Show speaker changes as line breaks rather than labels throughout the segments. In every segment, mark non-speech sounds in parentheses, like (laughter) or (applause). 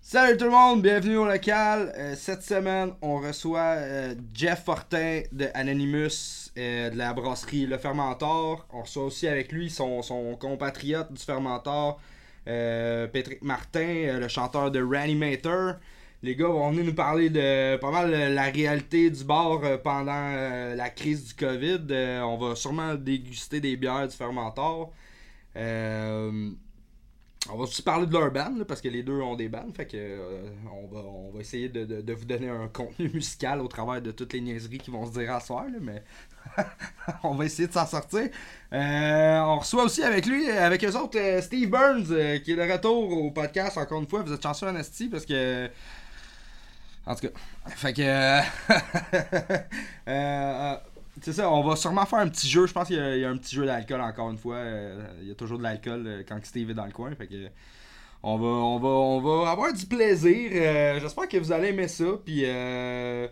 Salut tout le monde, bienvenue au local. Euh, cette semaine, on reçoit euh, Jeff Fortin de Anonymous euh, de la brasserie Le Fermentor. On reçoit aussi avec lui son, son compatriote du Fermentor, euh, Patrick Martin, euh, le chanteur de Reanimator. Les gars vont venir nous parler de pas mal euh, la réalité du bar euh, pendant euh, la crise du COVID. Euh, on va sûrement déguster des bières du Fermentor. Euh, on va aussi parler de leur band, là, parce que les deux ont des bands. Fait que euh, on, va, on va essayer de, de- de vous donner un contenu musical au travers de toutes les niaiseries qui vont se dire à soir, là, mais (laughs) on va essayer de s'en sortir. Euh, on reçoit aussi avec lui, euh, avec eux autres, euh, Steve Burns, euh, qui est de retour au podcast encore une fois. Vous êtes chanceux en esti, parce que. En tout cas. Fait que. (laughs) euh, euh, c'est ça, on va sûrement faire un petit jeu. Je pense qu'il y, a- il y a un petit jeu d'alcool encore une fois. Euh, Il y a toujours de l'alcool euh, quand Steve est dans le coin. Fait que on va, on va, on va avoir du plaisir. Euh, j'espère que vous allez aimer ça. Puis euh,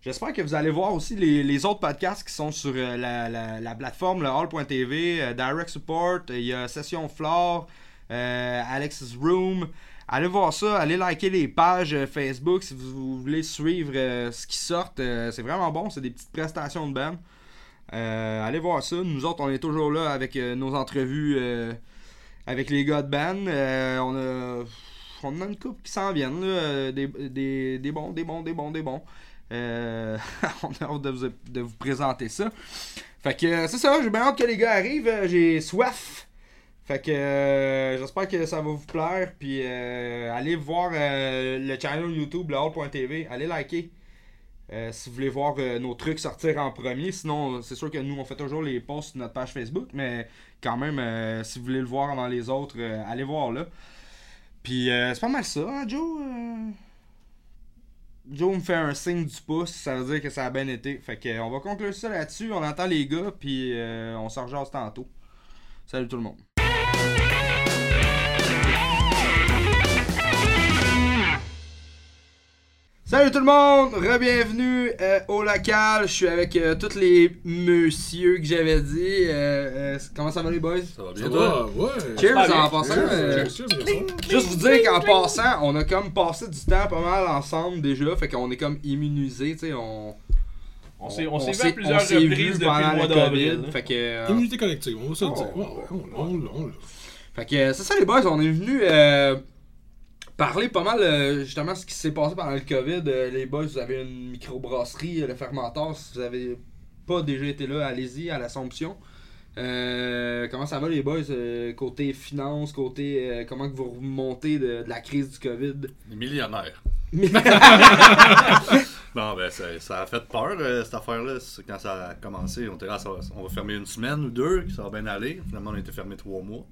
j'espère que vous allez voir aussi les, les autres podcasts qui sont sur euh, la, la- la plateforme, le hall.tv, euh, Direct Support. euh, Il y a Session Floor, euh, Alex's Room. Allez voir ça, allez liker les pages euh, Facebook si vous, vous voulez suivre euh, ce qui sort. Euh, c'est vraiment bon, c'est des petites prestations de band. Euh, allez voir ça. Nous autres, on est toujours là avec euh, nos entrevues euh, avec les gars de band. Euh, on a on a une coupe qui s'en viennent, là, euh, des, des, des bons, des bons, des bons, des bons. Euh, (laughs) on a hâte de vous, de vous présenter ça. Fait que euh, c'est ça, j'ai bien hâte que les gars arrivent, euh, j'ai soif. Fait que euh, j'espère que ça va vous plaire. Puis euh, allez voir euh, le channel YouTube, le hall.tv, allez liker. Euh, si vous voulez voir euh, nos trucs sortir en premier, sinon euh, c'est sûr que nous on fait toujours les posts sur notre page Facebook, mais quand même, euh, si vous voulez le voir avant les autres, euh, allez voir là. Puis euh, c'est pas mal ça, hein, Joe? Euh, Joe me fait un signe du pouce, ça veut dire que ça a bien été. Fait que euh, on va conclure ça là-dessus, on entend les gars, puis euh, on s'en rejase tantôt. Salut tout le monde. Salut tout le monde, re-bienvenue euh, au local. Je suis avec euh, tous les messieurs que j'avais dit. Euh, euh, comment ça va les boys?
Ça va bien,
Ça
toi?
va, ouais.
Cheers en passant. euh,
Cheers, cheers, bien sûr.
Juste vous dire qu'en passant, on a comme passé du temps pas mal ensemble déjà, fait qu'on est comme immunisés, tu sais, on...
On s'est- on s'est vu à
s'est-
plusieurs
on s'est vu
reprises depuis
pendant
le mois
la
d'avril. hein.
COVID, Fait que, euh,
Immunité collective, on va se le dire.
Oh.
Ah. Ouais, ouais, on l'a, on l'a, on l'a.
fait que euh, c'est ça les boys, on est venu euh, parler pas mal euh, justement ce qui s'est passé pendant le COVID. Euh, les boys, vous avez une microbrasserie, euh, le fermenteur, si vous avez pas déjà été là, allez-y à l'Assomption. Euh, comment ça va les boys, euh, côté finance, côté euh, comment que vous remontez de, de la crise du COVID?
Les millionnaires. Bon, ben, ça, ça a fait peur, euh, cette affaire-là. C'est- Quand ça a commencé, on était là, ça va- on va fermer une semaine ou deux, que ça va bien aller. Finalement, on a été fermé trois mois.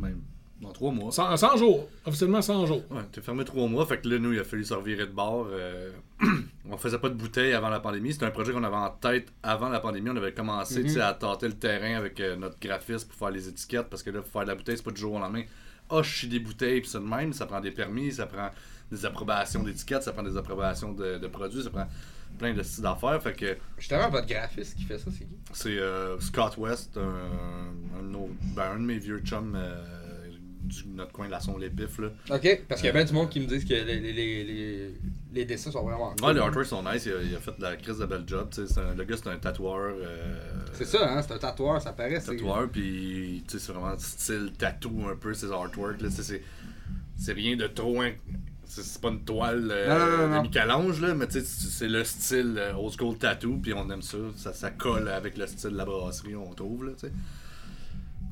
Même. Non, trois mois.
100, 100 jours, officiellement 100 jours.
Ouais, on était fermé trois mois. Fait que là, nous, il a fallu se revirer de bord. euh, (clears throat) on faisait pas de bouteilles avant la pandémie. C'était un projet qu'on avait en tête avant la pandémie. On avait commencé tu sais, à tâter le terrain avec euh, notre graphiste pour faire les étiquettes. Parce que là, pour faire de la bouteille, c'est pas du jour au lendemain. Ah, je suis des bouteilles, puis ça de même. Ça prend des permis, ça prend des approbations d'étiquettes, ça prend des approbations de, de produits, ça prend plein de styles d'affaires. Fait que
Justement, votre graphiste qui fait ça, c'est qui?
c'est euh, Scott West, un, un de nos- ben, un de mes vieux chums euh, du notre coin de la son les bifs là.
Ok, parce qu'il y a bien du monde qui me disent que les, les, les, les, les dessins sont vraiment cool.
Ouais, les artworks sont nice. Il a, il a fait de la crise de belle job. tu sais, c'est un- le gars, c'est un tatoueur. euh,
C'est ça, hein, c'est un tatoueur, ça paraît. c'est-
Tatoueur, puis tu sais, c'est vraiment style tatou un peu, ses artworks. Là, tu sais, c'est, c'est rien de trop. inc- C'est, c'est pas une toile euh,
Non, non, non, non.
de Michel-Ange, là, mais tu sais, c'est c'est le style euh, old school tattoo, puis on aime ça. ça. Ça colle avec le style de la brasserie, on trouve. Là, tu sais.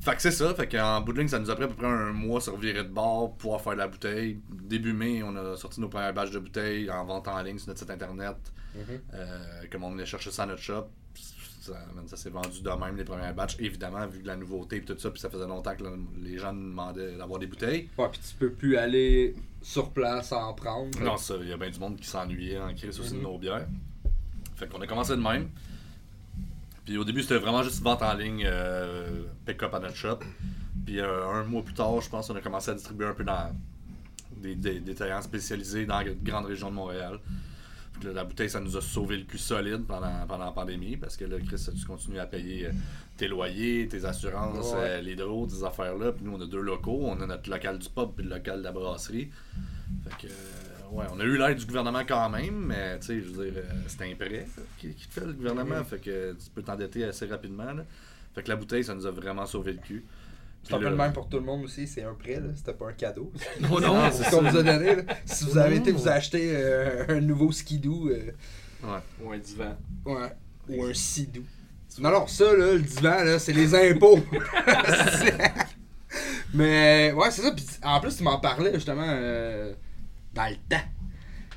Fait que c'est ça, fait qu'en bout de ligne, ça nous a pris à peu près un mois sur virer de bord, pouvoir faire de la bouteille. Début mai, on a sorti nos premières batches de bouteilles en vente en ligne sur notre site internet.
Mhm.
Euh, comme on venait chercher ça à notre shop, ça, man, ça s'est vendu de même les premières batches, évidemment, vu de la nouveauté et tout ça, puis ça faisait longtemps que le- les gens nous demandaient d'avoir des bouteilles.
Ouais, puis tu peux plus aller sur place en prendre.
Non, ça, il y a bien du monde qui s'ennuyait en crise aussi
Mhm.
de nos bières. Fait qu'on a commencé de même. Puis au début, c'était vraiment juste vente en ligne, euh, pick-up à notre shop. Puis euh, un mois plus tard, je pense, on a commencé à distribuer un peu dans des des- des détaillants spécialisés dans la grande région de Montréal. Fait que là, la bouteille, ça nous a sauvé le cul solide pendant, pendant la pandémie parce que là, Chris, tu continues à payer euh, tes loyers, tes assurances,
Ouais.
euh, les drôles, tes affaires-là. Puis nous, on a deux locaux. On a notre local du pub puis le local de la brasserie. Fait que, euh, ouais, on a eu l'aide du gouvernement quand même, mais tu sais, je veux dire, euh, c'est un prêt qui, qui te fait le
Mm-hmm.
gouvernement. Fait que tu peux t'endetter assez rapidement. là. Fait que la bouteille, ça nous a vraiment sauvé le cul.
C'est un
Puis
peu
là-
le même pour tout le monde aussi, c'est un prêt, là. C'était pas un cadeau.
Ah,
Non, non,
Non,
Ah, c'est
c'est Ah, ce
ça.
qu'on vous a donné. là. Si vous avez été vous acheter euh, un nouveau skidoo euh,
Ou un divan.
ouais, ou un sidou. Non, non, ça, là, le divan, là, c'est les impôts. (laughs) C'est- Mais ouais, c'est ça. Puis en plus, tu m'en parlais justement euh, dans le temps.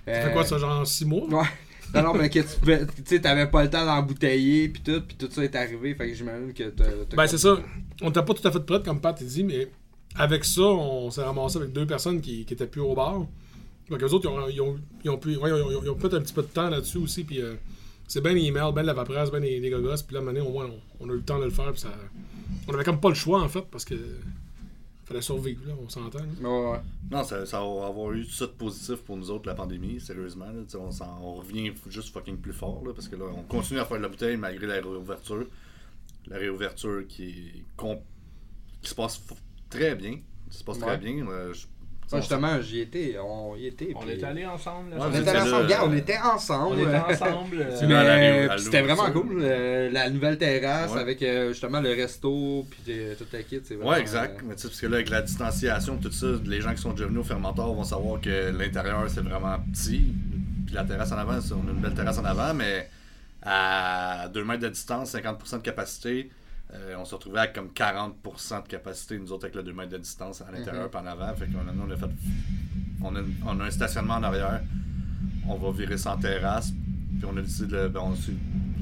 Ça
Euh,
fait quoi, ça, genre 6 mois?
Ouais. Non, non, mais que tu pouvais- tu sais, t'avais pas le temps d'embouteiller, puis tout, puis tout ça est arrivé, fait que j'imagine que t'as. t'as-
Ben, c'est ça. On n'était pas tout à fait prête, comme Pat a dit, mais avec ça, on s'est ramassé avec deux personnes qui, qui étaient plus au bar. Donc, eux autres, ils ont, ils ont, ils ont pu- ouais, ils ont- ils ont- ils ont fait un petit peu de temps là-dessus aussi. Puis, euh, c'est bien les emails, bien la vaporesse, bien les, les gogosses. Puis là, à un moment donné, au moins, on, on a eu le temps de le faire. Puis ça, on avait comme pas le choix, en fait, parce que fallait survivre, là, on s'entend. là.
Ouais, ouais, ouais.
Non, ça, ça va avoir eu tout ça de positif pour nous autres, la pandémie, sérieusement. là. Tu sais, on, s'en- on revient f- juste fucking plus fort, là, parce que là, on continue à faire de la bouteille malgré la réouverture. La réouverture qui, est- qu'on- qui se passe f- très bien. Ça se passe
Ouais.
très bien. euh, je-
Ça, justement, j'y étais, on y était.
On
puis-
est allés ensemble. là,
Ouais,
On
sur
vous
était
le-
étiez là,
ensemble, gars, on
euh,
était ensemble.
On
(laughs)
était ensemble. euh,
C'est
Mais,
dans la rue, à
puis c'était
l'eau,
vraiment
ça.
cool, euh, la nouvelle terrasse
Ouais.
avec euh, justement le resto, puis euh, tout le kit. c'est vraiment,
Ouais, exact.
euh,
Mais tu sais, parce que là, avec la distanciation, tout ça, les gens qui sont déjà venus au fermentor vont savoir que l'intérieur, c'est vraiment petit. Puis la terrasse en avant, c'est- on a une belle terrasse en avant, mais à 2 mètres de distance, 50% de capacité. euh, on se retrouvait à comme 40% de capacité, nous autres, avec le 2 mètres de distance à l'intérieur
Mm-hmm.
par en avant. Fait qu'on a, nous, on a fait. On a, une- on a un stationnement en arrière. On va virer sans terrasse. Puis on a décidé de. le- ben, on s'est-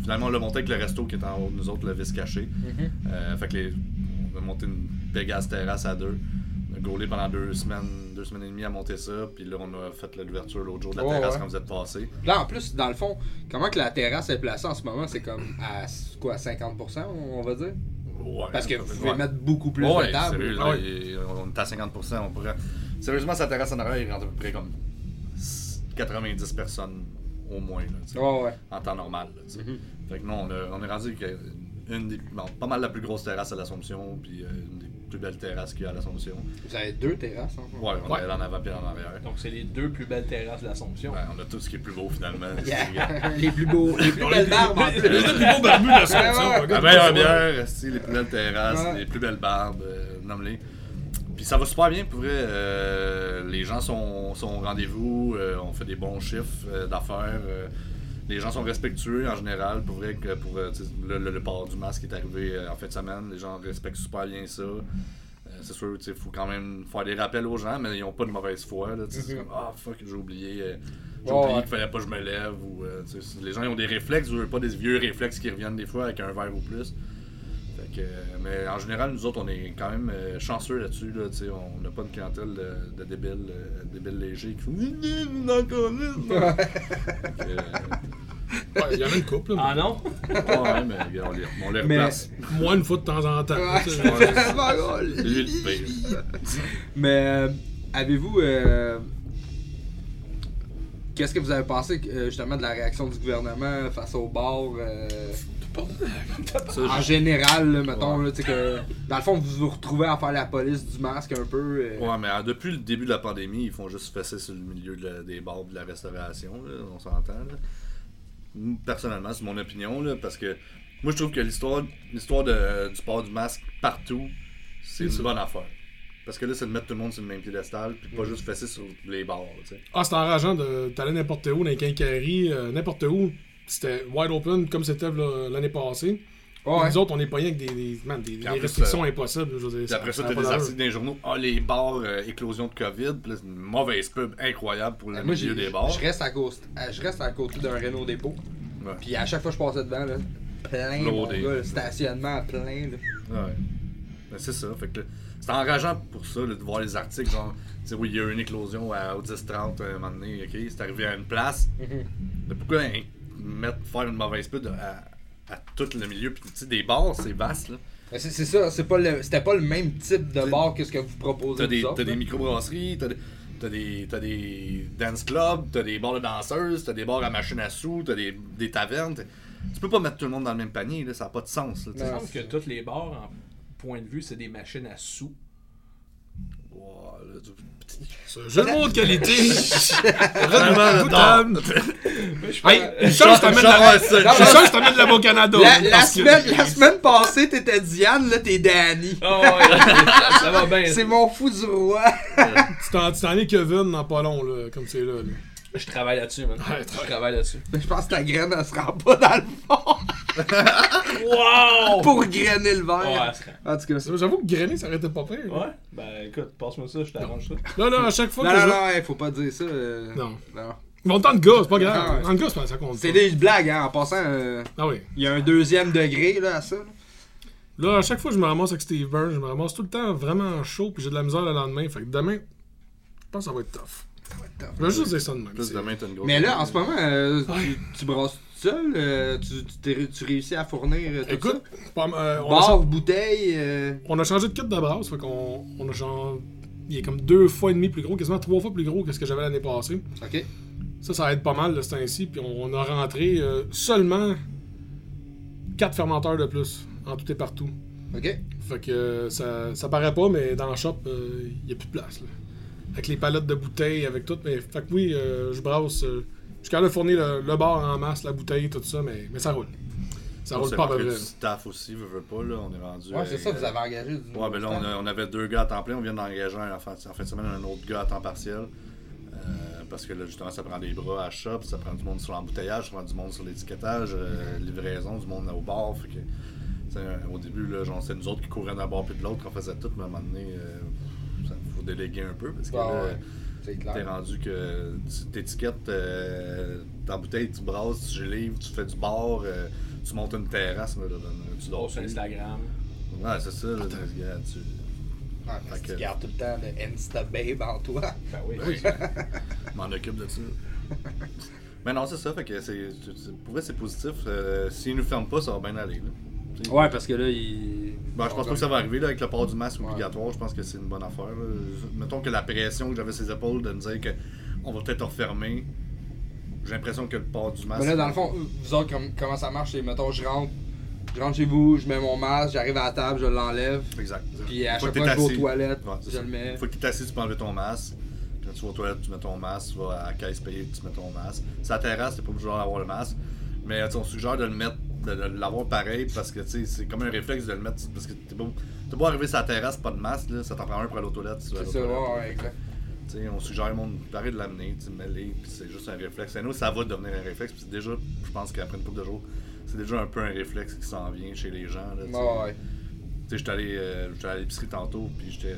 finalement, on l'a monté avec le resto qui est en haut de nous autres, le vice caché. Euh, fait que les, on a monté une Vegas terrasse à deux. On a gaulé pendant deux semaines, deux semaines et demie à monter ça. Puis là, on a fait l'ouverture l'autre jour de la
Ouais,
terrasse
ouais.
quand vous êtes passé.
Là, en plus, dans le fond, comment que la terrasse est placée en ce moment, c'est comme à quoi, 50%, on va dire? Parce que vous pouvez mettre beaucoup plus
ouais,
de tables.
sérieux, là,
Ouais.
il- on est à 50%. On pourrait... Sérieusement, sa terrasse en arrière, il rentre à peu près comme 90 personnes au moins. là, tu sais.
Ouais, Mm-hmm. ouais.
en temps normal. là, tu sais. Fait que non, on, a- on est rendu que une des, bon, pas mal la plus grosse terrasse à l'Assomption, puis euh, une des plus belles terrasses qu'il y a à l'Assomption.
Vous avez deux terrasses en ce
(laughs)
moment.
Ouais, on est allé en avant puis en arrière.
(laughs) Donc, c'est les deux plus belles terrasses de l'Assomption.
Ben, on a tout ce qui est plus beau finalement.
(laughs) Yeah. les plus beaux, les plus belles barbes en plus.
Les deux plus beaux barbus de ça,
Ouais,
ça,
ouais,
regarde,
La
ça,
meilleure
ouais.
bière, esti, les plus belles terrasses,
Ouais.
les plus belles barbes, euh, nomme-les. Puis ça va super bien pour vrai. euh, les gens sont, sont au rendez-vous, euh, on fait des bons chiffres euh, d'affaires. euh, les gens sont respectueux en général, pour vrai que pour euh, tu sais, le, le- le port du masque est arrivé euh, en fin de semaine, les gens respectent super bien ça. Euh, c'est sûr, il faut quand même faire des rappels aux gens, mais ils n'ont pas de mauvaise foi. là, tu sais, c'est
Mhm.
comme, ah fuck, j'ai oublié, euh, j'ai
Ouais,
oublié
ouais.
qu'il fallait pas que je me lève. Ou, euh, tu sais, les gens ils ont des réflexes, ou pas des vieux réflexes qui reviennent des fois avec un verre ou plus. Fait que, euh, mais en général, nous autres, on est quand même euh, chanceux là-dessus. Là, tu sais, on n'a pas une clientèle de, de débiles, euh, débiles légers qui font Vous en connaissez? Fait que,
Ouais, Il y en a une couple, là,
Ah non?
euh, ouais, mais regarde, on les, on les
Mais-
replace.
mais moi, une fois de temps en temps. là,
(laughs) Ouais,
tu sais. euh,
c'est vraiment
C'est
drôle.
lui le pire.
Mais euh, avez-vous. euh, Qu'est-ce que vous avez pensé euh, justement de la réaction du gouvernement face au bar euh,
Ça,
en
je-
général, là, mettons,
Ouais.
là, tu sais que dans le fond, vous vous retrouvez à faire la police du masque un peu. euh,
Ouais, mais euh, depuis le début de la pandémie, ils font juste fesser sur le milieu de la- des bars de la restauration, là, on s'entend. là. M- Personnellement, c'est mon opinion, là, parce que moi, je trouve que l'histoire l'histoire de- du port du masque partout, c'est une bonne affaire. Parce que là, c'est de mettre tout le monde sur le même piédestal, puis
Mm.
pas juste fesser sur les bars, tu sais.
Ah, c'était enrageant de. T'allais n'importe où, dans les quincailleries, euh, n'importe où. C'était wide open, comme c'était là, l'année passée.
ouais.
Nous autres, on est pognés avec des, des, man, des- des
en plus,
restrictions impossibles. Je veux dire,
Puis après ça, t'as
a pas
des
d'allure.
articles dans les journaux, ah, les bars, euh, éclosion de COVID, puis là, c'est une mauvaise pub incroyable pour le
Euh, Moi, j'ai-
milieu des bars.
je reste à côté, à- je reste à côté d'un Renault dépôt.
Ouais.
Puis à chaque fois que je passais devant, là, plein, mon
Loadé.
gars, le stationnement plein. là.
Ouais. Ben, c'est ça. Fait que là, c'est enrageant pour ça là, de voir les articles. Genre, tu sais, oui, il y a eu une éclosion à, au 10-30 à un moment donné. ok, c'est arrivé à une place. Mais pourquoi hein, mettre, faire une mauvaise pub à, à tout le milieu? Puis, tu sais, des bars, c'est vaste. là.
Mais C'est c'est ça, c'est pas le- c'était pas le même type de bar que ce que vous proposez.
T'as des,
vous autres,
t'as des
là.
microbrasseries, t'as des. T'as des, t'as des dance clubs, t'as des bars de danseuses, t'as des bars à machine à sous, t'as des, des tavernes. t'as- Tu peux pas mettre tout le monde dans le même panier, là, ça n'a pas de sens. Là, tu sais.
Il me semble que tous les bars, en point de vue, c'est des machines à sous.
Wow, là, tu-
Ce jeu de mots de qualité.
(laughs)
Vraiment, (laughs)
Redoutable. Hey, une chance, je t'amène la- une
la
chance, je t'amène le Bocanado.
Ah, La, la
hein, Parce que-
semaine, la semaine passée, t'étais Diane, là, t'es Danny.
Ah ouais, ça va bien.
C'est mon fou du roi. (laughs)
Tu t'en tu t'en es Kevin dans pas long, là, comme c'est là. là.
Je travaille là-dessus, man.
Ouais,
je travaille là-dessus.
Mais je pense que ta graine, elle se rend pas dans le
(laughs)
fond
Wow!
pour grainer le
Ouais,
verre.
c'est vrai.
En tout cas, c'est...
J'avoue que grainer, ça arrêtait pas pire. là.
Ouais? Ben écoute, passe-moi ça, je t'arrange ça.
Là, là, à chaque fois
Non,
que
non,
je.
non, hey, faut pas dire ça. euh,
Non.
non.
Bon, tant de gars, c'est pas
Ah ouais.
grave. Tant de gars, c'est pas- ça compte.
C'est
pas.
des blagues, hein. En passant, euh,
Ah oui.
il y a un deuxième degré, là, à ça. là.
Là, à chaque fois que je me ramasse avec Steve Burns, je me ramasse tout le temps vraiment chaud, puis j'ai de la misère le lendemain. Fait que demain, je pense que ça va être tough.
tough.
Je vais juste dire ça de même.
Plus
c'est-
demain, t'as une grosse.
Mais là, en ce moment, euh,
Ouais.
tu, tu brasses tout seul. euh, tu, tu, t'es- tu réussis à fournir euh, tout
Écoute, pas m- euh,
ça.
on, a,
Bar,
cha-
bouteille. euh,
on a changé de kit de brasse, fait qu'on on a genre. Il est comme deux fois et demi plus gros, quasiment trois fois plus gros que ce que j'avais l'année passée.
Ok.
Ça, ça aide pas mal de ce temps-ci, puis on, on a rentré euh, seulement quatre fermenteurs de plus, en tout et partout.
Ok.
Fait que euh, ça, ça paraît pas, mais dans le shop, euh, il a plus de place. là. Avec les palettes de bouteilles, avec tout. Mais fait que oui, euh, je brasse. euh, je suis capable de fournir le, le bar en masse, la bouteille, tout ça, mais, mais ça roule. Ça roule
C'est
pas à
parce
peu
que
près.
du staff aussi, veut, veut pas, là, on est rendu.
Ouais, c'est ça,
euh,
vous avez engagé du
Ouais, ben là, on, a- on avait deux gars à temps plein, on vient d'engager un- en fin, en fin de semaine un autre gars à temps partiel. Euh, parce que là, justement, ça prend des bras à shop, ça prend du monde sur l'embouteillage, ça prend du monde sur l'étiquetage, euh, livraison, du monde au bar. Fait que, tu sais, au début, là, genre, c'est nous autres qui couraient d'un bord puis de l'autre, on faisait tout, mais à un moment donné, euh, ça, faut déléguer un peu. Parce que
Ah
là,
ouais. C'est
T'es
clair.
rendu que tu t'étiquettes, euh, t'embouteilles, tu brasses, tu gélives, tu fais du bar, euh, tu montes une terrasse, là, là, là, tu dors
Sur
dessus.
Instagram.
Ouais, c'est ça, là, regarde, tu...
Ah, parce que tu
Fait que-
gardes tout le temps le Insta Babe en toi.
Ben oui.
je m'en occupe de ça.
(laughs)
Mais non, c'est ça, fait que c'est, c'est- c'est- pour vrai, c'est positif. Euh, S'ils nous ferment pas, ça va bien aller, là. Tu sais,
Ouais, parce que là, il.
Bon, Ben, je pense pas que ça va arriver là, avec le port du masque
Ouais.
obligatoire. Je pense que c'est une bonne affaire. là. Je- Mettons que la pression que j'avais sur les épaules de me dire que on va peut-être refermer. J'ai l'impression que le port du masque.
Mais Ben là, dans le fond, euh, vous autres, comme- comment ça marche, c'est mettons, je rentre, je rentre chez vous, je mets mon masque, j'arrive à la table, je l'enlève,
Exact.
puis à
Faut
chaque
que
fois que je
t'es
vais aux
assis.
toilettes,
Ouais, c'est
je
ça.
le mets.
Faut que tu t'assises, tu peux enlever ton masque. Quand tu vas aux toilettes, tu mets ton masque. Tu vas à la caisse payée, tu mets ton masque. Sa terrasse, t'es pas obligé d'avoir le masque. Mais euh, tu sais, on suggère de le mettre, de, de l'avoir pareil parce que tu sais, c'est comme un réflexe de le mettre. Parce que t'es pas, t'es pas arrivé sur la terrasse, pas de masque, là, ça t'en prend un pour aller aux toilettes. si tu veux
C'est
aller aux
ça,
toilettes.
ouais, ouais, exact.
Tu sais, on suggère au monde d'arrêter de l'amener, tu sais, mets-les, puis c'est juste un réflexe. Et nous, ça va devenir un réflexe, puis c'est déjà, je pense qu'après une couple de jours, c'est déjà un peu un réflexe qui s'en vient chez les gens. Là, tu sais.
Ouais, ouais.
Tu sais, j'étais allé, euh, j'étais à l'épicerie tantôt, puis j'étais,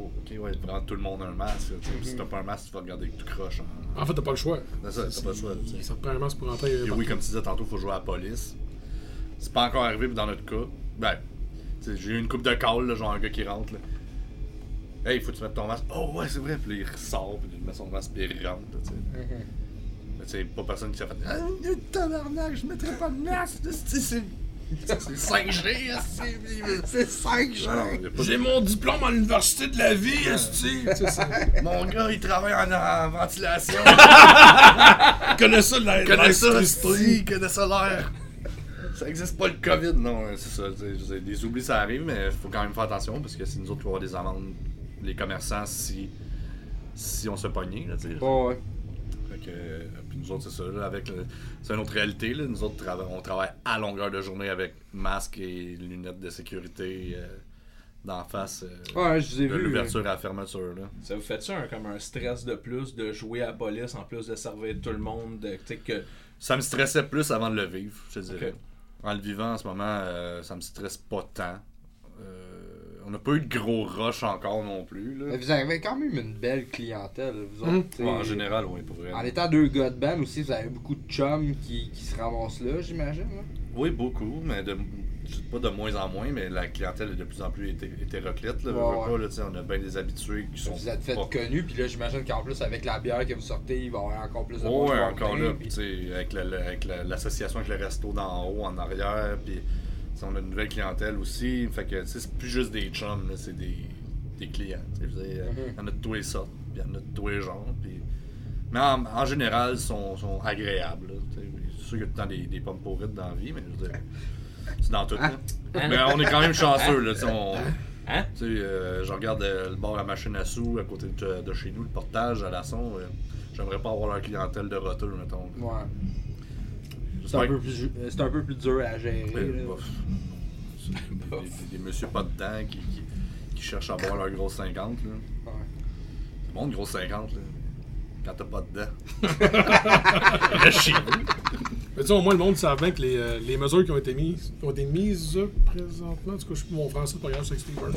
oh, ok, ouais, vraiment tout le monde a un masque. là, tu sais, puis si t'as pas un masque, tu vas regarder que tu croches. hein.
En fait, t'as pas le choix.
C'est ça, t'as pas le choix. tu sais.
Ça te prend un masque pour rentrer. euh,
Et
partout.
oui, comme tu disais tantôt, faut jouer à la police. C'est pas encore arrivé, mais dans notre cas, ben, tu sais, j'ai eu une coupe de call, là, genre un gars qui rentre, là. Hey, faut que tu mettes ton masque. Oh ouais, c'est vrai. Puis là, il ressort, puis il met son masque, puis il rentre, là, tu sais. Mais tu sais, pas personne qui s'est fait. Ah, le tabarnak, je mettrais pas de masque, là, c'est c'est- c'est 5G, là, c'est.
C'est 5 jours.
Non, y a pas de-
J'ai mon diplôme à l'université de la vie, esti. (laughs) Tu sais, ça-
Mon gars, il travaille en, en (laughs) ventilation.
Il connaît ça de la
Il connaît ça,
l'électricité.
il connaît ça l'air. Ça existe pas le COVID, non, c'est ça. tu sais, je veux dire, Des oublis, ça arrive, mais faut quand même faire attention parce que c'est nous autres qui va avoir des amendes, les commerçants, si, si on se pognait. Là, tu sais.
Ouais, ouais.
Fait que, euh, puis nous autres, c'est ça. là, avec le- c'est une autre réalité. Là. Nous autres, trava- on travaille à longueur de journée avec masque et lunettes de sécurité euh, d'en face. euh,
Ouais, je vous ai
de
Ah, vu.
l'ouverture à la fermeture. Là.
Ça vous fait-tu un, comme un stress de plus de jouer à la police en plus de servir tout le monde? de- tu sais, que...
Ça me stressait plus avant de le vivre, je te dirais.
Ok.
En le vivant en ce moment, euh, ça me stresse pas tant. Euh, on n'a pas eu de gros rush encore non plus. Là.
Mais Vous avez quand même une belle clientèle, vous autres.
Mhm.
tu sais.
Ouais, en général, oui, pour vrai.
En étant deux gars de band aussi, vous avez beaucoup de chums qui, qui se ramassent là, j'imagine. là.
Oui, beaucoup, mais de, je sais pas de moins en moins, mais la clientèle est de plus en plus hété- hétéroclite. Là,
Ouais,
Je veux
ouais.
pas, là, tu sais, on a bien des habitués qui sont.
Vous êtes fait
pas-
connus, puis là, j'imagine qu'en plus, avec la bière que vous sortez, il va y avoir encore plus de monde qui
Ouais,
va
encore
venir,
là,
puis-
tu sais, avec la- la- avec la- l'association avec le resto d'en haut, en arrière, puis tu sais, on a une nouvelle clientèle aussi, fait que tu sais, c'est plus juste des chums, là, c'est des, des clients, tu sais, je veux dire,
Mhm.
y en a de tous les sortes, puis y en a de tous les genres, puis... Mais en, en général, ils sont, sont agréables, là, tu sais, c'est sûr qu'il y a tout le temps des, des pommes pourrites dans la vie, mais je veux dire, c'est dans tout, là. Mais on est quand même chanceux, là, tu sais, on...
Hein?
Tu sais, euh, je regarde euh, le bar à machine à sous à côté de, de chez nous, le portage à la son. euh, J'aimerais pas avoir la clientèle de roteux, mettons. là.
Ouais. C'est
J'espère
un,
que-
peu plus, ju- euh, c'est un peu plus dur à gérer.
Ouais, bah.
là.
bof. C'est Des,
euh.
des- des- des messieurs pas dedans qui, qui, qui cherchent à avoir leur grosse 50. Là.
Ouais.
C'est bon, une grosse 50. Là. Quand t'as pas dedans.
(laughs)
Reste chez vous.
Mais tu sais, au moins, le monde savent bien que les, euh, les mesures qui ont été mises, ont été mises euh, présentement. En tout cas, je suis mon français, c'est pas grave, c'est Steve Burns.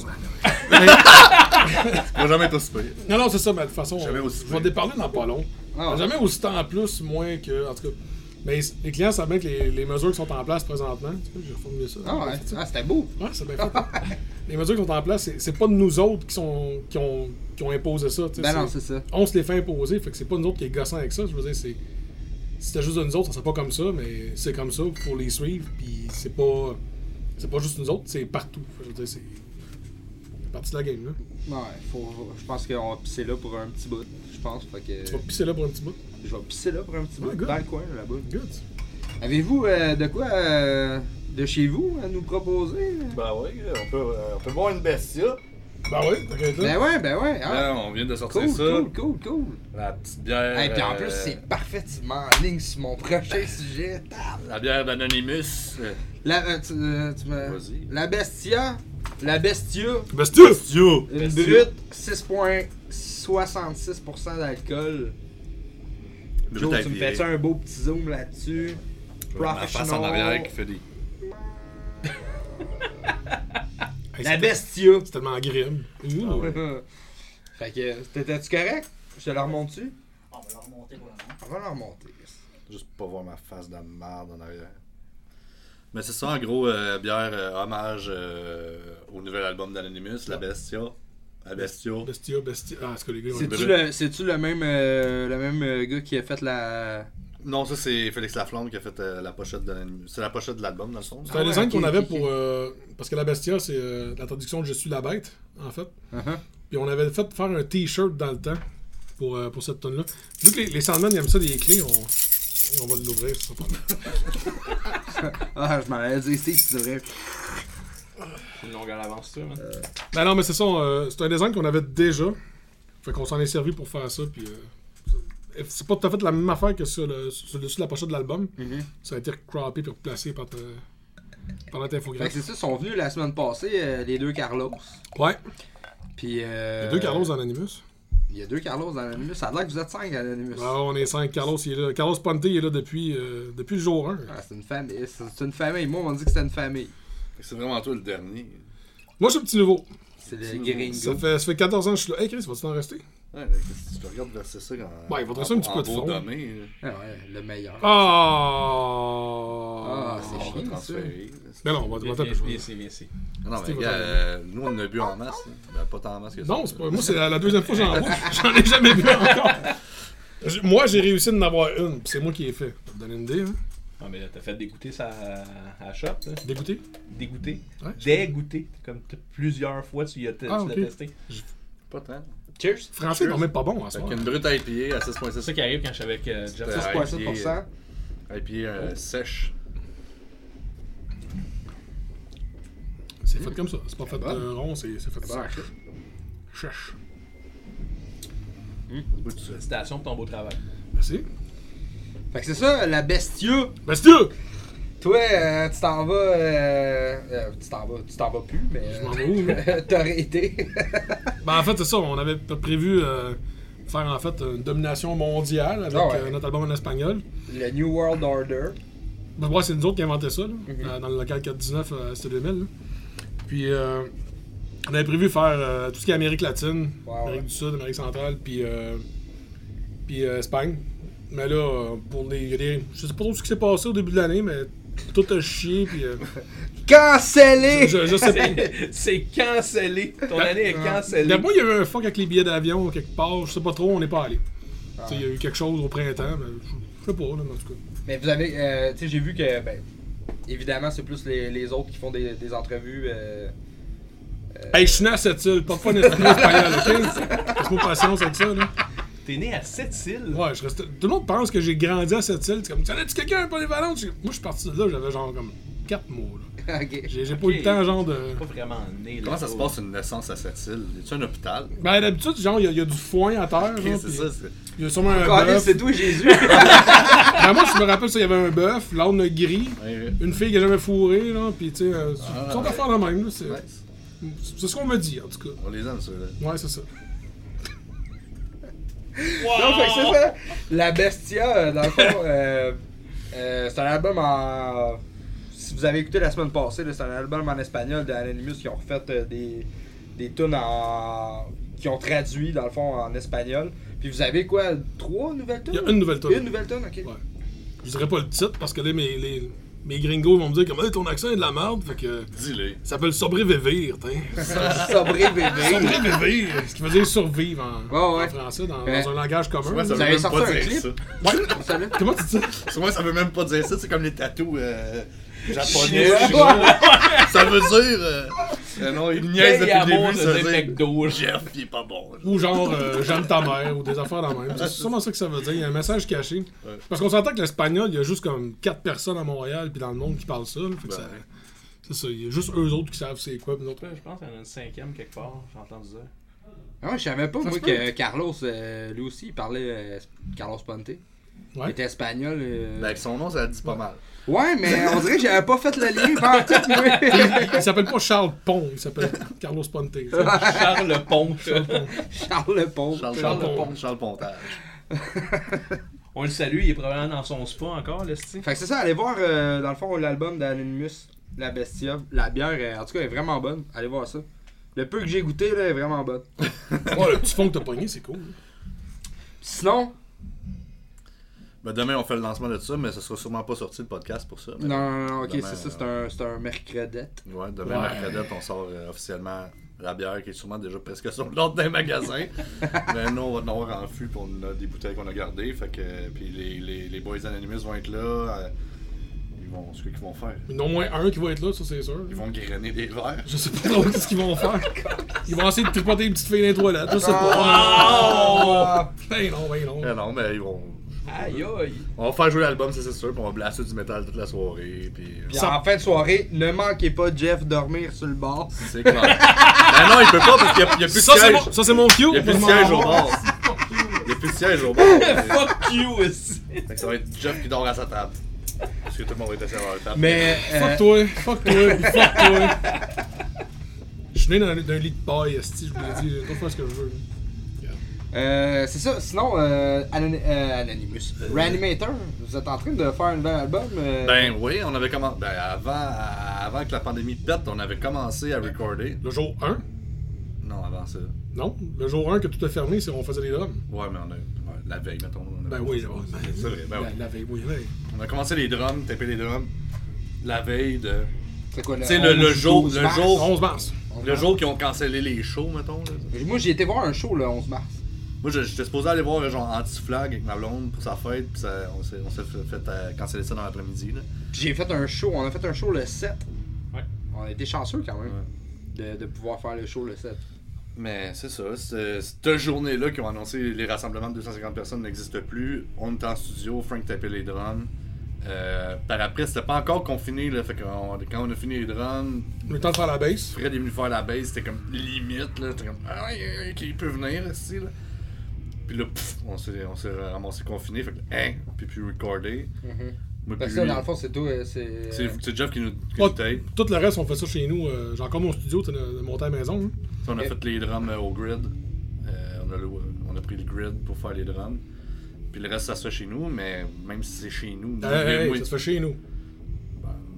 Tu vas jamais être aussi pire.
Non, non, c'est ça, mais de toute façon, on-
Jamais aussi
je vais
bien.
déparler dans pas long.
Ah ouais.
Jamais aussi temps en plus, moins que. En tout cas, mais les clients savent bien que les, les mesures qui sont en place présentement. Tu vois, j'ai reformulé ça.
Ah ouais, ah, c'était beau.
Ouais, c'est bien fait. (laughs) les mesures qui sont en place, c'est- c'est pas nous autres qui, sont, qui, ont, qui ont imposé ça. tu sais,
Ben non, c'est ça.
On se les fait imposer, fait que c'est pas nous autres qui est gossant avec ça. Je veux dire, c'est. Si c'était juste de nous autres, ça serait pas comme ça, mais c'est comme ça, faut les suivre, puis c'est pas. C'est pas juste nous autres, c'est partout. Je veux dire, c'est. c'est partie de la game, là.
Ouais, faut, je pense qu'on va pisser là pour un petit bout. Je pense, fait que
Tu vas pisser là pour un petit bout.
je vais pisser là pour un petit bout
Ouais, good.
dans le coin là-bas.
Good.
Avez-vous euh, de quoi euh, de chez vous à nous proposer?
Bah,
Ben oui, on peut, euh, on peut boire une bestia.
Ben oui, t'inquiète là.
Ben ouais, ben ouais. hein.
Là, Ah. on vient de sortir
Cool,
ça.
cool, cool, cool.
La petite bière.
Et puis en
euh,
plus, c'est parfaitement en ligne sur mon prochain sujet. Tab.
La bière d'Anonymous. euh,
La, euh, tu, euh, tu me-
Vas-y.
la bestia, la bestia,
Ben c'est tout!
Studio.
une
Bestia.
brute, 6,66% d'alcool. Joe, tu me fais un beau petit zoom là-dessus?
Ma face en arrière qui fait des.
Hey,
La Ah
c'est-
bestia.
C'est tellement grim. Ouh.
Ah
(laughs) fait que, t'étais-tu correct? Je te la remonte-tu?
Ah, On va la remonter hein. pour
On va la remonter.
Juste pour pas voir ma face de merde en arrière. Mais c'est ça, en gros, euh, bière euh, hommage euh, au nouvel album d'Anonymous, La Bestia. La Bestia.
Bestia, bestia. Ah, est-ce que les gars, on
C'est-tu le, c'est-tu le même, euh, le même euh, gars qui a fait la...
Non, ça, c'est Félix Laflamme qui a fait euh, la pochette d'Anonymous. C'est la pochette de l'album, dans le son.
C'est
Ah
un
ouais,
design
ok,
qu'on
ok,
avait
ok.
pour. euh, parce que la bestia, c'est euh, la traduction de Je suis la bête, en fait.
Uh-huh.
Puis on avait fait faire un t-shirt dans le temps pour, euh, pour cette tonne-là. Vu que les, les Sandman ils aiment ça, des clés, on, on va l'ouvrir. ça sera pas mal.
Ah, je m'en allais dire, Steve, tu devrais...
C'est une longue à l'avance, ça, man.
Ben non, mais c'est ça, on, euh, c'est un design qu'on avait déjà. Fait qu'on s'en est servi pour faire ça. Puis euh, c'est pas tout à fait la même affaire que sur le, sur le dessus de la pochette de l'album.
Mhm.
Ça a été recroppé puis replacé par, ta- par notre
Fait que
infographie.
c'est ça, ils sont venus la semaine passée, euh, les deux Carlos.
Ouais,
Puis, euh,
il y a deux Carlos dans Anonymous.
Il y a deux Carlos dans l'Anonymous. Ça a l'air que vous êtes cinq à l'Anonymous.
Ah, on est cinq. Carlos, il est là. Carlos Ponte il est là depuis, euh, depuis le jour 1.
Ah, c'est une famille. C'est c'est une famille. Moi, on dit que c'est une famille.
Fait que C'est vraiment toi le dernier.
Moi, je suis un petit nouveau.
C'est le
Ça
gringo.
fait, ça fait 14 ans que je suis là. Hey Chris, vas-tu t'en rester?
Ouais, mais si tu te regardes verser ça quand.
Ouais, Ben, il faudrait ça un petit peu de fond.
Ah ouais, le meilleur.
Ah!
Ah, c'est
On va
chiant, ça.
transférer.
Ben non, on va
Viens,
te
viens, viens
jouer.
ici, viens ici.
Ah Non, mais
C'était
gars,
votre
euh, nous, on en a bu en masse. hein. Ben, pas tant en masse que ça.
Non, c'est pas. Moi, c'est la, la deuxième fois que
(laughs)
j'en bois. J'en ai jamais bu encore. J- Moi, j'ai réussi d'en avoir une, puis c'est moi qui l'ai fait. Pour te donner une idée, hein.
Non, Ah, mais là, t'as fait dégoûter ça à, à shop, là.
Dégoûté?
Dégoûter.
Ouais.
Dégoûter. Comme t- plusieurs fois, tu y as te-
Ah,
tu
ok.
l'as testé.
Pas tant.
Cheers.
Français, est même pas bon en ce
Fait
moment.
qu'une brute IPA à
C'est ça
6.6.
qui arrive quand je suis avec euh, Jeff.
Ouais.
6,7%.
IPA euh, sèche.
C'est fait comme ça. C'est pas fait
bon.
euh, rond, c'est c'est fait
Ah Bon.
ça. Cherche.
Bout de suisse.
Félicitations pour ton beau travail.
Merci. Ben,
Fait que c'est ça, la bestia.
Bastia!
Toi, euh, tu t'en vas. euh, euh, tu t'en vas. Tu t'en vas plus, mais.
Je m'en vais où, là?
(laughs) euh, T'aurais
(laughs)
été.
Ben en fait, c'est ça, on avait p- prévu euh, faire en fait une domination mondiale avec
Ah ouais.
euh, notre album en espagnol.
le New World Order.
Ben, ouais, c'est nous autres qui inventait ça, là,
Mhm.
euh, dans le local 419, euh, c'était 2000. là. Puis euh, on avait prévu faire euh, tout ce qui est Amérique latine,
Ouais,
Amérique
ouais.
du Sud, Amérique centrale, puis, euh, puis euh, Espagne. Mais là, euh, pour les, il y a des- je sais pas trop ce qui s'est passé au début de l'année, mais tout a chié, puis
(laughs)
euh,
Cancellé!
je, je sais pas.
(laughs)
C'est- C'est cancellé. Ton année est cancellée.
Ben, euh, D'abord, il y a eu un fuck avec les billets d'avion quelque part, je sais pas trop, on n'est pas allé.
Ah.
Tu sais, Il y a eu quelque chose au printemps, mais je je sais pas, là, mais en tout cas.
Mais vous avez. euh, tu sais, j'ai vu que. Ben, évidemment, c'est plus les, les autres qui font des, des entrevues. euh, (laughs)
Hey, je suis né à cette île, pas de fun d'esprit espagnol, ok? Laisse-moi patience avec ça, là.
T'es né à Sept-Îles.
Ouais, je reste. Tout le monde pense que j'ai grandi à cette île. C'est comme, tu connais-tu quelqu'un pour les Valentes? J'ai- Moi, je suis parti de là, j'avais genre comme quatre mois. là.
ok.
J'ai j'ai pas
Ok.
eu le temps, genre, de.
Pas vraiment né là.
Comment ça se passe une naissance à cette île Y a un hôpital
Ben, d'habitude, genre, il y, a- il y a du foin à terre.
Ok,
genre,
C'est
pis
ça. c'est-
Il y a sûrement un
Caliste,
bœuf.
c'est toi Jésus.
(laughs) Ben, moi, je me rappelle, ça, il y avait un bœuf, l'âne gris,
Ouais,
une fille qui a jamais fourré, là, pis tu sais, euh,
Ah,
sont
ouais.
affaires de même, là. C'est
ouais.
c'est ce qu'on me dit, en tout cas.
On les aime, ceux-là.
Ouais, c'est ça.
Non, fait que c'est ça. La Bestia, euh, dans le fond, euh, euh, c'est un album en. Si vous avez écouté la semaine passée, là, c'est un album en espagnol de Anonymous qui ont refait euh, des, des tunes en. qui ont traduit, dans le fond, en espagnol. Puis vous avez quoi Trois nouvelles tunes
Il y a une nouvelle tune.
Une nouvelle tune, ok.
Ouais. Je dirais pas le titre parce que là, mes, les, mes gringos vont me dire comme Hey, ton accent est de la merde, fait que
Dis-les.
ça s'appelle sobrevivir, t'sais.
Sobré bébé.
Sobrevivir, ce qui veut dire survivre en,
Ouais, ouais.
en français, dans,
Ouais.
dans un langage commun.
Moi, ça
Vous
veut
avez
même
sorti
pas
un
dire
clip?
ça.
Ça, là.
Comment tu dis ça?
Sur moi, ça veut même pas dire ça. C'est comme les tatous euh, japonais.
Chinois.
chinois. ça veut dire. euh, euh, non, il niaise depuis
Paye
le
à mort
début.
de
Ça
dire
veut dire.
McDo.
Jeff, il est pas bon.
Ou genre euh, j'aime ta mère ou des affaires dans même. C'est sûrement ça que ça veut dire. Il y a un message caché.
Ouais.
Parce qu'on s'entend que l'espagnol, il y a juste comme quatre personnes à Montréal puis dans le monde qui parlent ça. là, fait que
Ben
ça-
ouais.
c'est ça. Il y a juste eux autres qui savent c'est quoi. puis nous autres,
Ouais, Je pense qu'il y en a une cinquième quelque part, j'ai entendu ça.
Ah ouais, je savais pas,
Ça
moi,
se peut.
que Carlos, euh, lui aussi, il parlait euh, Carlos Ponte. Il
Ouais.
était espagnol. euh.
Ben, avec son nom, ça dit pas mal.
Ouais, mais on dirait que j'avais pas fait le lien par tout, moi.
(laughs) Il, il s'appelle pas Charles Pont, il s'appelle Carlos Ponte.
(laughs)
Charles
(laughs)
Ponche.
Charles le pauvre.
Charles,
Charles
Charles,
Pont.
Pont- Charles Pontage.
On le salue, il est probablement dans son spa encore, le style.
Fait que c'est ça, allez voir euh, dans le fond l'album d'Anonymous, La Bestia. La bière, euh, en tout cas, est vraiment bonne. Allez voir ça. Le peu que j'ai goûté, là, est vraiment bonne.
Ouais, le petit fond que t'as pogné, c'est cool.
Sinon,
Ben, demain, on fait le lancement de ça, mais ça sera sûrement pas sorti le podcast pour ça. mais-
non, non, non, ok,
Demain,
c'est ça, c'est un, c'est un mercredette.
Ouais, demain,
Ouais.
mercredi, on sort euh, officiellement la bière qui est sûrement déjà presque (laughs) sur l'ordre d'un magasin. mais nous, on va l'avoir en fût, puis on a des bouteilles qu'on a gardées. Fait que, puis les, les, les Boys Anonymous vont être là. euh, ils vont, ce qu'ils vont faire.
Il y en a au moins un qui va être là, ça c'est sûr.
Ils vont grainer des verres.
Je sais pas trop ce qu'ils vont faire. Ils vont essayer de tripoter une petite fille dans les toilettes, je sais pas.
Oh!
Ben non, ben non.
Eh non, mais ils vont.
Aïe aïe!
(laughs) On va faire jouer l'album, ça, c'est sûr, puis on va blaster du métal toute la soirée. Puis. euh,
Puis en fin de soirée, ne manquez pas Jeff dormir sur le bord.
C'est clair. ben non, il peut pas, parce qu'il n'y a, il y a plus
Ça
de
c'est
siège.
mon, ça, c'est mon cue.
Il n'y a plus de
Mon-
siège au bord. Il n'y a plus de siège au
(laughs)
bord.
Fuck you aussi!
Fait que ça va être Jeff qui dort à sa table. Parce que tout le monde va être assis à leur table.
Mais. euh,
(laughs) Fuck toi, fuck toi, fuck toi. Je suis né d'un d'un lit de paille, esti, je vous l'ai dit, je peux faire ce que je veux.
Euh, c'est ça. Sinon, euh, Anony- euh, Anonymous. Reanimator, vous êtes en train de faire un nouvel album. euh,
Ben oui, on avait commencé. Ben avant, avant que la pandémie pète, on avait commencé à recorder.
Le jour 1,
Non, avant ça.
non, le jour 1 que tout a fermé, c'est on faisait les drums.
Ouais, mais on a. ouais, la veille, mettons. on a-
Ben oui, ouais,
C'est vrai, ben oui.
la, la veille, oui, la veille.
On a commencé les drums, taper les drums. La veille de.
c'est quoi,
Tu sais, le- le
11,
jour-
12
le
mars?
jour-
11 mars.
Le jour qu'ils ont cancellé les shows, mettons. là.
Moi, j'ai été voir un show le 11 mars.
Moi, je- j'étais supposé aller voir euh, genre Anti-Flag avec ma blonde pour sa fête, puis ça- on s'est on s'est fait, fait, euh, canceller ça dans l'après-midi. là.
Puis j'ai fait un show, on a fait un show le 7.
Ouais.
On a été chanceux quand même de, de pouvoir faire le show le 7.
Mais c'est ça, c'est- cette journée-là qu'ils ont annoncé les rassemblements de 250 personnes n'existent plus. On était en studio, Frank tapait les drums. Euh, par après, c'était pas encore confiné, là, fait que quand on a fini les drums,
On a eu le temps de faire la baisse.
Fred est venu faire la base, c'était comme limite, là, c'était comme ah, il peut venir ici, là. Puis là, pff, on s'est on s'est ramassé confiné, fait que hein, puis puis recordé. Moi,
Parce
puis
que là,
lui,
dans le fond, c'est tout. euh, C'est.
c'est c'est Jeff qui nous, qui
Ouais.
nous tape.
Tout le reste, on fait ça chez nous. euh, J'ai encore mon studio, t'as le- le monté à la maison. hein.
On a
Ok.
fait les drums euh, au grid. Euh, on, a le- on a pris le grid pour faire les drums. Puis le reste, ça se fait chez nous, mais même si c'est chez nous,
Hey,
nous,
hey,
moi,
ça se fait chez nous.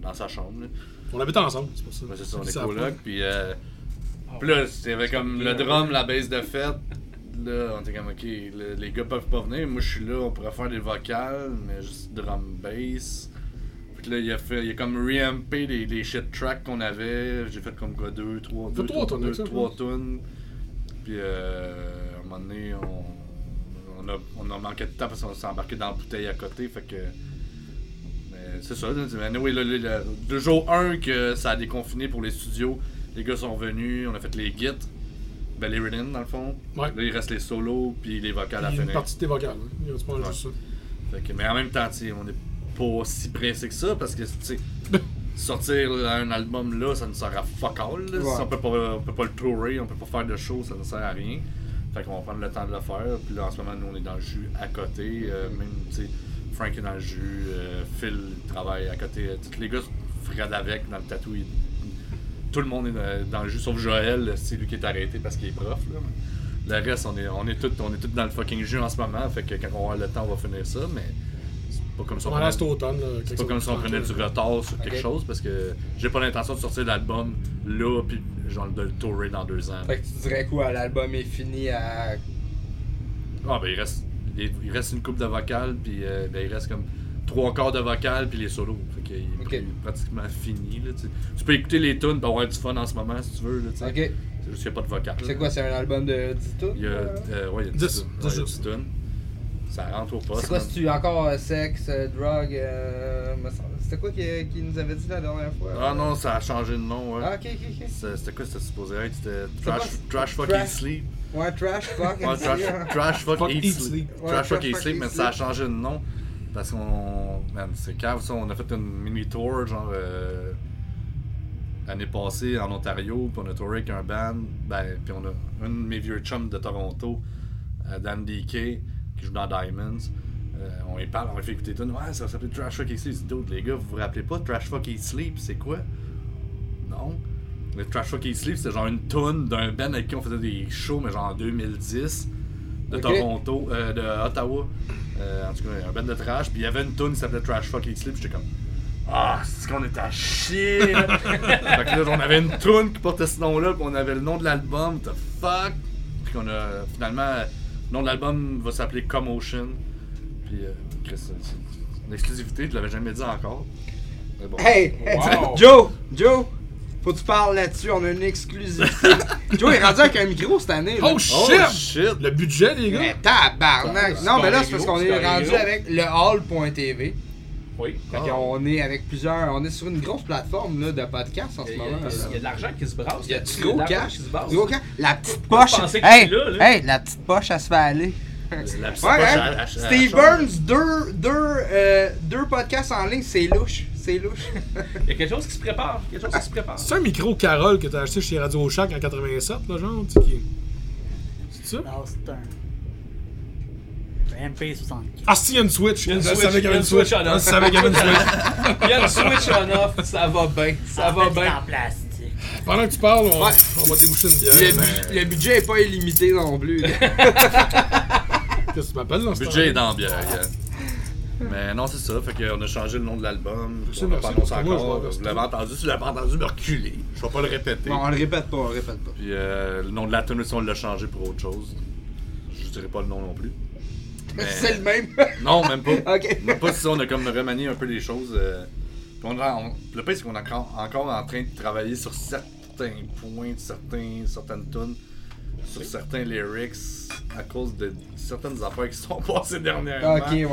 dans sa chambre. là.
On habite ensemble, c'est pour ça. Ah
Ouais, c'est ça, on
Ils
est
savent pas.
coloc. Puis euh, puis là, c'était avec comme le drum, la base de fête. Là, on était comme, ok, le- les gars peuvent pas venir. Moi, je suis là, on pourrait faire des vocales, mais juste drum, bass. Puis là, il a, fait, il a comme reampé les, les shit tracks qu'on avait. J'ai fait comme quoi, deux, trois,
Fait
deux,
trois
trois,
tonnes avec ça,
deux, trois
je pense.
tonnes. Puis euh, à un moment donné, on, on, a, on a manqué de temps parce qu'on s'est embarqué dans la bouteille à côté. Fait que. Mais c'est ça. là, Mais anyway, là, là, là, le jour 1 que ça a déconfiné pour les studios, les gars sont venus, on a fait les gits, ben les rhythms dans le fond.
Ouais.
Là, il reste les solos, puis les vocales à
Il y a une
finir.
partie de tes vocales. hein. Il y a du point
Ouais.
juste ça. (laughs)
Fait que- mais en même temps, tu sais, on est pas si pressé que ça parce que, tu sais, sortir un album là, ça ne sert à fuck all. là.
Ouais.
Si on peut pas, on peut pas le tourer, on peut pas faire de show, ça ne sert à rien. Fait qu'on va prendre le temps de le faire. Puis là, en ce moment, nous, on est dans le jus à côté. Euh, même, tu sais, Frank est dans le jus, euh, Phil travaille à côté. euh, Tous les gars Fred avec dans le tatou. il- Tout le monde est dans- dans le jus, sauf Joël, c'est lui qui est arrêté parce qu'il est prof. Là. Le reste, on est, on, est tous, on est tous dans le fucking jus en ce moment. Fait que quand on va avoir le temps, on va finir ça. Mais c'est pas comme ça.
On
on
va
a-
aller cet automne. là, quelque
c'est pas
chose
comme si on
comme ça.
prenait du retard sur quelque
Ok.
chose parce que j'ai pas l'intention de sortir l'album là puis genre de le tourer dans deux ans.
Fait que tu dirais quoi, l'album est fini à.
Ah ben il reste il, il reste une coupe de vocales puis euh, ben, il reste comme trois quarts de vocales puis les solos. Fait qu'il est
Ok.
pr- pratiquement fini là. tu sais. Tu peux écouter les tunes pour avoir du fun en ce moment si tu veux là. tu sais.
Ok.
C'est juste qu'il y a pas de vocales.
C'est quoi, c'est un album de 10 tours?
Il y a euh, ouais il y a dix
Dix.
tunes.
Dix
Ouais, il y a dix
juste.
tunes. Ça rentre au poste.
C'est quoi,
man.
si tu encore euh, sexe, euh, drogue, euh, me semble- c'était quoi qui, euh, qui nous avait dit la dernière fois?
Ah non, ça a changé de nom. ouais.
Ah, ok, ok, ok.
C'est- C'était quoi c'était supposé être? C'était
pas-
trash, trash fucking
Trash-
sleep.
Ouais, trash, fuck,
Ouais, trash,
(laughs)
trash fuck,
Fuck
eat,
eat,
sleep.
sleep.
Ouais,
trash fuck eat
fuck,
sleep,
eat,
mais
sleep.
ça a changé de nom. Parce qu'on. Man, c'est cave ça. On a fait une mini tour, genre. euh, L'année passée en Ontario, puis on a touré avec un band. Ben, puis on a un de mes vieux chums de Toronto, euh, Dan DK, qui joue dans Diamonds. Euh, on lui parle, on lui fait écouter tout. Ouais, ça s'appelle Trash Fuck Eat Sleep. Il dit, Dude, les gars, vous vous rappelez pas Trash Fuck Eat Sleep, c'est quoi Non. Le Trash Fuck Eat Sleep, c'était genre une tonne d'un band avec qui on faisait des shows, mais genre en 2010 de
Ok.
Toronto, euh, de Ottawa. Euh, en tout cas, un band de trash. Puis il y avait une tune qui s'appelait Trash Fuck Eat Sleep. J'étais comme. Ah, c'est qu'on est à chier! là. fait que là, on avait une tune qui portait ce nom-là, puis on avait le nom de l'album, the fuck! Puis qu'on a. Finalement, le nom de l'album va s'appeler Commotion. Puis, euh, Chris, c'est- c'est une exclusivité, je l'avais jamais dit encore. Mais bon.
Hey, hey, (laughs)
Wow.
Joe, Joe, faut que tu parles là-dessus, on a une
(laughs)
exclusivité. Joe est rendu avec un micro cette année. là.
Oh
Oh
shit!
shit!
Le budget, les
Mais
gars!
tabarnak!
C'est
Non,
pas
mais là,
un
c'est parce
gros,
qu'on
c'est
est
un Ah.
rendu
gros.
avec le hall.tv.
Oui.
Fait qu'on est avec plusieurs. On est sur une grosse plateforme là, de podcast en ce
Il y, a,
moment. là.
il y a de l'argent qui se brasse.
Il y a
là-dessus,
du
de
gros
l'argent
cash.
qui se brasse.
Du gros cash. La petite poche.
pensais que
Hey,
c'était là, là?
hey, la petite poche, elle se fait aller.
La petite
Ouais,
poche
hein?
à- à- à-
Steve
à-
Burns, deux, deux, euh, deux podcasts en ligne, c'est louche. C'est louche. (laughs)
Il y a quelque chose qui se prépare. Quelque chose qui se prépare.
C'est un micro Carole que t'as acheté chez Radio Shack en 87, là, genre, tu sais, qui- C'est ça?
Non, c'est un. MP64.
Ah, si, il y a une Switch!
y a une
Je
Switch,
savais qu'il y avait
il y a
une
une
Switch!
Switch en or.
Je savais qu'il y avait
(laughs)
une Switch!
Il y a le switch on off. Ça va bien. Ça va
En fait, c'est
bien.
en plastique.
Pendant que tu parles, on,
Ouais.
on va déboucher une bière.
le, bu- le budget est pas illimité non plus. (laughs) là.
Qu'est-ce que tu m'appelles dans ce
Le budget est dans la bière. yeah. Mais non, c'est ça. Fait qu'on a changé le nom de l'album.
C'est
On l'a
merci
pas annoncé
beaucoup. Moi, je
encore.
vais rester.
Vous l'avez entendu. Si vous l'avez entendu, me reculer. Je vais pas le répéter.
Bon, on le répète pas, on le répète pas.
Puis euh, le nom de la tenue, on l'a changé pour autre chose. Je dirais pas le nom non plus. Mais-
C'est le
(laughs)
même.
Non, même
(laughs)
pas.
Ok.
Même pas si on a comme remanié un peu les choses. euh, puis on a- on- le pire, c'est qu'on est encore, encore en train de travailler sur certains points, certains, certaines tunes, sur certains lyrics à cause de certaines affaires qui se sont (laughs) passées dernièrement.
ok, ouais.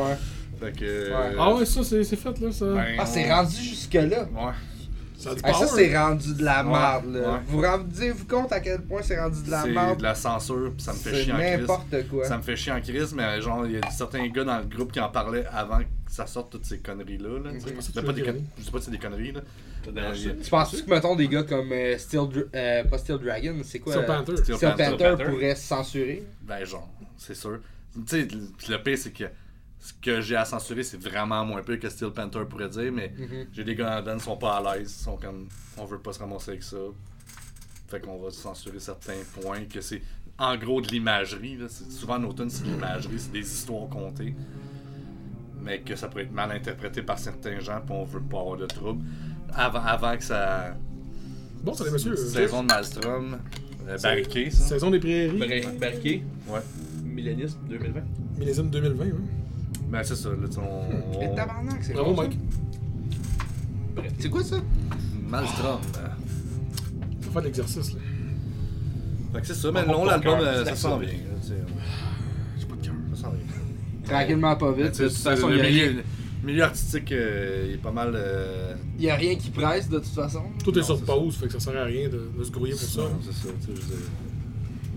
Fait que. euh,
Ouais.
Ah ouais, ça, c'est c'est fait, là, ça.
ben,
Ah, c'est rendu jusque-là.
Ouais.
ça a du
Ah, ça,
power.
c'est rendu de la
Ouais,
merde. là.
ouais.
Vous rendez-vous compte à quel point c'est rendu de la
C'est
merde?
de la censure, pis ça me fait
C'est
chier en crise.
n'importe quoi.
Ça me fait chier en crise, mais genre, il y a certains gars dans le groupe qui en parlaient avant que ça sorte toutes ces conneries-là. Là, tu sais.
Ok.
C'était pas des con- Je sais pas si c'est des conneries, là.
dans-
Mais-
Tu penses que, mettons, des gars comme euh, Steel Dra- euh, pas Steel Dragon, c'est quoi?
Sur
euh,
Panther.
Steel
Steel
Panther.
Panther pourrait se censurer?
Ben genre, c'est sûr. Tu sais, le pis le pire c'est que ce que j'ai à censurer, c'est vraiment moins peu que Steel Panther pourrait dire, mais j'ai des gars en dedans qui sont pas à l'aise, ils sont comme on veut pas se ramasser avec ça. Fait qu'on va censurer certains points, que c'est en gros de l'imagerie. là. C'est- Souvent en automne, c'est de l'imagerie, c'est des histoires contées. Mais que ça pourrait être mal interprété par certains gens, puis on veut pas avoir de trouble. Avant, avant que ça.
Bon, ça les messieurs. euh,
Saison de Malstrom, euh, barriqué, ça.
Saison des prairies,
Bar- Barqué,
Ouais.
millénisme 2020.
millésime 2020, ouais.
Ben c'est ça, là, tu sais, on-
Mais
on...
tabarnak, c'est
hein. Bravo,
quoi ça?
Mike.
C'est quoi ça?
Malstrom. hein.
Faut faire de l'exercice, là.
Fait que c'est ça, mais
On
le nom de
va pas
l'album,
au cœur,
euh,
c'est
ça
la
s'en
sauve.
vient. là, tu sais, J'ai pas de cœur, ça s'en vient.
Tranquillement, pas vite.
Tu sais,
De toute façon,
le
il y a-
milieu, le milieu artistique euh, il est pas mal. euh,
il y a rien qui presse, de toute façon.
Tout est
Non,
sur
c'est
pause, fait que ça sert à rien de, de se grouiller pour ça.
non, c'est ça, tu sais, je veux dire,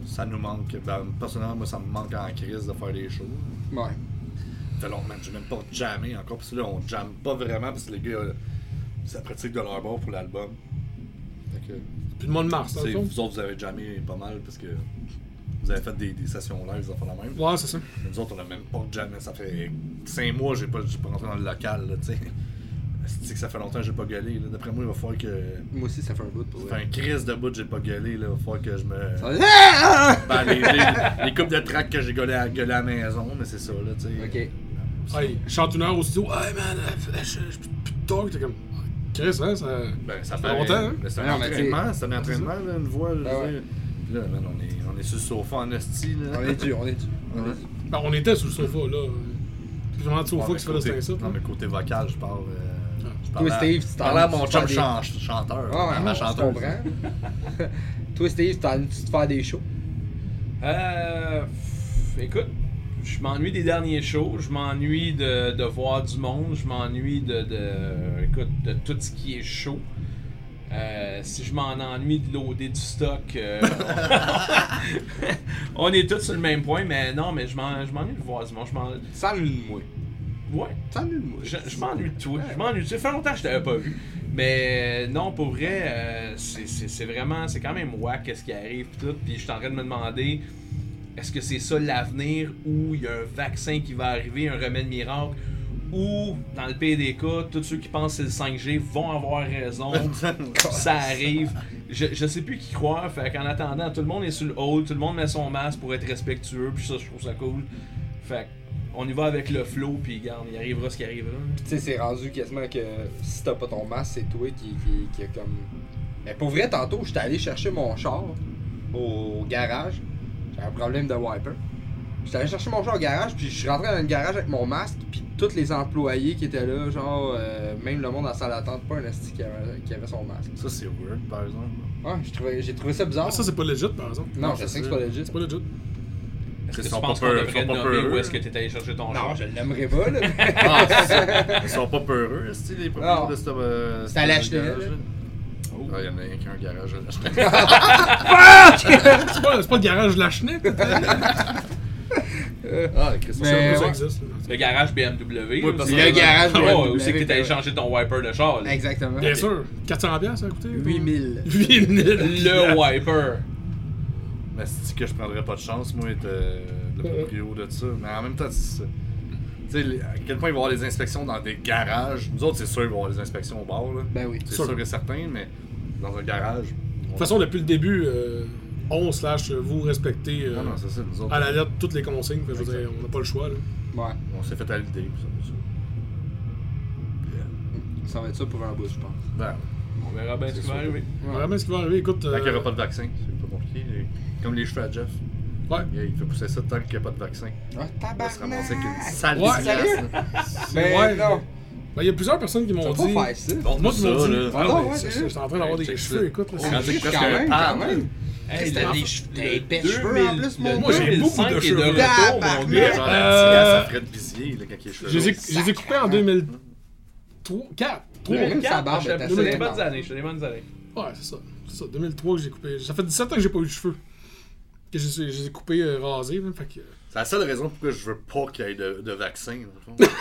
ça nous manque. Ben, personnellement, moi, ça me manque en crise de faire des shows.
Ouais.
Ça fait longtemps, man, j'ai même pas jammé encore, parce que là, on jamme pas vraiment, parce que les gars, euh, ça pratique de leur bord pour l'album. Fait que,
Puis le mois de mars, dans
tu
le
sais,
fond.
vous autres, vous avez jamais pas mal parce que vous avez fait des, des sessions live, vous en la même.
Ouais, c'est ça.
Mais Nous autres, on a même pas jamais. Ça fait 5 mois que j'ai pas, j'ai pas rentré dans le local, là, tu sais. (laughs) C'est que ça fait longtemps que j'ai pas gueulé. là. D'après moi, il va falloir que.
Moi aussi, ça fait un bout pour
Fait un crise de bout, que j'ai pas gueulé, là. Il va falloir que je me.
Ah!
Ben, les, les- les coupes de tracks que j'ai gueulé à, gueulé à la maison, mais c'est ça, là, tu sais.
(laughs) Ok.
Hey, il chante une heure au studio. Hey man, euh, je je- je- putain, t'es comme. Chris, hein, ça.
Ben, ça
Ça fait
fait
longtemps, hein?
mais C'est
Ouais,
un
mais
entraînement, c'est un entraînement, là, une voix, je
Ah ouais.
veux dire. Puis Là, man, on est, on est sur le sofa en hostie, là.
On est
(laughs)
dû, on est dû. On est dû.
Ben, on était sur le sofa, là. C'est vraiment le
Ouais,
sofa
mais
qui se fait le
côté-
sting ça.
Non, mais côté vocal, je parle. euh, je parle
Toi,
à-
Steve, tu
Je parle à
t'en-
mon
tu
chum
fais
chan- chanteur.
Ah
à
ouais,
ma
je
chanteuse.
comprends. (laughs) Toi, Steve, t'as envie de faire des shows?
Euh, pff, écoute, je m'ennuie des derniers shows, je m'ennuie de, de voir du monde, je m'ennuie de, de- écoute, de tout ce qui est chaud. Euh, si je m'en ennuie de loader du stock, euh, (laughs) on on est tous sur le même point, mais non, mais je m'en- je m'ennuie de voir du monde. Je m'en-
Ça de moi.
ouais,
Ça de moi.
je, je m'ennuie de toi. Je m'ennuie de toi. Ça fait longtemps que je t'avais pas vu. Mais non, pour vrai, euh, c'est- c'est c'est vraiment, c'est quand même wack qu'est-ce qui arrive pis tout. Puis je suis en train de me demander, est-ce que c'est ça l'avenir où il y a un vaccin qui va arriver, un remède miracle, ou dans le pays des cas, tous ceux qui pensent que c'est le 5G vont avoir raison. (laughs) ça arrive. Je, je sais plus qui croire. Fait qu'en attendant, tout le monde est sur le hold, tout le monde met son masque pour être respectueux. Puis ça, je trouve ça cool. Fait on y va avec le flow, puis garde, il arrivera ce qui arrivera.
Tu sais, c'est rendu quasiment que si t'as pas ton masque, c'est toi qui, qui, qui a comme. Mais pour vrai, tantôt, j'étais allé chercher mon char au garage. J'avais un problème de wiper. J'étais allé chercher mon char au garage, puis je suis rentré dans le garage avec mon masque, puis tous les employés qui étaient là, genre, euh, même le monde en salle d'attente, pas un esti qui avait, qui avait son masque.
Ça, c'est weird, par exemple.
Ouais, j'ai trouvé, j'ai trouvé ça bizarre.
Ah, ça, c'est pas legit, par exemple.
Non, je sais que c'est pas legit.
C'est pas legit.
Est-ce
Ils
que tu
sont
penses
pas
qu'on
peur-
devrait
ils sont pas
nommer
peureux.
où est-ce que t'es allé chercher ton
Non,
char?
je l'aimerais pas, là. mais-
Ah, c'est ça. Ils sont pas peureux, esti, les
Non.
propriétaires de ce. euh,
C'est à
ce
l'acheter,
garage,
là.
là.
Oh.
Ah, il y en a rien qu'un garage à l'acheter.
(laughs) C'est pas, c'est pas le garage de la chenette, peut-être.
(laughs)
Ah, Christ,
Je
Mais
sais pas si ça
ouais.
existe. là.
Le garage BMW.
Oui,
là,
parce
c'est-
que- Le
garage
Ah, ouais,
BMW,
Où c'est que t'es allé
ouais.
changer ton wiper de char? là?
Exactement.
Bien sûr. 400 piastres, ça a coûté.
8000.
8000.
Le wiper.
Mais c'est que je prendrais pas de chance, moi, être euh, le proprio de ça. Mais en même temps, c'est- tu sais, les- à quel point il va y avoir des inspections dans des garages. Nous autres, c'est sûr qu'il va y avoir des inspections au bar, là.
Ben oui.
C'est
Sûr.
sûr et certain, mais dans un garage.
De toute façon, depuis le début, euh, on slash vous respectez euh,
Non, non, c'est ça. Nous autres,
à la lettre toutes les consignes. Fait que je veux dire, on n'a pas le choix, là.
Ouais.
on s'est fait à l'idée. puis ça, ça.
Ça va être ça pour un bout, je pense.
Ben,
On verra bien ce qui
sûr.
va arriver.
Vraiment, ce qui va arriver, écoute.
tant
euh,
qu'il n'y aura pas de vaccin, c'est pas compliqué. Et Comme les cheveux à Jeff.
Ouais.
Il il fait pousser ça tant qu'il n'y a pas de vaccin.
Ah,
On va se ramasser avec une
tabarnak!
sale
Ouais.
dégueulasse, là.
(laughs) Mais
Ouais.
non,
Ben, il y a plusieurs personnes qui m'ont
faut
dit.
pas faire ça.
Moi,
Montre-nous
qui m'ont
ça,
dit.
là.
Ah,
Ah,
ouais,
ouais,
c'est
ouais.
ça, je suis en train d'avoir des
Check ça.
cheveux, écoute. là, c'est-
Quand
Juste
c'est presque
quand même,
un
quand
pad,
même.
Hey,
t'as
le-
des
le
che- t'as des pets cheveux en plus, mon
le
gars. J'ai beaucoup
2005
de
est
cheveux.
retour, mon
Tabarnak.
Genre,
gars.
la
Euh,
petite à Fred Visier, là, quand il est cheveux.
Je les ai- je les ai coupés en 2003, 4, 3.
Ouais.
Ouais,
Même sa barbe
Je te-
est
je te
assez
des bonnes
énorme.
années, je te des bonnes années.
c'est ça. C'est ça, 2003 que j'ai coupé. Ça fait 17 ans que j'ai pas eu de cheveux. Que je, les ai- je les ai coupés euh, rasés, là, fait que.
C'est la seule raison pourquoi je veux pas qu'il y ait de, de vaccin, dans le
(laughs)
fond.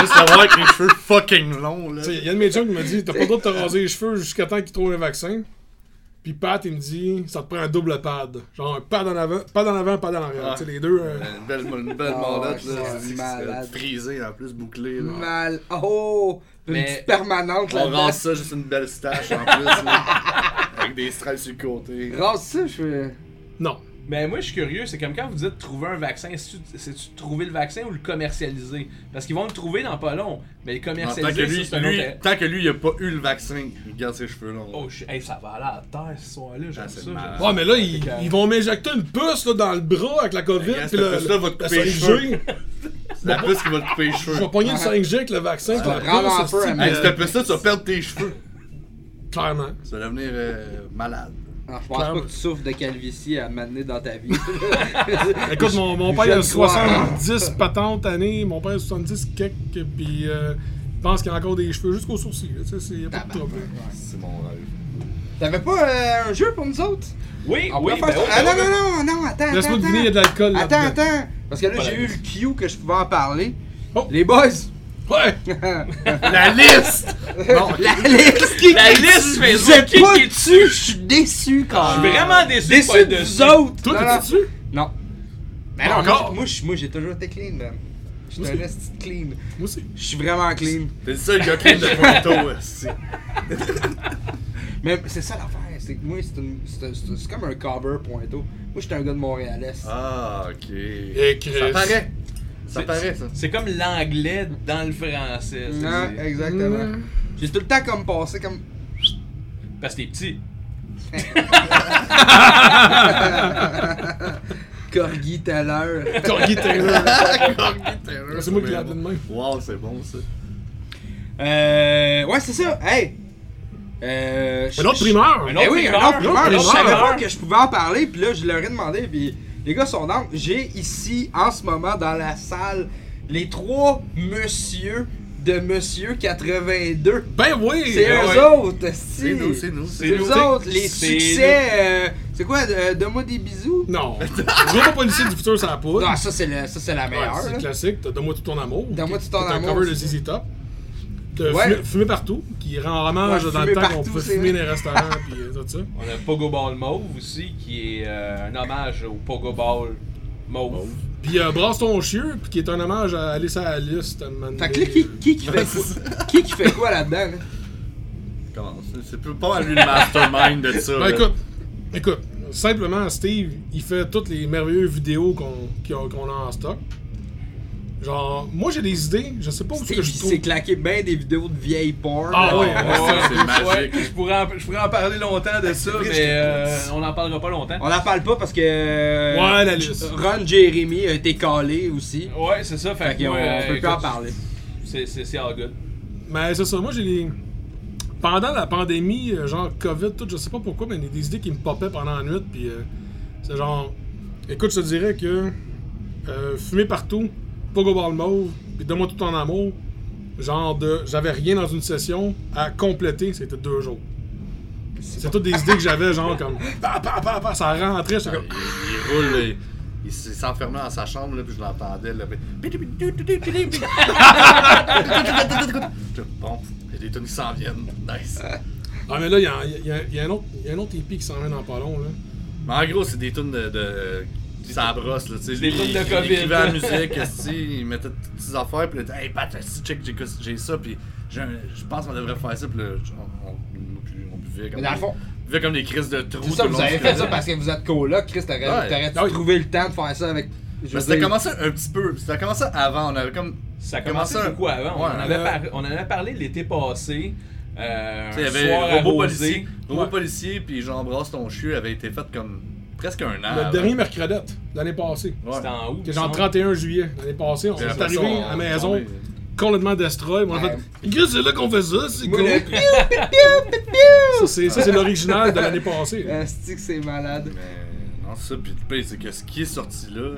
Juste avoir avec les cheveux fucking longs, là.
Tu sais, il y a un de mes chums qui m'a dit T'as pas le droit de te raser les cheveux jusqu'à temps qu'ils trouvent un vaccin. Puis Pat, il me dit Ça te prend un double pad. Genre un pad en avant, pad en avant, pad en arrière.
Ouais.
Tu sais, les deux. euh,
Une belle, une belle
Ah,
Oh,
mandate,
ouais,
là.
c'est malade.
Frisée, en plus, bouclée, là.
Mal. Oh! Une
Mais-
petite permanente
On
là-dedans.
rase ça, juste une belle stache, en plus, là. Avec des straps sur le côté.
Rase ça, je fais.
Non.
Mais Ben, moi, je suis curieux, c'est comme quand vous dites trouver un vaccin, c'est-tu c'est-tu trouver le vaccin ou le commercialiser Parce qu'ils vont le trouver dans pas long, mais
En
le
tant que
commercialiser,
lui,
ça, c'est un
lui-
autre.
tant que lui, il a pas eu le vaccin, il garde ses cheveux longs.
Oh, je- hey, ça va aller à la terre ce soir-là, j'aime
Ah,
ça.
c'est
j'aime
malade.
ça.
Ouais, mais là, ils,
carré.
ils vont m'injecter une puce là, dans le bras avec la COVID.
Regarde,
Puis
cette
le,
puce-là va te
la
couper les
5G.
cheveux. C'est la plus qui va te couper les
Je
cheveux.
vais pogner le 5G avec le vaccin. puis
vas
la
prendre
puce,
un peu, hein.
c'est-
elle
Hey,
Euh,
si t'as plus ça, tu vas perdre tes cheveux.
Clairement.
(laughs) Tu vas devenir euh, malade.
Ah, je pense
Clairement.
pas que tu souffres de calvitie à m'amener dans ta vie.
(laughs) Écoute, mon, mon
Je-
père
je
a
le crois.
70 patentes années, mon père a 70 quelques, puis euh, je pense qu'il a encore des cheveux jusqu'aux sourcils. là, Tu sais, il n'y a pas de trouble.
C'est mon rêve.
T'avais pas euh, un jeu pour nous autres?
Oui,
On
oui,
pourrait faire
ben
ça-
oui,
Ah
ben
non,
oui.
non, non, non, attends. attends,
Laisse-moi deviner, il y a de
attends.
l'alcool.
Attends,
là-dedans.
attends. Parce que là,
Pas
j'ai
la
eu le cue que je pouvais en parler.
Oh.
Les boys,
Ouais!
(laughs)
La liste! Non, ok.
La liste qui
La liste
Vous
Facebook
êtes
qui
pas
qui est
dessus, je suis déçu quand
Je suis
même.
vraiment déçu, de pas
Déçu
être
de
dessus.
vous autres.
Toi,
Non,
t'es dessus?
non. Non. Mais non, moi,
Encore?
je- moi, je- moi, j'ai toujours été clean, man. J'étais un
Moi
esti de clean.
Moi aussi.
Je suis vraiment clean.
T'es le seul gars qui de photo, esti.
Mais c'est ça l'affaire, c'est que moi, c'est une- c'est un- c'est- c'est comme un cover pointeau. Moi, j'étais un gars de Montréal-Est.
Ah, ok.
Et Chris.
Ça paraît. Ça
C'est-
paraît, ça.
C'est comme l'anglais dans le français. c'est-
Non,
c'est-
Ah, exactement.
Mm.
J'ai tout le temps comme passé comme.
Parce que t'es petit.
Corgi tout à l'heure. (laughs)
Corgi Taylor.
C'est
Ben,
C'est moi qui l'ai appelé de même.
Wow, c'est bon, ça.
Euh. Ouais, c'est ça. Hey! Euh.
Un autre
je-
primeur!
Un
Eh oui, un autre primeur.
Une
Je
autre
savais
primeur.
pas que je pouvais en parler, puis là, je leur ai demandé, puis les gars sont dans. J'ai ici, en ce moment, dans la salle, les trois monsieur de Monsieur 82.
Ben oui!
C'est
Ah
eux
ouais.
autres,
C'est
si.
nous, c'est nous.
C'est
C'est
eux
nous.
autres, les
C'est
succès. euh, C'est quoi, euh, donne-moi des bisous?
Non. Gros policier du futur, ça la poudre.
Non, ça, c'est le- ça, c'est la
Ouais,
meilleure.
c'est
là.
classique. T'as Donne-moi tout ton amour.
Donne-moi tout ton
T'as
amour,
un cover de
c'est
ZZ Top. T'as
Ouais.
fumé, Fumé partout, qui rend hommage
Ouais,
dans
Fumé
le temps qu'on
partout,
pouvait
c'est
fumer dans
vrai.
les restaurants (laughs) pis euh, tout ça.
On a Pogo Ball Mauve aussi, qui est euh, un hommage au Pogo Ball Mauve.
Pis euh, Brasse ton chieux, pis qui est un hommage à Alice à Alice. à un moment
Fait que là,
donné.
qui, qui, qui fait quoi? qui, qui fait quoi là-dedans? là?
Comment? C'est- C'est plus pas mal lui le mastermind de ça.
Ben
là.
écoute, écoute, simplement Steve, il fait toutes les merveilleuses vidéos qu'on qui ont- qu'on a en stock. Genre, moi j'ai des idées, je sais pas où est-ce que
Steve, il
je
s'est
trouve.
claqué bien des vidéos de vieilles porn.
Ah ouais,
Ouais, hein.
ça, c'est
(laughs) ouais,
magique.
je, pourrais en, je pourrais en parler longtemps de ça, mais euh, on n'en parlera pas longtemps.
On n'en parle pas parce que. euh,
Ouais, la liste.
Ron Jeremy a été calé aussi.
Ouais, c'est ça. Fait,
Fait
que
qu'on
moi, euh,
on peut plus en
écoute,
parler.
C'est, c'est, c'est all good.
Mais c'est ça, moi j'ai des. Pendant la pandémie, euh, genre COVID, tout, je sais pas pourquoi, mais il y a des idées qui me popaient pendant la nuit, puis euh, c'est genre. Écoute, je te dirais que. euh, fumer partout, Pogo Ball Mauve, puis Donne-moi tout en amour. Genre de. J'avais rien dans une session à compléter, c'était deux jours. C'est toutes des idées que j'avais, genre comme. Pa, pa, pa, pa, ça rentrait, j'étais comme.
Il, il roule, il, il s'est s'enfermé dans sa chambre, là, puis je l'entendais, là, puis... (laughs) Bon, il y a des tonnes qui s'en viennent. Nice.
Ah, mais là, il y a, il y a- il y a un autre- il y a un autre hippie qui s'en vient dans pas long, là.
Mais en gros, c'est des tunes de. de... Ça brosse, là, tu sais.
Des
lui,
tunes de
il-
COVID.
Il écrivait la
(laughs)
musique, esti, il mettait toutes ses affaires, puis il était, hey, Pat, esti, check, j'ai j'ai ça, puis j'ai un- je pense qu'on devrait faire ça, puis là, on, on, on buvait- on buvait comme.
Mais dans le fond-
on buvait comme des crises de trous.
C'est ça,
tout le
vous
long
avez
du
fait
trajet.
ça parce que vous êtes coloc. Chris, t'aurais
Ouais.
t'aurais-tu
Ah oui.
trouvé le temps de faire ça avec. je
Mais
veux
c'était
dire-
commencé un petit peu, c'était commencé avant, on avait comme.
Ça commençait
commencé un-
beaucoup avant. On,
Ouais, hein?
en avait
euh,
par- on en avait parlé l'été passé. Euh,
Tu sais,
un
il y
soir
avait Robot
arrosé.
policier, robot
Ouais.
policier, puis Jean Brasse ton chieux avait été fait comme presque un an.
Le
avant.
dernier mercredette, l'année passée.
Ouais.
C'était en août.
Qui est genre
ça.
31 juillet. L'année passée, on
Puis
est
après ça,
arrivé
on-
à la maison
on est-
complètement destroy. On a
Ouais.
fait Gris, c'est là qu'on fait ça, c'est
Moi,
cool.
le-
Ça, c'est ça, c'est l'original de l'année
(laughs)
passée.
Asti que c'est malade.
Mais non, c'est ça. Puis le pire, c'est que ce qui est sorti là,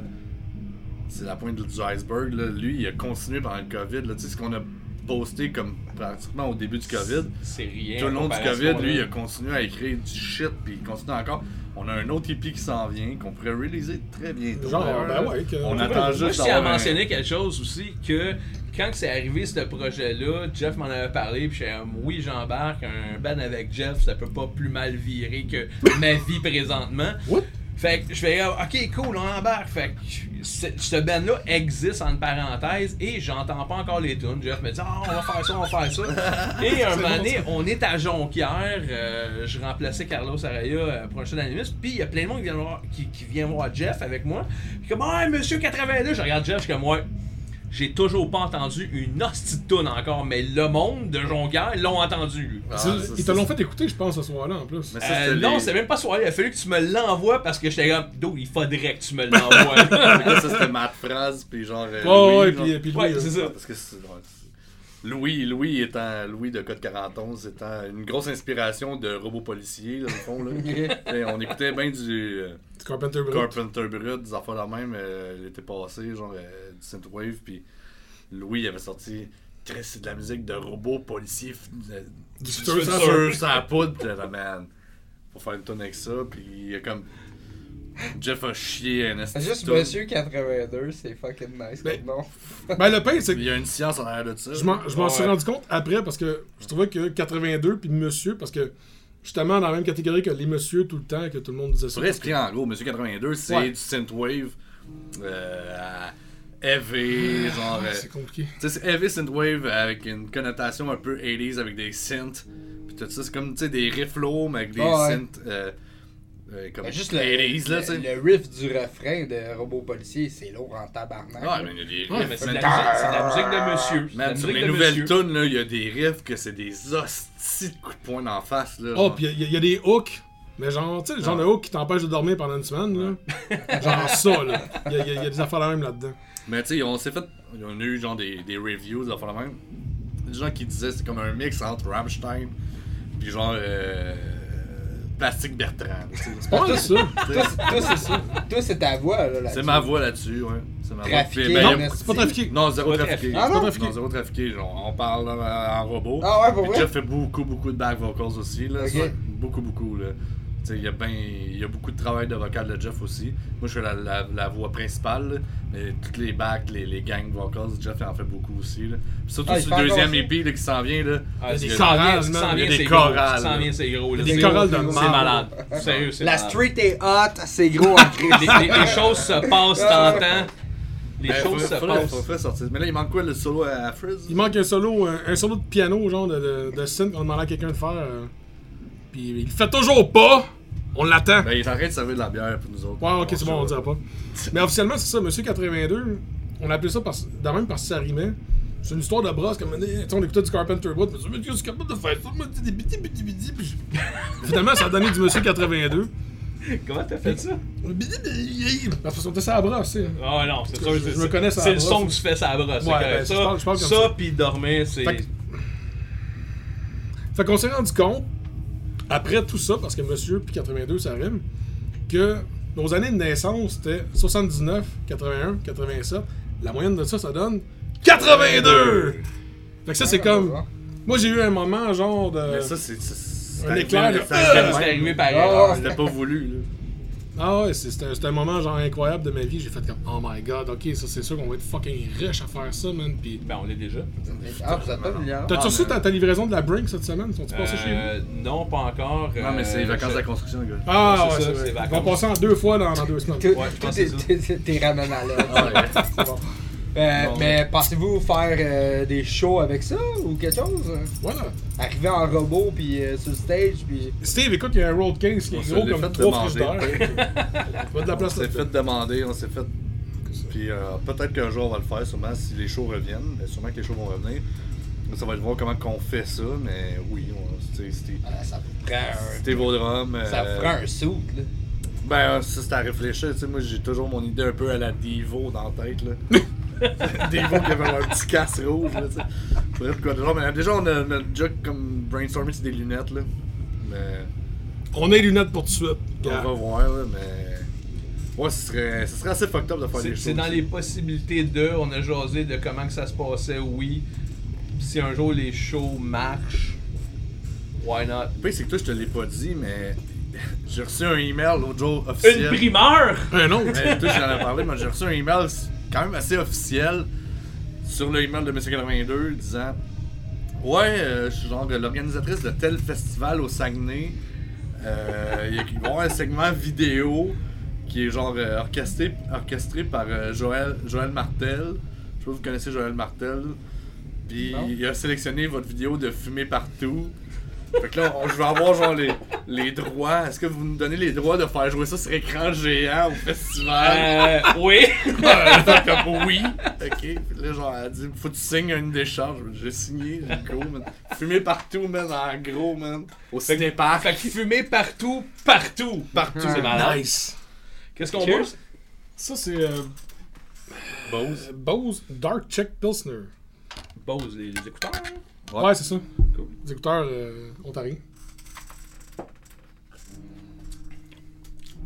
c'est la pointe du iceberg. Là. Lui, il a continué pendant le COVID. Là. Tu sais, ce qu'on a posté comme pratiquement au début du COVID.
C'est rien.
Tout le long du
comparé à ce
COVID,
qu'on
lui, il
a.
a continué à écrire du shit, puis il continue encore. On a un autre hippie qui s'en vient, qu'on pourrait réaliser très bientôt.
Genre,
d'ailleurs,
ben
là.
ouais, que-
on
on
attend
pourrait-
juste
Moi, je tiens à
d'avoir un-
mentionner quelque chose aussi que quand que c'est arrivé ce projet-là, Jeff m'en avait parlé, puis j'ai comme oui, j'embarque un ban avec Jeff, ça peut pas plus mal virer que ma vie présentement.
What?
Fait que je fais Ah, ok cool on embarque fait que ce- ce band là existe entre parenthèses et j'entends pas encore les tunes Jeff me dit ah on va faire ça on va faire ça et un moment donné on est à Jonquière euh, je remplaçais Carlos Araya euh, pour un show d'animus puis il y a plein de monde qui vient voir, qui, qui vient voir Jeff avec moi puis comme ah monsieur 82 je regarde Jeff je suis comme ouais j'ai toujours pas entendu une hostie de toune encore mais le monde de Jonquière l'ont entendu lui.
Ah,
C'est-
ça,
Ils te
ça,
l'ont
ça.
fait écouter, je pense, ce soir-là en plus.
Mais ça,
Euh,
c'était
non,
les-
c'est même pas soirée. Il a fallu que tu me l'envoies parce que j'étais comme, d'où il faudrait que tu
(laughs)
me l'envoies.
Là, (laughs) ça, c'était Matt Phrase, puis genre. euh,
Ouais, ouais,
Louis, genre.
puis, puis lui,
Ouais,
euh,
c'est ça.
Parce que c'est- ouais, c'est- Louis, Louis étant Louis de Code 41, étant une grosse inspiration de robot policier, là, au fond. Là. Fait, on écoutait bien du euh,
du Carpenter Brut.
Carpenter Brut, des affaires la même euh, l'été passé, genre euh, du Synthwave, puis Louis avait sorti Chris, c'est de la musique de robot policier f- de- du
futur
futur
sans-
sans poudre, Puis là, man. Faut faire une tonne avec ça, puis il a comme Jeff a chié un esti
Juste
de
Monsieur 82, c'est fucking nice
Ben,
comme nom.
Ben, le pire, c'est
Il
que
y a une science en arrière de ça.
je m'en je m'en suis
Ouais.
rendu compte après parce que je trouvais que 82 puis Monsieur, parce que justement dans la même catégorie que les Monsieur tout le temps, que tout le monde disait ça.
Pour expliquer en gros, Monsieur 82, c'est
Ouais.
du synthwave euh, heavy, genre. euh,
C'est compliqué.
Tu sais, c'est heavy synthwave avec une connotation un peu 80s avec des synths. Puis tout ça, c'est comme tu sais, des riffs low, mais avec des
Ah ouais.
synths. euh, euh, comme
Ben, juste le,
80s, là, tu sais.
le, le riff du refrain de Robot Policier, c'est lourd en tabarnak.
Ouais, Ah, mais il y a des riffs.
Ouais, mais c'est de, la musique- c'est de la musique de monsieur. C'est de la
Man, sur
musique
les
de
nouvelles
monsieur.
tunes, là, il y a des riffs que c'est des hosties de coups de poing d'en face, là.
Oh, puis il y, a- y a des hooks. Mais genre, tu sais, le genre
Ouais.
de hook qui t'empêche de dormir pendant une semaine, là. genre ça, là. Il y, a- y a des affaires la même là-dedans.
Mais tu sais, on s'est fait. On a eu genre des, des reviews, la fois la même. Des gens qui disaient c'est comme un mix entre Rammstein puis genre. Euh, Plastique Bertrand. tu sais. C'est pas-
Ouais, c'est ça.
tu sais,
Toi, c'est- toi, c'est ça. Toi, c'est ta voix, là. là-dessus.
(laughs) C'est ma voix là-dessus, ouais. C'est ma voix.
Trafiqué,
Puis, ben,
en
il y a-
esti.
C'est pas trafiqué.
Non, zéro
Pas
trafiqué.
trafiqué.
Ah non?
Non, zéro trafiqué. genre, On parle en, en robot.
Ah ouais, pour
Puis
vrai?
Jeff fait beaucoup, beaucoup de back vocals aussi. Là,
Ok.
ça. Beaucoup, beaucoup. Là. Tu sais, Il y, a ben, il y a beaucoup de travail de vocal de Jeff aussi. Moi, je fais la, la- la voix principale. là, Mais toutes les backs, les, les gang vocals, Jeff en fait beaucoup aussi. Là. Puis surtout
Ah, il
sur
fait
le
encore
deuxième
ça?
EP là, qui s'en vient. Là,
Ah,
des
c'est-
chorales,
ce qui
man.
Il y
s'en
a
vient,
des
c'est gros. Ce
chorales.
qui s'en vient, c'est gros. là.
Des
C'est-
chorales de
C'est
marde.
malade. Sérieux, c'est
La
malade.
street est hot, c'est gros (laughs) en crise.
Les, les- les choses se passent,
Ah.
t'entends. Les
Ben,
choses se
faudrait- faudrait-
passent.
faudrait sortir. Mais là, il manque quoi le solo à Frizz
Il manque un solo, un, un solo de piano, genre de, de, de synth qu'on demandait à quelqu'un de faire. euh. Puis il le fait toujours pas. On l'attend.
Ben, il est en train de servir de la bière pour nous autres.
Ouais, ok, c'est bon, on le dira pas. Mais officiellement, c'est ça, Monsieur 82, on appelait ça parce, de même parce que ça rimait. C'est une histoire de brosse, comme tu sais, on écoutait du Carpenter Wood, puis je me suis dit, capable de faire ça, moi, des bidi, bidi, bidi, puis je- (laughs) Finalement, ça a donné du Monsieur 82.
Comment t'as fait ça?
Bidi, bidi, Parce qu'on était ça à brosse, tu sais.
Ah ouais, non, c'est
Je-
sûr.
je
c'est-
me connais sur la
C'est le
brosse.
son que tu fais ça brosse. c'est
Ouais, ben,
correct.
je parle- je
ça,
parle comme
ça
ça.
puis dormir, c'est.
Fait que- Fait qu'on s'est rendu compte, après tout ça, parce que Monsieur puis 82, ça rime, que nos années de naissance, c'était 79, 81, 87. La moyenne de ça, ça donne 82! Fait que ça, c'est comme... Moi, j'ai eu un moment, genre de...
Mais ça, c'est. c'est-
Euh, Un éclair de-
c'est-
Euh, C'est
c'est-
arrivé par
Je l'ai pas voulu, là.
Ah ouais, c'est- c'était c'était un moment genre incroyable de ma vie. J'ai fait comme Oh my god, ok, ça c'est sûr qu'on va être fucking riche à faire ça, man. Puis.
Ben, on est déjà.
Ah, vous êtes pas milliards.
T'as-tu
Ah,
reçu
man.
ta, ta livraison de la Brink cette semaine Sont-tu passés chez vous
Euh, Non, pas encore.
Non, mais c'est les
euh,
vacances
je-
de la construction, les gars.
Ah
c'est
ouais,
ça,
c'est vrai.
c'est vacances.
On va passer en deux fois dans, dans deux semaines.
T'es-
Ouais, je pense
t'es-
que c'est
t'es- t'es- T'es ramène à l'aise. C'est bon. Euh,
Bon,
mais pensez-vous faire euh, des shows avec ça ou quelque chose? hein?
Voilà.
Arriver en robot puis euh, sur le stage puis
Steve, écoute, il y a un road case qui
On
est
se
gros
l'est
comme
fait
trois
demander.
frigidaires. On (laughs) va de la
On
place
s'est
là.
fait demander, on s'est fait. Puis euh, peut-être qu'un jour on va le faire, sûrement si les shows reviennent. Mais sûrement que les shows vont revenir. Ça va être voir comment qu'on fait ça, mais oui, on, tu sais, c'était.
Ah, ça vous prend un,
C'était vos drums.
ça vous prend un souk là.
Ben, ça, c'est à réfléchir. Tu sais, moi, j'ai toujours mon idée un peu à la Divo dans la
(laughs)
tête, là. Divo qui avait un petit casse rouge, là, tu sais. Faudrait de quoi de genre, mais déjà, on a, on a déjà comme brainstormé sur des lunettes, là. Mais.
On a les lunettes pour tout de suite.
On va voir, là, mais. Ouais, ce serait, ce serait assez fucked up de faire des
C'est
choses.
c'est dans les possibilités de. On a jasé de comment que ça se passait, oui. Si un jour les shows marchent, why not?
Le pire, c'est que toi, je te l'ai pas dit, mais. (laughs) J'ai reçu un email l'autre jour
Une
officiel.
primeur!
Un autre.
Mais toi, j'en ai parlé, mais j'ai reçu un email quand même assez officiel sur le email de Monsieur 82 disant Ouais, euh, je suis genre l'organisatrice de tel festival au Saguenay. Euh, Il y a- il va y avoir un segment vidéo qui est genre euh, orchestré, orchestré par euh, Joël, Joël Martel. Je sais pas, vous connaissez Joël Martel. Puis il a sélectionné votre vidéo de fumer partout. Fait que là, on, je vais avoir genre les, les droits. Est-ce que vous nous donnez les droits de faire jouer ça sur écran géant au festival?
Euh,
(laughs)
oui!
Euh, fait comme oui. Ok. Puis là, genre, elle dit, faut que tu signes une décharge. J'ai signé, j'ai dit, go, man. Fumer partout, man, en gros, man. Au cinéparc.
Fait que fumer partout, partout! Partout! C'est malade.
Nice.
Qu'est-ce qu'on veut?
Ça, c'est. Euh,
Bose.
Bose Dark Check Pilsner.
Bose les, les écouteurs.
Ouais, c'est ça.
Cool.
Les écouteurs euh, ontariens.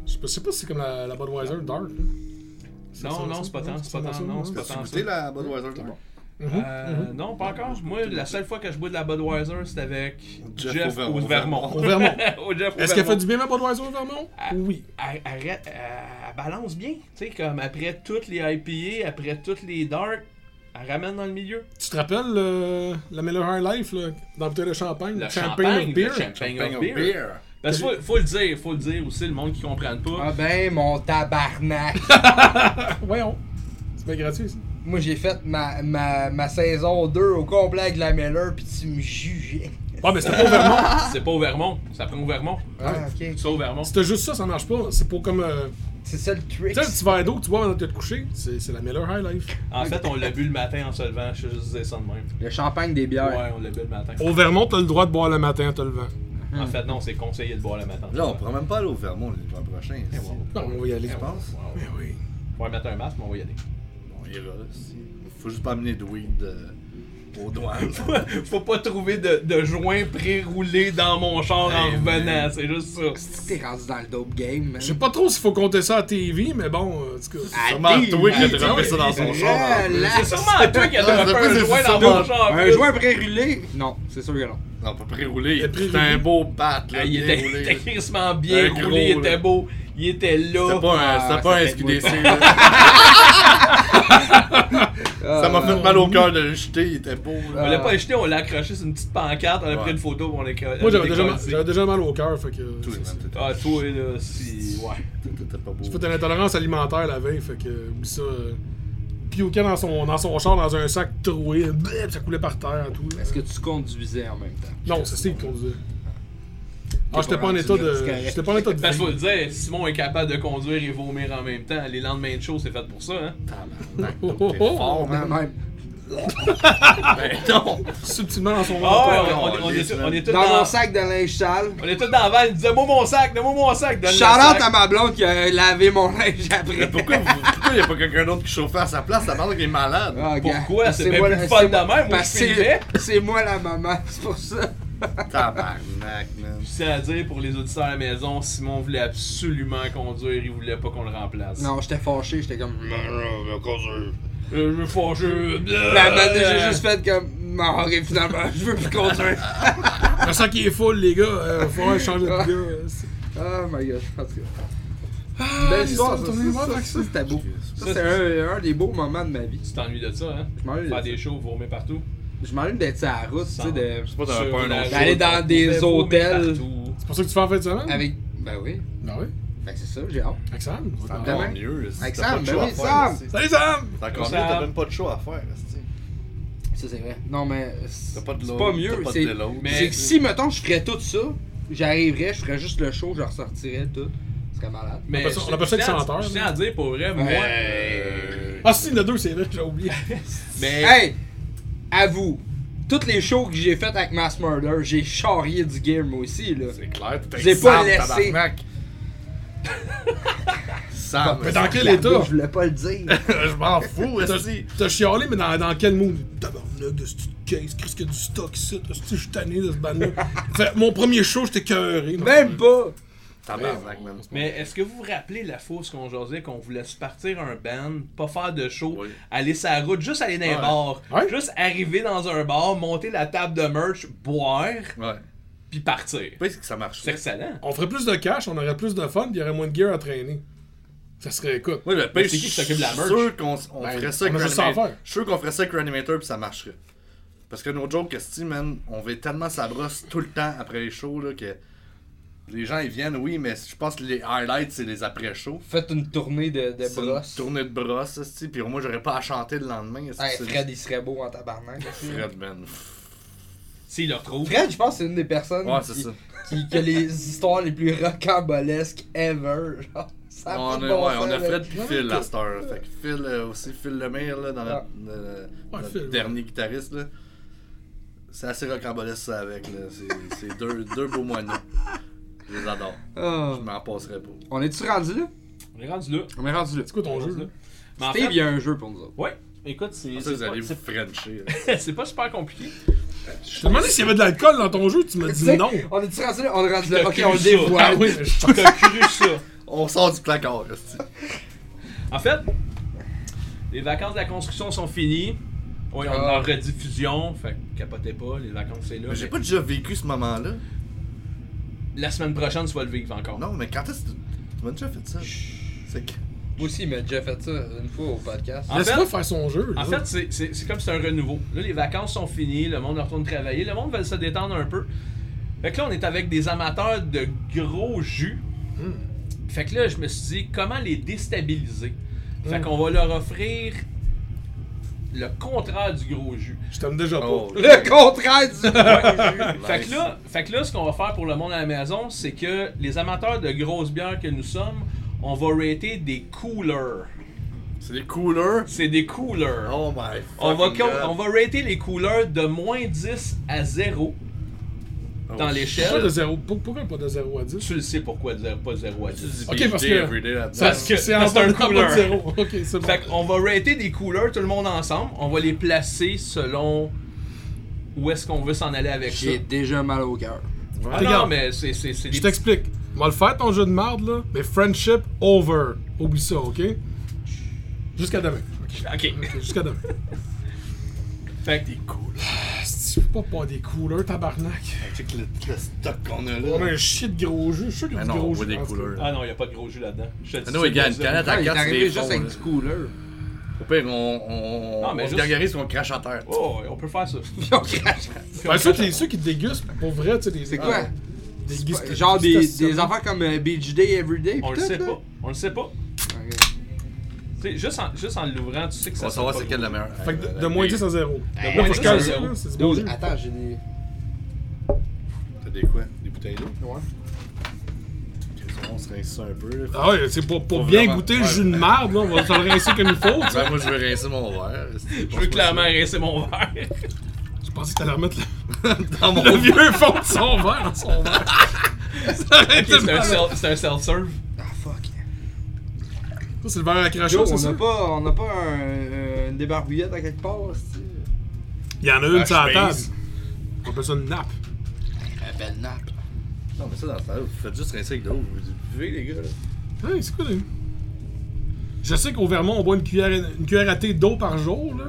Je sais pas- je sais pas si c'est comme la, la Budweiser Dark. là.
Non, non, c'est pas tant, c'est pas tant, non, c'est pas
T'as-tu
tant ça.
goûté la Budweiser?
Mhm,
Euh, non, pas encore. Moi, la seule fois que je bois de la Budweiser, c'était avec
Jeff
Jeff,
au
au Vermont.
Au Vermont.
(laughs) Au Jeff au
Est-ce qu'elle
Vermont.
fait du bien, ma Budweiser au Vermont?
Ah.
Oui.
Elle, elle re- elle balance bien. Tu sais, comme après toutes les IPA, après toutes les dark, elle ramène dans le milieu.
Tu te rappelles euh, la Miller High Life, là, dans la bouteille de champagne?
Le
champagne
champagne,
of beer.
le champagne,
Bang
of
of
beer.
beer.
Parce qu'il faut, faut le dire, faut le dire aussi, le monde qui comprenne pas.
Ah ben, mon tabarnak.
(laughs) Voyons. C'est pas gratuit, ça.
Moi, j'ai fait ma, ma, ma saison 2 au complet avec la Miller, puis tu me jugeais.
Ouais, mais c'était pas au Vermont.
(laughs) C'est pas au Vermont, ça prend au Vermont.
Ah, ok.
C'est au Vermont.
C'était juste ça, ça marche pas. C'est pour comme. euh,
C'est ça le trick.
Tu sais, le petit verre d'eau que tu bois avant de te coucher, c'est c'est la Miller High Life.
En fait, on l'a bu le matin en se levant, je juste dire ça de même.
Le champagne des bières.
Ouais, on l'a bu le matin.
Au Vermont, t'as le droit de boire le matin en te levant.
En fait, non, c'est conseillé de boire le matin.
Là, on pourra même pas aller au Vermont l'an prochain.
Eh
ici.
Non, on va y aller.
Je pense.
Mais oui.
On va mettre un masque, mais on va y aller.
On ira. si. Faut juste pas amener de weed euh, aux
(laughs)
douanes.
Faut pas trouver de, de joint pré-roulé dans mon char en
Hey,
revenant,
Eh, man.
c'est juste ça.
T'es rendu dans le dope game, man.
Je sais pas trop s'il faut compter ça à TV, mais bon, euh, en tout cas.
Ah,
Sûrement
t'es-
toi qui as
t'es-
droppé ça dans son char. en plus.
Relax.
C'est sûrement toi qui as
Ah,
droppé
c'est
un
plus-
joint
c'est
dans
sûrement
mon char. en
Un
plus.
joint pré-rulé? Non, c'est sûr que non.
On peut pré-rouler.
Le pré-roulé.
C'était un beau bat. Là,
Ah, Il
bien
était, il
roulé.
était crissement bien
Un gros,
roulé, il
là.
était beau, il était là.
C'était pas un,
Ah,
c'était pas un
c'était beau.
SQDC. là. ça m'a
Euh,
fait mal au cœur de le jeter. Il était beau.
On
là.
l'a pas jeté, on l'a accroché sur une petite pancarte, on a
Ah. Ouais.
pris une photo, on l'a écra-
Moi, j'avais déjà,
décollé.
mal- j'avais déjà mal au cœur, fait que.
Tout,
c'est-
man,
c'est-
Ah, toi, là, si. Ouais.
tout, tout, tout, pas beau.
J'ai fait une intolérance alimentaire la veille, fait que. Oublie ça. euh, Pioquait dans son, dans son char, dans un sac troué, euh, bleh, puis ça coulait par terre et tout.
Est-ce que tu conduisais en même temps?
Non, c'est Steve qui conduisait. Ah,
T'es
j'étais
pas
pas en
rendu
état
là,
de.
c'est correct.
J'étais pas en état de.
Parce que faut
vie.
le dire, Simon est capable de conduire et vomir en même temps. Les lendemains de show, c'est fait pour ça, hein.
Tabarnak,
Oh,
donc,
oh,
t'es
oh.
Ben, fort.
Quand même.
Ben non.
Subtilement dans son
Ah, ouais,
ventre.
on, on est- on est, on est tous
Dans
dans.
mon sac de linge sale.
On est tous dans la van, il disait, moi mon sac, donne-moi mon sac, donne-moi
Shout
mon
out à
sac.
ma blonde qui a lavé mon (laughs) linge
Mais
après.
pourquoi, vous- pourquoi y a pas quelqu'un d'autre qui chauffait à sa place? Ça parle qu'il est malade.
Ah, gars,
Pourquoi? C'est bien
moi
plus
la-
fun
c'est
de
moi-
même, moi, je
parce que c'est-
filmais.
(laughs) C'est moi la maman, c'est pour ça.
Tabarnak, man.
C'est à dire pour les auditeurs à la maison, Simon voulait absolument conduire, il voulait pas qu'on le remplace.
Non, j'étais fâché, j'étais comme.
Euh, Je veux fâcher.
La maman, j'ai
Euh.
juste fait comme. Ah, ok, finalement, je veux plus conduire.
Le sac il est full, les gars. Euh, faut falloir changer
Ah.
de gars. euh, C'est- Ah,
Oh my god, en tout cas. Belle histoire, Ah,
ça,
Ben, ça,
tournez voir
ça, ça,
avec ça.
ça, c'était beau. Ça,
Ça,
c'est un, un des beaux moments de ma vie.
Tu t'ennuies de ça, hein?
Je m'ennuie
Faire
de
des
ça.
shows, vomir partout.
Je m'ennuie d'être sur la route, tu sais, de.
pas t'avais
Sur
pas un
la
autre
route,
D'aller dans
on
des
pouvait vomir
hôtels.
partout.
C'est pour ça que tu fais en fin de semaine?
Avec. Ben oui.
Ben oui.
Fait que c'est ça, j'ai hâte.
Avec Sam.
C'est
Demain.
encore mieux.
Avec
t'as pas
Sam,
de
ben
choix
oui,
à faire,
Sam.
là,
Salut Sam!
C'est encore mieux,
Sam.
t'as même pas de choix à faire. là, c'est-
Ça, c'est vrai. Non, mais. C'est
T'as pas de
c'est
l'autre,
pas mieux.
t'as pas de
c'est-
l'autre.
Mais-
C'est que si, mettons, je ferais tout ça, j'arriverais, je ferais juste le show, je ressortirais tout. Ce serait malade.
Mais
appelle ça-
je-
on appelle ça
je
des
tiens à-
senteurs,
Je
là.
tiens à dire pour vrai, moi.
Euh,
Ah si, le 2, c'est vrai, j'ai oublié.
Mais.
Hey! À vous! Toutes les shows que j'ai faites avec Mass Murder, j'ai charrié du gear moi aussi, là.
C'est clair, t'es
J'ai pas
Sam,
laissé.
tabarnak. Sam,
Mais dans quel
Ah, La
état?
bouche, Je voulais pas le dire.
(laughs) je m'en fous, aussi.
T'as chialé, mais dans, dans quel mood? Tabarnak, de ce petit case, qu'est-ce qu'il y a du stock ici? Est-ce que je suis tanné de ce ban
(laughs)
Fait, mon premier show, j'étais cœuré.
Ben,
Même pas!
Tabarnak, man.
Mais est-ce que vous vous rappelez la fausse qu'on jasait qu'on voulait se partir un band, pas faire de show,
Oui.
aller sa route, juste aller dans un
Ouais.
bar,
Ouais.
juste arriver dans un bar, monter la table de merch, boire,
Ouais.
puis partir.
Puis que ça marche.
C'est excellent.
On ferait plus de cash, on aurait plus de fun, puis il y aurait moins de gear à traîner. Ça serait, écoute.
Oui, le pire,
c'est qui qui s'occupe de la
je
merch?
suis sûr qu'on s- on
Ben,
ferait ça
on a
avec
juste ça à
Reanimator.
faire.
Je suis sûr qu'on ferait ça avec Reanimator puis ça marcherait. Parce que nos jokes, que si, man, on va tellement sa brosse tout le temps après les shows là, que les gens ils viennent, oui, mais je pense que les highlights c'est les après-shows.
Faites une tournée de, de
C'est une
brosse.
Tournée de brosse, esti, puis moi j'aurais pas à chanter le lendemain. esti,
Hey,
c'est-
Ah, Fred, il serait beau en tabarnak.
Fred, man. Pff,
S'il le retrouve.
Fred, je pense que c'est une des personnes
Ouais, c'est
qui,
ça.
qui- qui a les histoires les plus rocambolesques ever. Genre, ça a
On
pas
a,
de bon
ouais,
sens,
on a
là.
Fred puis Phil à cette heure. Fait que Phil euh, aussi, Phil Lemire là, dans notre, euh,
Ouais,
notre
Phil, ouais.
dernier guitariste. là. C'est assez rocambolesque ça avec. là. C'est- C'est deux, deux beaux moineaux. Je les adore.
Ah.
Oh.
Je m'en passerai pas.
On est-tu rendu là?
On est rendu là.
On est rendu là.
C'est quoi ton jeu,
Rendu
là?
là. Mais en
Steve,
fait,
il y a un jeu pour nous autres.
ouais. Écoute, c'est
Ça,
c'est
vous
pas,
allez vous frencher. là.
c'est- c'est pas super compliqué.
Je te demandais s'il y avait de l'alcool dans ton jeu, tu m'as
Tu
dit
sais,
non.
On est-tu rendu là? On est rendu là.
Je
(laughs)
Ok,
te
on le
crie ça.
Ah
dévoile.
oui, mais je-
T'as cru ça.
On sort du placard. esti.
En fait, les vacances de la construction sont finies. Oui, on
Ah.
est en rediffusion, fait que capotez pas, les vacances c'est là.
Mais j'ai
mais
pas déjà vécu ce moment-là.
La semaine prochaine, tu vas le vivre encore.
Non, mais quand est-ce que tu tu m'as déjà fait ça? C'est que.
Moi aussi, il m'a déjà fait ça une fois au podcast.
Ah,
En
Laisse-le
fait,
faire son jeu.
en
là.
fait c'est- c'est c'est comme si c'est un renouveau. Là, les vacances sont finies, le monde retourne travailler, le monde veut se détendre un peu. Fait que là, on est avec des amateurs de gros jus. Fait que là, je me suis dit, comment les déstabiliser? Fait
Mm.
qu'on va leur offrir le contraire du gros jus.
Je t'aime déjà
Oh,
pas.
Le contraire du.
Fait que là, fait que là, ce qu'on va faire pour le monde à la maison, c'est que les amateurs de grosses bières que nous sommes, on va rater des coolers.
C'est des coolers.
C'est des coolers.
Oh my
on, va,
fucking
com-
God.
on va rater les coolers de moins 10 à 0
Oh,
dans
shit.
Pourquoi de
l'échelle.
zéro- pour- Pourquoi pas de 0 à 10
Tu le sais pourquoi de zéro- pas 0 à 10.
Du
Ok,
BJ
parce que-
everyday là-dedans.
Parce que-
C'est en
parce que c'est
bas
un
de
couleur.
zéro. Ok, c'est bon.
Fait qu'on va rater des couleurs tout le monde ensemble. On va les placer selon où est-ce qu'on veut s'en aller avec ça.
J'ai déjà mal au cœur.
Ah non,
Regarde.
mais c'est c'est- c'est des
Je t'explique. On va le faire ton jeu de marde là, mais friendship over. Oublie ça, ok? Jusqu'à demain.
Ok.
Ok, Jusqu'à (laughs) demain.
(laughs) Fait que des coolers.
Ah, si tu peux pas boire des couleurs, tabarnak.
Check le, le stock qu'on a
On a
là.
un shit gros jeu. Je suis sûr qu'il y a
Ah
du
non,
gros
on
jeu.
voit des
en tout cas.
couleurs.
Ah non, il a pas de gros jus là-dedans. Je te dis
Ah non,
ça
il gagne.
comme ça.
Canada
Ah, il est
4, c'est
arrivé
des
juste
fonds,
avec
là.
du cooler.
Au pire, on, on,
Non, mais
on se
juste-
gargarise qu'on crache en terre.
Oh, on peut
(laughs)
faire ça.
Puis on crache.
Ben, ceux, qui, ceux qui dégustent, pour vrai, tu sais, des.
C'est
Ah,
quoi?
Des
C'est
guist-
Genre des,
gustations.
des affaires comme euh, Beach Day Everyday.
On le
peut-être,
sait
là?
pas. On le sait pas.
Ok.
Tu sais, juste en, juste en l'ouvrant, tu sais que
On
ça
va
sera
savoir
pas
c'est quelle la
gros.
meilleure.
Fait que
Euh,
de, de
la-
moins
des-
10 à
Ben,
0. Moi,
moins
faut que
10
je
à
calme
zéro.
ça, là, c'est du bon
Dude,
jeu.
attends, j'ai des.
T'as des quoi Des bouteilles d'eau
Ouais.
Ok, On se rince ça un peu.
Ah ouais, c'est pour, pour
Faut
bien
vraiment-
goûter le
ouais.
jus de marde, là, on va se le rincer comme il faut. tu sais.
(laughs) Ben, moi, je veux rincer mon verre.
Je veux clairement rincer mon verre.
Je pensais que t'allais remettre le,
Dans mon
le vieux fond de son verre dans son verre. (laughs) ça aurait été
C'est un
malade. Ça,
self- c'est un self-serve.
Ah fuck.
c'est le verre à cracher,
Yo,
c'est
on
ça?
n'a pas, on a pas un, euh, une débarbouillette à quelque part, c'est.
Il y en a une
Ah,
sur la table.
space.
On appelle ça une nappe.
La belle nappe.
Non, mais ça, dans le temps, vous faites juste rincer avec de l'eau. Vous dites, buvez, les gars. là.
Hey, c'est quoi, les... Je sais qu'au Vermont, on boit une cuillère, une cuillère à thé d'eau par jour, là.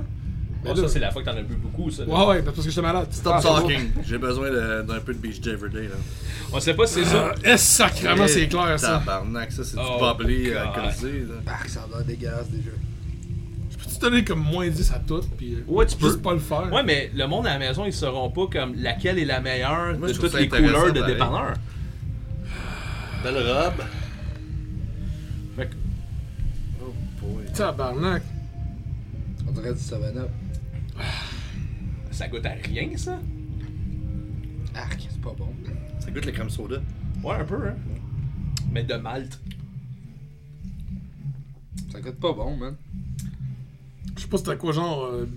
Bon,
là-
ça, c'est la fois que t'en as bu beaucoup, ça.
Ouais, ouais, parce que j'étais malade. Ah,
Stop talking. J'ai besoin de- d'un peu de Beach Day Everyday. Là.
On sait pas si c'est ça.
Eh, sacrément, c'est
Eh,
clair, ça.
Tabarnak, ça, c'est
Oh,
du bubbly
God.
alcoolisé. là.
Ah, ça a l'air dégueulasse déjà.
Je peux-tu donner comme moins 10 à tout, puis euh,
Ouais, tu peux.
juste pas le faire?
Ouais, mais le monde à la maison, ils sauront pas comme laquelle est la meilleure
Moi,
de
je trouve
toutes
ça
les couleurs
intéressant,
de
pareil.
dépanneur.
Belle robe.
Fait que-
Oh boy.
Tabarnak.
On dirait du 7-up.
Ça goûte à rien, ça?
Arc, c'est pas bon.
Ça goûte le crème soda.
Ouais, un peu, hein. Mais de Malte.
Ça goûte pas bon, man.
Je sais pas c'était quoi, genre. euh,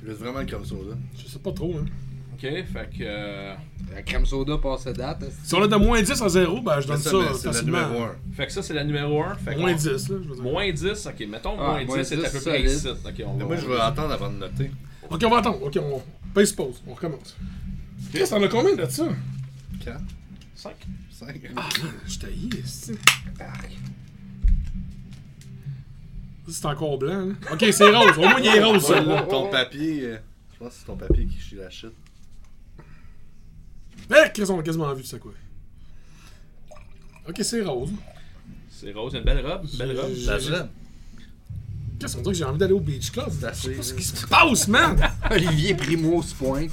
Ça goûte vraiment le crème soda.
je sais pas trop, hein.
Ok, fait que. euh,
La crème soda passe à date. hein. est-ce
Si on a de moins 10 à 0, ben je
Mais
donne
ça,
ça,
mais c'est la
facilement.
numéro 1.
Fait que ça, c'est la numéro 1. Fait que
Moins
on-
10, là, je veux dire.
Moins 10, ok. Mettons,
Ah,
moins
moins
10, c'est à peu
10,
près
solide.
ici. Ok, on va.
Moi, je vais attendre avant de noter.
Ok, on va attendre. Ok, on paye pause. On recommence. Chris, t'en as combien de ça?
4,
5.
5.
Je t'haïs, c'est. C'est encore blanc, là. Ok, c'est rose. Au moins, il est rose, celui-là.
Ton papier. euh, Je pense que c'est ton papier qui chie la shit.
Eh, Chris, on l'a quasiment vu, c'est quoi. Ok, c'est rose.
C'est rose, une belle robe. Belle robe.
La gêne.
Qu'est-ce qu'on dirait que j'ai envie d'aller au beach club?
C'est Ah, assez.
Qu'est-ce qui se
(laughs)
passe, man?
(laughs) Olivier Primo se pointe.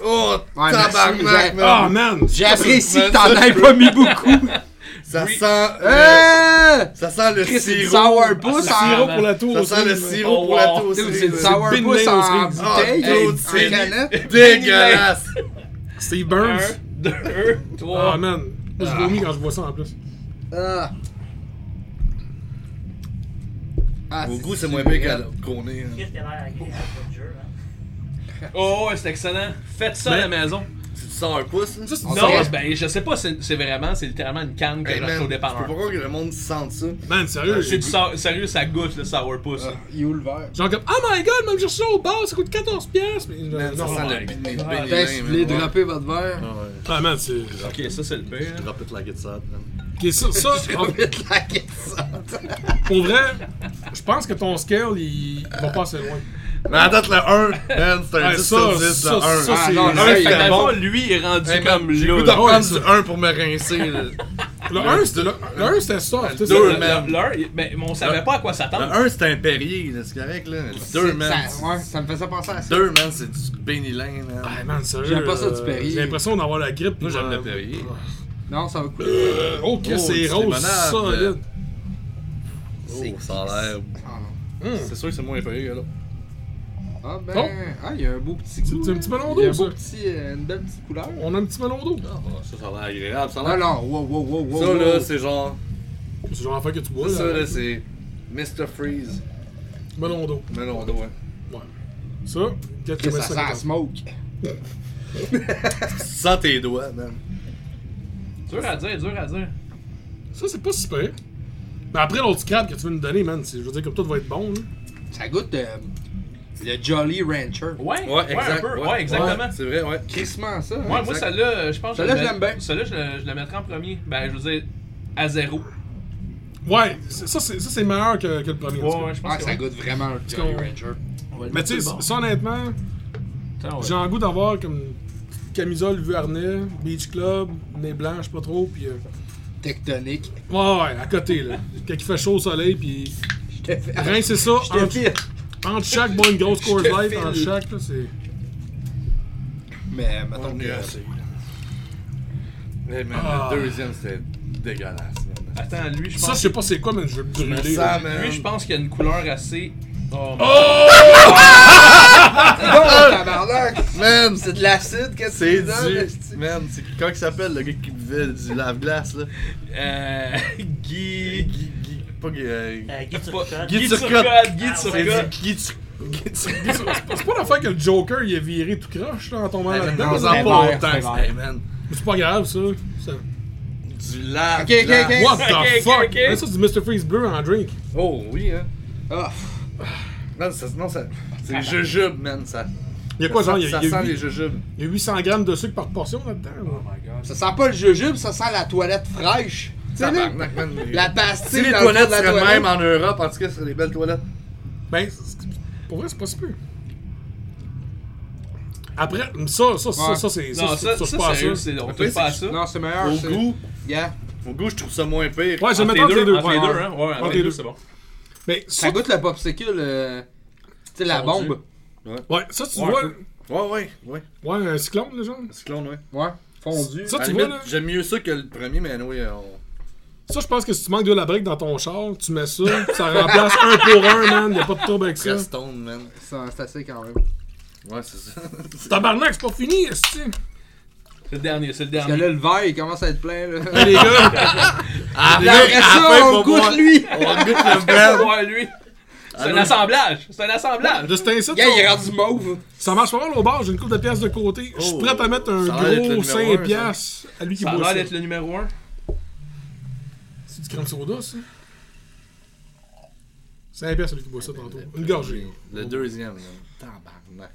Oh,
Ouais,
tabarnak,
merci,
man.
Ah, man!
J'apprécie que t'en aies pas (laughs) mis beaucoup.
Ça sent. euh,
Hein?
Ça sent le
Chris, c'est du
sirop.
sourpuss
Le sirop
en.
pour la tour.
Ça sent le
aussi, man.
sirop
Oh,
pour la
wow.
tour.
Dude, C'est du
aussi.
Bin
sourpuss
Laden
en
aussi.
Ah,
bouteille.
dude,
en
c'est
canette.
Dégueulasse.
Oh, Steve
1,
Burns.
2,
Ah,
3.
man. Moi, je vomis quand je vois ça en plus.
Ah. Ah,
Au goût, c'est moins bien qu'à- qu'on est. hein.
Qu'est-ce qu'il a l'air avec le jeu, hein?
Oh, c'est excellent. Faites ça à la maison.
C'est du sourpuss. là. Ah,
Ça, c'est
On
du
Non,
s'en-
ben, je sais pas, c'est c'est vraiment, c'est littéralement une canne que
Hey, man,
j'achète au hein.
je peux pas
dépanneur.
croire que le monde sente ça.
Man,
Ah,
sérieux,
C'est
j'ai
du sour- Sérieux, ça goûte le sourpuss. là.
Ah, Il est où le verre?
Genre comme, oh my god, même chercher ça au bar, ça coûte 14 pièces. Mais, euh,
Man, ça
non,
sent
ouais.
le bin-
Ah,
bin-
Ben, si vous voulez
man.
dropper votre verre,
Ah, ouais.
Ah, man, c'est.
Ok, ça, c'est le pire.
Drop it like it's hot, man. (laughs)
Ok, ça, ça en-
mettez la caisse.
pour vrai, je pense que ton scale, il va pas assez loin.
Mais à date, le 1, man, c'est un
Ouais,
10
ça,
sur 10,
ça,
le 1.
ça, c'est-
le 1,
Ah,
Fait que
c'était
dans le
bon.
fond, lui est rendu
Hey, man,
comme
J'ai le goût
là.
de
là.
reprendre du 1 pour me rincer. (laughs) là.
Le 1, c'était le- le 1, c'était ça. tu sais,
deux,
c'est-
man.
Le- le- l'heure, il- Mais mais on savait pas à quoi
Le
s'attendre.
1, c'est un Perrier, là, c'est correct, là. Le 2,
C'est-
man.
ça, ouais, ça me faisait penser à ça.
2, man, c'est du bénilin, man.
Ah, man, sérieux.
J'aime pas ça du
euh,
Perrier.
J'ai l'impression d'avoir la grippe.
Moi, j'aime
euh,
le Perrier.
Non, ça va couler.
euh, Oh, que
Oh,
c'est
du
rose,
limonade.
solide.
Oh, ça a l'air.
Ah non.
euh,
Hum,
C'est sûr que c'est moins Perrier, là.
Ah ben,
Oh.
ah, il y a un beau petit goût.
C'est un
là.
petit melon
Il y a un
d'eau,
beau
ça.
petit, euh, une belle petite couleur.
On a un petit melon d'eau.
Ah, Ça, ça a l'air agréable. Ça, a
Non,
l'air...
non, wow, wow, wow, wow.
ça
wow.
là, c'est genre.
Oh, C'est genre l'affaire que tu bois,
Ça, ça,
là.
là, c'est. Mr. Freeze.
Melon d'eau.
Melon d'eau, hein.
Ouais. Ça,
Que ça sent la
4,50.
smoke.
Sans tes doigts, man.
Dur à dire, dur à dire.
Ça, c'est pas super. Mais après l'autre scrap que tu veux nous donner, man, c'est- je veux dire, comme tout va être bon. là.
Ça goûte euh, le Jolly Rancher.
Ouais, un peu. Ouais, exactement.
Ouais, c'est vrai, ouais.
Crissement ça.
Ouais,
hein.
moi, celle-là, euh, je pense que
Celle-là,
le-
je l'aime bien.
Celle-là, je le- je la mettrais en premier. Ben, je veux dire, à zéro.
Ouais, c'est- ça, c'est ça, c'est meilleur que, que le premier. en tout cas.
Ouais, ouais, je pense
Ah,
que
ça goûte vraiment le Jolly
qu'on-
Rancher.
Mais tu sais, ça, honnêtement,
Attends, ouais.
j'ai un goût d'avoir comme une petite camisole vue harnais, beach club, nez blanc, je sais pas trop, puis euh,
Tectonique.
ouais, ouais, à côté là. Quand il fait chaud au soleil, puis
Je te fais.
rincer ça
Je te
entre,
file.
entre chaque boire une grosse Coors
Je te
Light,
file.
entre chaque là, c'est.
Mais mettons que.
Hey, Eh, man,
Ah.
Le deuxième, c'était dégueulasse, man.
Attends, lui, je
Ça, je
pense.
sais pas c'est quoi, mais je veux le
Mais
brûler.
ça,
là.
man.
Lui, je pense qu'il y a une couleur assez. Oh!
Ah, tabarnak!
Man,
C'est de l'acide, qu'est-ce
c'est
que
du. Man, c'est. Comment il s'appelle, le gars qui buvait du lave-glace, là
Euh, (laughs) Guy.
Guy. Guy. Pas Guy. euh,
Euh, Guy
pas-
Turcotte.
Guy
Guy
Turcotte.
Turcotte, Guy
Ah,
C'est
Turcotte.
du Guy Tur- Guy Tur-
C'est c'est pas l'affaire que le Joker il est viré tout croche là, en tombant
Hey, man,
là-dedans.
on
là.
s'en
c'était
va pas
vert,
autant,
c'était
c'était,
vert.
man.
Mais C'est pas grave ça. ça...
Du lave.
Ok, ok, ok.
What the
Ok, ok,
fuck?
ok.
Hey, Ça, c'est du Mr. Freeze bleu en drink.
Oh, oui, hein. Ah,
Ah,
Non, ça. Non, ça c'est jujube, man, ça.
Il y a quoi, genre, il y a,
Ça
il y a
sent les
huit-
jujubes.
il y a 800 grammes de sucre par portion là-dedans. là.
ça sent pas le jujube, ça sent la toilette fraîche. Tu sais, là,
Tabarnak, man.
la
Si
pastille.
les
dans le fond de
toilettes
la
seraient
toilette.
même en Europe, en tout cas, ce serait des belles toilettes.
Ben, c'est- pour vrai, c'est pas si peu. Après, ça, ça, ça,
Ouais.
ça, c'est.
Non, ça, ça,
c'est pas
sérieux,
ça.
c'est- on
Après,
touche pas à
c'est-
ça.
Non, c'est meilleur.
Au
c'est-
goût,
Yeah.
au goût, je trouve ça moins pire.
Ouais, je vais
Entre
mettre entre les deux.
entre les
ouais,
deux,
ouais.
hein. Ouais, entre
Entre
les
les
deux,
deux.
c'est bon.
Mais ça,
Ça goûte le popsicle, euh, tu sais, la
Fondu.
bombe.
ouais, ça, tu
Ouais,
vois.
un peu.
Ouais, ouais, ouais.
Ouais, un cyclone, là, genre.
C'est clone, ouais.
Ouais, fondu.
Ça,
À
tu
la
vois, là.
limite, J'aime mieux ça que le premier, mais oui, on...
Ça, je pense que si tu manques de la brique dans ton char, tu mets ça, ça remplace un pour un, man. Y'a pas de trouble avec ça.
Crestone, man.
Ça, C'est assez quand même.
Ouais, c'est ça.
Tabarnak, c'est pas fini, esti.
C'est le dernier, c'est le
Parce que
dernier.
là, le verre, il commence à être plein. Là.
(laughs)
Hey,
(laughs)
les gars,
Après,
Puis après ça, on goûte lui.
On goûte le
Ah,
blanc.
ouais, lui. C'est un
Allô?
assemblage. C'est un assemblage.
de cet incite,
Gars, il est rendu mauve.
ça marche pas mal au bar, j'ai une coupe de pièces de côté. Je suis
Oh.
prêt à mettre un
Ça a l'air d'être le
gros
numéro un,
5
ça.
piastres à lui qui
Ça a
boit
l'air
ça.
d'être le numéro 1.
C'est du crème hein? soda, ça? 5 piastres, celui qui boit ça tantôt. Une gorgée.
Le deuxième, man. Tabarnak.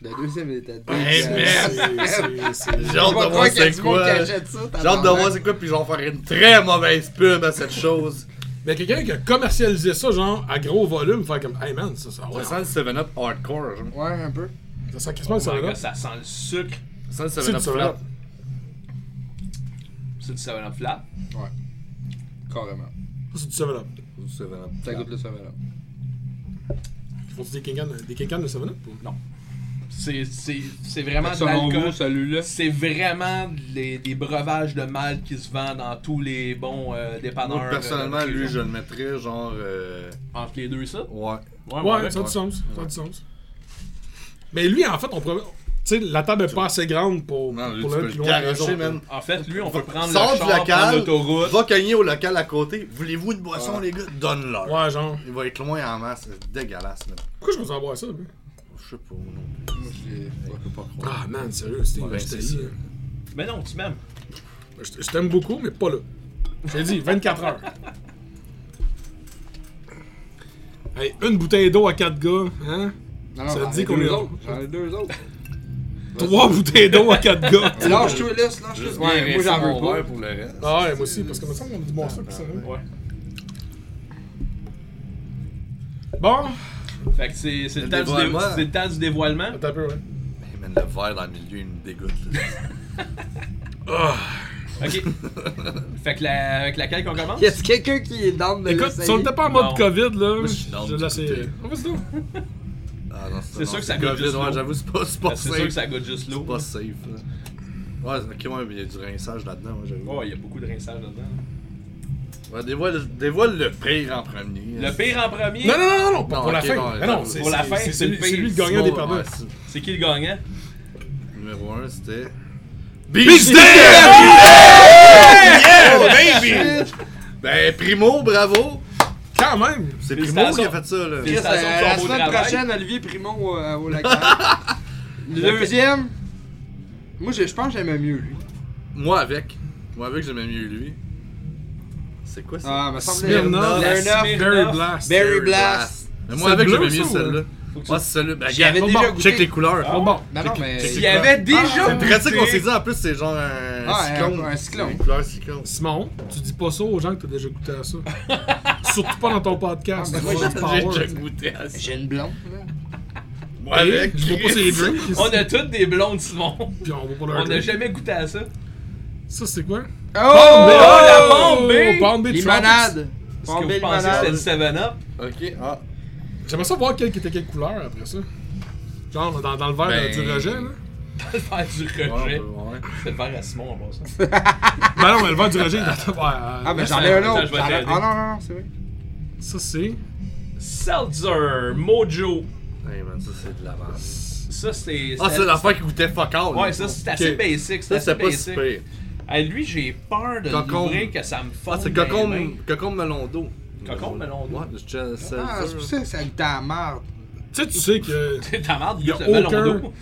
Le deuxième était deux.
C'est-
pièces.
c'est- c'est- c'est-
J'ai hâte
Je vois
de voir
pas qu'il y a
c'est
du monde qui
quoi.
achète ça.
J'ai hâte de voir c'est quoi, puis je vais en faire une très mauvaise pub à cette chose.
Mais Ben, quelqu'un qui a commercialisé ça, genre, à gros volume, faire comme, hey man, ça, ça, ouais,
Ça
ça,
sent le 7-Up hardcore. genre.
Ouais, un peu.
sent quasiment
Oh
le
my
soda.
God, ça sent le sucre.
Ça sent le
C'est
7-Up
du
flat.
soda.
C'est du 7 flat.
Carrément.
C'est du 7-Up.
Du 7-Up.
Ça goûte le sommet là.
Ils font des quincanes des quincanes de 7-Up ou?
C'est- C'est c'est vraiment de
Selon
l'alcool.
vous, celui-là.
C'est vraiment des, des breuvages de mal qui se vendent dans tous les bons euh, dépanneurs.
Moi,
euh,
personnellement,
de la
lui,
région.
je le mettrais genre. euh,
Entre les deux, ça.
Ouais.
Ouais,
ouais.
ça a du
ouais.
sens. Ça a du sens. Mais lui, en fait, on pourrait. Tu sais, la table est pas assez grande pour,
Non, lui,
pour
tu peux
plus
le
loin de la
garocher,
maison.
man.
En fait, lui, on peut prendre le
Sors du
char, prendre
local,
l'autoroute.
va cogner au local à côté. Voulez-vous une boisson, les gars Donne-leur.
Ouais, genre.
Il va être loin en masse. C'est dégueulasse, là.
Pourquoi je me sens boire ça, lui?
Je sais pas, non. Je
Ouais.
peux pas croire.
Ah man, sérieux, Steve,
Ouais, ben,
je t'ai
c'est
dit,
ça.
hein.
Mais non, tu m'aimes.
Je je t'aime beaucoup, mais pas là. J'ai dit, 24 heures. Hey, une bouteille d'eau à 4 gars, hein?
Non, non,
Ça
j'en
dit
ai
qu'on
deux
est-
autres. J'en ai deux autres.
3 bouteilles d'eau à 4 gars.
Lâche-toi, laisse, lâche-toi.
Juste
Ouais,
bien
moi j'en
rincer mon
veux
verre
pas.
pour le reste.
Ah ouais, moi aussi, parce que me semble qu'on a du bon ça, puis ça. hein.
Ouais.
Bon,
Fait que c'est c'est le,
Le
temps du dé-
dévoilement.
c'est le temps du dévoilement.
attends un peu, ouais.
Hey, man, le verre dans le milieu, il me dégoûte.
(laughs) Ok. fait que la, avec laquelle qu'on commence
Y a quelqu'un qui est dans de
Écoute, si on n'était pas en mode
Non.
COVID, là,
Moi, je suis down
je
d'écouter.
l'essayerai. On va se dire.
Ah,
C'est sûr que ça goûte
goûte.
juste l'eau.
J'avoue, c'est pas, c'est pas
Parce que
safe.
Ben, c'est sûr que ça goûte juste l'eau.
C'est pas safe. là. Ouais, c'est- ok, ouais, mais il y a du rinçage là-dedans, moi, j'avoue.
Oh, il y a beaucoup de rinçage dedans.
Ouais, dévoile, dévoile le pire en premier. hein.
Le pire en premier,
Non, non, non, non, non, pas
Non,
pour la
ok,
fin.
non,
Non, non,
pour
c'est-
la fin, c'est
celui
le pire.
celui le gagnant des pardons.
Ouais, c'est-
c'est hein? qui le gagnant
Numéro 1, c'était.
Beast
Yeah, baby! Ben, Primo, bravo!
Quand même!
C'est Primo qui
Félicitations.
a fait ça, là.
Chris, euh,
Félicitations pour
la
ton beau
semaine
travail.
prochaine, Olivier Primo euh, au lac.
(laughs)
Le deuxième, moi je je pense que j'aimais mieux lui.
Moi avec. Moi avec, j'aimais mieux lui. C'est quoi ça?
Ah, me semble
Smirnoff.
Smirnoff,
La Smirnoff.
Barry Blast.
Berry
Berry
Blast.
Mais
C'est
moi avec,
bleu,
j'aimais
ça,
mieux
ou-
celle-là.
Faut que tu-
Moi, c'est celle-là. Ben,
J'avais
bon,
déjà
bon,
goûté.
Check les couleurs.
Ah bon.
Non, non, mais.
S'il y avait déjà.
Ah, C'est pratique,
goûté-
on s'est dit en plus, c'est genre un
Ah, un-
cyclone.
un cyclone.
C'est Une couleur cyclone.
Simon, tu dis pas ça aux gens que t'as déjà goûté à ça. Surtout pas dans ton podcast.
Ah, ben, moi,
Tu vas
j'ai-
pas
J'ai
avoir.
déjà goûté à ça.
J'ai une blonde, là.
Moi avec.
Je vois pas ses drinks.
On a toutes des blondes, Simon.
Puis on va pas leur
On n'a
drink.
jamais goûté à ça.
Ça, c'est quoi?
Oh!
la Bombay!
Bombay Tropics.
Limonade!
Est-ce que
Bombay
vous pensez que c'était
limonade.
du (laughs) 7-Up?
(laughs) Ok, ah.
J'aimerais ça voir quelle qui était quelle couleur après ça. Genre dans, dans le verre
Ben-
euh, du rejet, là.
Faire du
Ouais,
rejet.
on peut- ouais.
C'est le verre à Simon, en bas, ça.
Ben non, mais le verre du rejet, il est dans ton
Ah, mais
ben-
verre.
j'en ai un
Attends,
autre.
je vais
J'en ai-
t'aider.
Ah non, non, non, c'est vrai.
Ça, c'est.
Seltzer, Mojo.
Hey man, ça c'est de la merde.
Ça, c'est.
Ah, c'est l'affaire qui goûtait fuck all.
Ouais,
là.
ça, c'est assez
Ok.
basic. C'est
Ça,
assez
c'est pas si
basic.
pire.
Ah, lui, j'ai peur de
Cocombe.
l'ouvrir que ça me
Ah,
fasse.
c'est cocombe, cocombe melon d'eau.
Cocombe melon d'eau.
Ouais, je te- Euh, ça-
Ah, c'est pour ça que ça goûte à la merde.
Tu sais, tu sais que.
(laughs) C'est ta merde,
Y
il
a
a melon
aucun-
d'eau.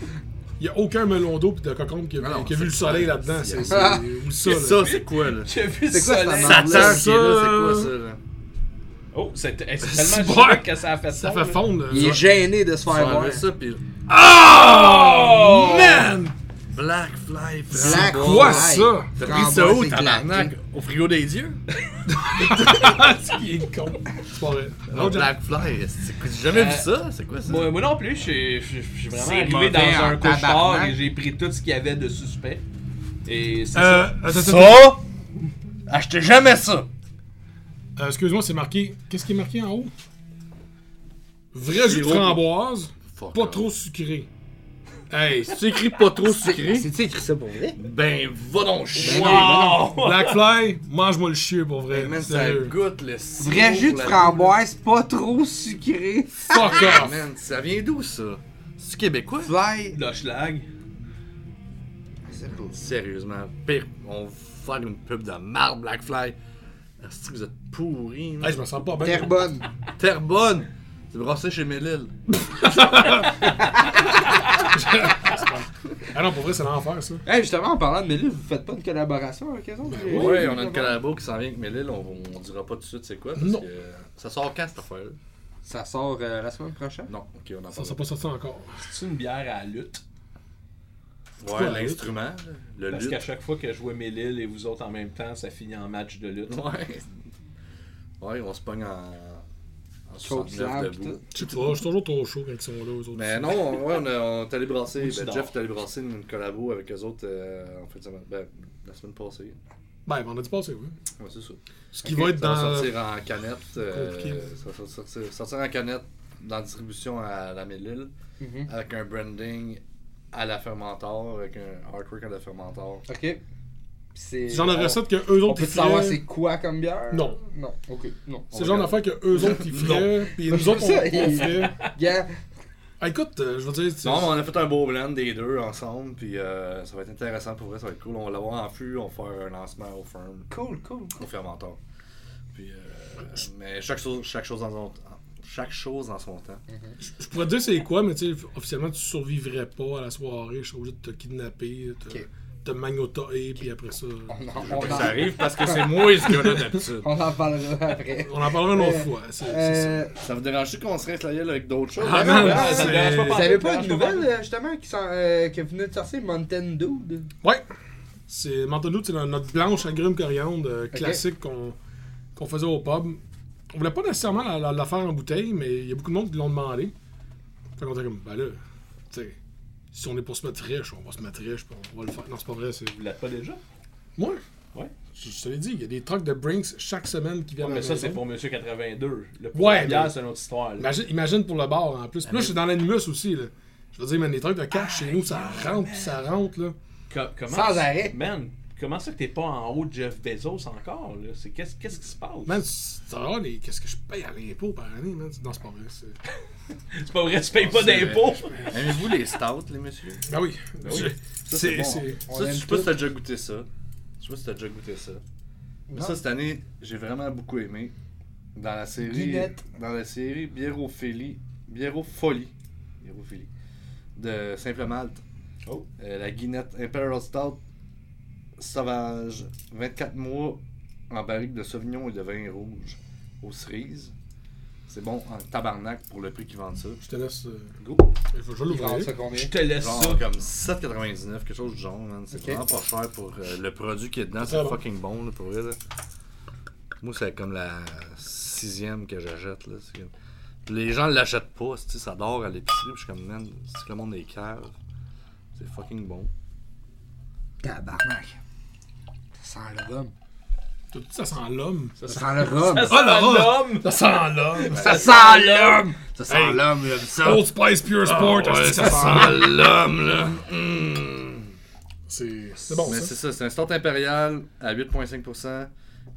Il n'y a aucun melon d'eau pis de cocombe qui a,
Ah non,
qui a vu
c'est
le soleil
clair.
là-dedans. C'est
Ah.
c'est- ou ça,
Et
là.
ça, c'est quoi là?
(laughs) J'ai vu
C'est quoi,
ça.
cette
là.
merde?
Satan qui est là, c'est quoi
Ça-
ça là?
Oh, c'est eh, c'est
C'est
tellement
bon.
chiant que ça a fait
Ça
ça.
fait
là.
fondre.
Il est gêné de se
Tu
faire voir.
enlèves ça pis.
Oh!
Man! Black Fly
Black
Framboise.
Quoi
Ouais.
ça?
T'as
Framboise
pris ça où,
éclatée.
tabarnak? Au frigo des dieux?
Il est con. C'est pas vrai.
Non, Black Fly, c'est quoi? J'ai jamais vu ça? C'est quoi ça?
Moi, moi non plus, j'ai- j'ai j'ai vraiment
C'est
arrivé
mauvais
dans
en
un couche-tard
tabarnak.
et j'ai pris tout ce qu'il y avait de suspect. Et c'est
Euh,
ça.
attends, attends, attends.
Achetez jamais ça!
Euh, Excuse-moi, c'est marqué. Qu'est-ce qui est marqué en haut? Vrai jus de
Sirop.
framboise,
Fuck
pas
off.
trop sucré. Hey,
Si tu écris pas trop sucré,
C'est-tu écrit ça pour vrai?
ben va donc chier!
(laughs) Wow!
Blackfly, mange-moi le chier pour vrai.
Hey, man, ça
sérieux.
goûte le sirop
Vrai jus de
pour la
framboise, pas trop sucré.
Fuck
Ah,
off!
man, ça vient d'où ça? C'est québécois?
Fly.
Le schlag.
Sérieusement, pire, on va faire une pub de marde Black Fly. Est-ce que vous êtes pourris? man?
Hey, je me sens pas bien.
Terrebonne.
Terrebonne! C'est brassé chez Mélile.
Ah non, pour vrai, c'est l'enfer, ça.
Hey, justement, en parlant de Mélile, vous faites pas une collaboration avec eux autres?
Ouais, on a une collabo qui s'en vient avec Mélile, on, on dira pas tout de suite c'est quoi, parce
Non.
que ça sort quand cette affaire
Ça sort euh, la semaine prochaine.
Non, ok, on en
Ça
parle.
sera pas sorti encore.
C'est une bière à la lutte.
Ouais, l'instrument, le
Parce
lutte.
qu'à chaque fois que je jouais mes Lille et vous autres en même temps, ça finit en match de lutte.
Ouais. Ouais, on se pogne en, en
Choke
69
slam pis
debout.
tout.
Je sais pas, je suis toujours trop chaud quand ils sont là, eux autres.
Mais Ben non, ouais, on, a- on est allé brasser.
Oui, tu
ben,
dors.
Jeff est allé brasser une collabo avec eux autres euh, en fin de semaine. Ben, la semaine passée.
Ben, vendredi passé, oui.
Ouais, c'est ça.
Ce qui va être
Ça va
dans.
sortir en canette. euh,
Compliqué.
ça va sortir, sortir en canette dans la distribution à la Mélile.
Mhm.
Avec un branding à la fermentor, avec un artwork à la fermentor.
Ok. Pis C'est.
C'est le genre de
on-
recette que eux
On
autres
peut
ils
savoir
feraient.
c'est quoi comme bière?
Non.
Non, ok, non.
C'est le genre d'affaire que eux autres ils feraient. Puis
(laughs)
nous autres, on,
Ça,
on
il-
ferait.
Gars,
Ah, écoute, euh, je veux dire. tu-
Non, mais on a fait un beau blend des deux ensemble, puis euh, ça va être intéressant pour vrai, ça va être cool. On va l'avoir en fût, on va faire un lancement au firm.
cool, cool.
au fermenteur. Puis, euh, mais chaque chose, chaque chose en son temps. Chaque chose en son temps.
Je pourrais te dire c'est quoi, mais tu sais, officiellement, tu survivrais pas à la soirée. Je suis obligé de te kidnapper, te,
Ok.
te magnoter, puis après ça.
On en, on en-
parce que c'est moi ce qu'on a d'habitude.
on en parlera après.
On en parlera une autre
Euh,
fois. C'est- c'est ça.
Euh,
(laughs) Ça vous dérange-tu qu'on se rince la gueule avec d'autres choses?
Ah,
Ben
non,
ouais,
c'est-
ça me dérange
vous
pas.
avez pas de nouvelles euh, justement qui, sont, euh, que venait de sortir Mountain Dude?
Ouais. C'est Manteloup, c'est notre blanche agrumes coriandre euh, classique qu'on qu'on faisait au pub. on voulait pas nécessairement la, la- la faire en bouteille, mais il y a beaucoup de monde qui l'ont demandé. Fait qu'on était comme, ben là, tu sais, si on est pour se mettre riche, on va se mettre riche, puis on va le faire. Non, c'est pas vrai, c'est.
Vous l'êtes pas déjà?
Moi,
Ouais.
je, je te l'ai dit, il y a des trucks de Brinks chaque semaine qui viennent
mais
à la
ça, c'est
maison.
pour Monsieur 82. Le
Ouais,
ouais,
mais-
c'est une autre histoire. là.
Imagine, imagine pour le bar en plus.
Ah,
Puis là, je suis dans l'animus aussi, là. Je veux dire, man, les trucs de cash chez nous, ça rentre, puis ça rentre, là.
Co- comment
Sans
ça-
arrêt.
Man, comment ça que t'es pas en haut de Jeff Bezos encore? là? C'est qu'est-ce qu'est-ce qui se passe?
Man, tu tu vas voir les- qu'est-ce que je paye à l'impôt par année, man. Non, c'est pas vrai. c'est-
c'est pas vrai, tu payes pas
C'est-
d'impôts?
Aimez-vous les stouts, les messieurs?
Ben oui.
oui.
Ça, c'est
C'est-
c'est-
On
Ça,
aime
je sais pas
tout.
si t'as déjà goûté ça. Je sais pas si t'as déjà goûté ça. Mais ça, cette année, j'ai vraiment beaucoup aimé. Dans la série.
Guinette.
Dans la série Biérophilie. Biérophilie. Biérophilie. De Simple Malte.
Oh.
Euh, la Guinette Imperial Stout Sauvage. 24 mois en barrique de Sauvignon et de vin rouge aux cerises. C'est bon en tabarnak pour le prix qu'ils vendent ça.
Je te laisse. euh,
Go!
je vais- hein. je vais
Il vend ça
l'ouvrir.
combien
Je te laisse
Genre
ça.
comme 7,99, quelque chose du genre, man. C'est
Ok.
vraiment pas cher pour euh, le produit qui est dedans.
Très
C'est
bon.
fucking bon, là, pour vrai. là. Moi, c'est comme la sixième que j'achète, là. C'est comme- Puis Les gens l'achètent pas, tu sais, ça dort à l'épicerie. puis Je suis comme, man, c'est que le monde est cave. C'est fucking bon.
Tabarnak. Ça sent le rhum.
Tout ça sent l'homme.
Ça sent le rhum.
Ça, c'est
Oh, là,
un homme!
Ça sent l'homme.
Ben,
Ça
Ah,
sent l'homme. Ça sent
Hey.
l'homme, j'aime ça.
Old Spice Pure Sport.
Ah ouais,
est-ce que
ça sent l'homme, là. Mm.
C'est c'est bon,
Mais
ça.
c'est ça, c'est un start impérial à 8,5%.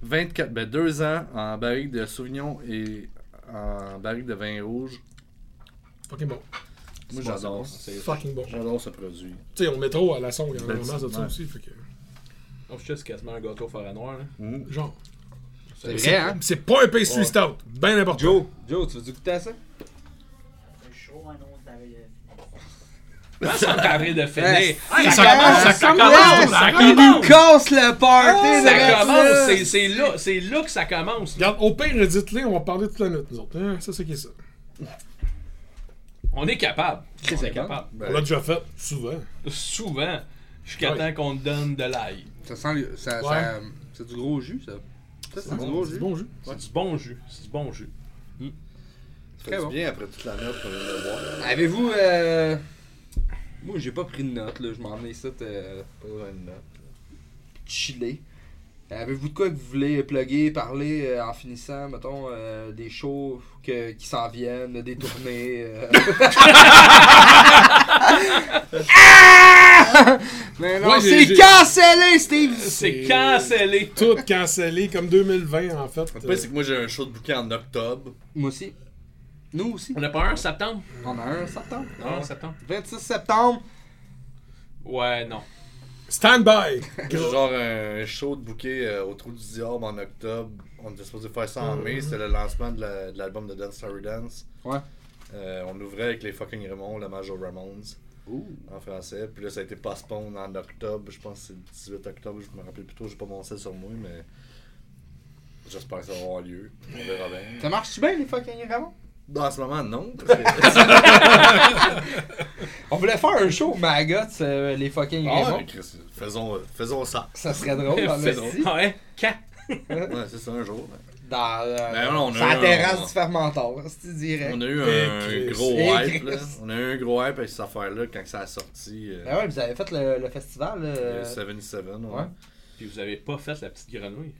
24, ben 2 ans en barrique de Sauvignon et en barrique de vin rouge.
Fucking bon.
Moi, j'adore ça.
Fucking bon. Tu
J'adore ce produit.
sais, on le met trop à la sonde. Il y en a
Ben,
vraiment de ça
ouais.
aussi. Fait que,
Oh, je sais, c'est quasiment un gâteau au forêt noir. là.
genre.
C'est vrai, hein?
C'est pas un pastry stout. Ben n'importe quoi.
Joe, Joe, tu veux goûter à ça?
C'est chaud, hein, non, t'avais le-
Comment ça, t'as envie de finir?
Hey,
ça commence,
ça
Yes,
commence.
Ah, ça Ah,
Ça
Il
commence.
nous casse le party!
Ça
direct,
commence,
là.
c'est- c'est là, c'est là que ça commence.
Regarde, au pire, dites-le, on va parler toute la nuit, nous autres. Hein, ça, c'est qui ça?
On est capable.
Chris,
On
c'est
est capable.
Ben,
On l'a déjà fait, souvent.
Souvent, jusqu'à
Ouais.
temps qu'on te donne de l'ail.
Ça sent le- ça-
Ouais.
ça- C'est du gros jus, ça. Ça, c'est du gros
C'est
jus.
bon jus.
C'est du bon jus. C'est du bon jus.
Ça fait
Très
du
bon.
bien après toute la note qu'on vient de voir.
Avez-vous. euh, Moi, j'ai pas pris de notes, là. Je m'en ai ça, euh, chillé. Avez-vous de quoi que vous voulez plugger, parler euh, en finissant, mettons, euh, des shows que- qui s'en viennent, des tournées euh. (laughs) Ah! Mais non,
Ouais, j'ai-
c'est
j'ai-
cancellé, Steve!
C'est cancellé.
Tout cancellé comme 2020, en fait.
Le pire, c'est que moi, j'ai un show de bouquin
(laughs)
en octobre.
Moi aussi. Nous aussi.
On n'a pas un en septembre?
On a un en septembre.
Non, en septembre.
26 septembre.
Ouais, non.
Stand (laughs) by!
J'ai genre un show de bouquet euh, au Trou du Diable en octobre. On était supposé faire ça en mai. C'était le lancement de la- de l'album de Dance Story Dance.
Mm-hmm. Ouais.
Euh, on ouvrait avec les fucking Raymond, la Major Ramones
Ouh.
en français. Puis là, ça a été postponed en octobre. Je pense que c'est le 18 octobre. Je me rappelle plus trop. J'ai pas mon sel sur moi, mais j'espère que ça va avoir lieu. On verra bien.
Ça marche-tu bien, les fucking Ramon?
Non, en ce moment, non. parce que- (laughs)
On voulait faire un show Maggots, euh, les fucking
Ah
Raymond.
ouais, Chris, faisons, faisons ça.
Ça serait (laughs) drôle, dans
C'est
le
drôle.
style.
Ouais, quand?
Ouais, c'est ça, un jour. ouais.
Dans euh,
Ben non, on a
sur la
eu
terrasse
un-
du fermentor, c'est direct.
On a eu
Et
un
Chris.
gros
Et
hype.
Chris.
là. On a eu un gros hype avec cette affaire-là quand ça a sorti. euh,
Ben ouais, vous avez fait le, le festival.
le
euh,
77, ouais.
ouais.
Puis vous avez pas fait la petite grenouille.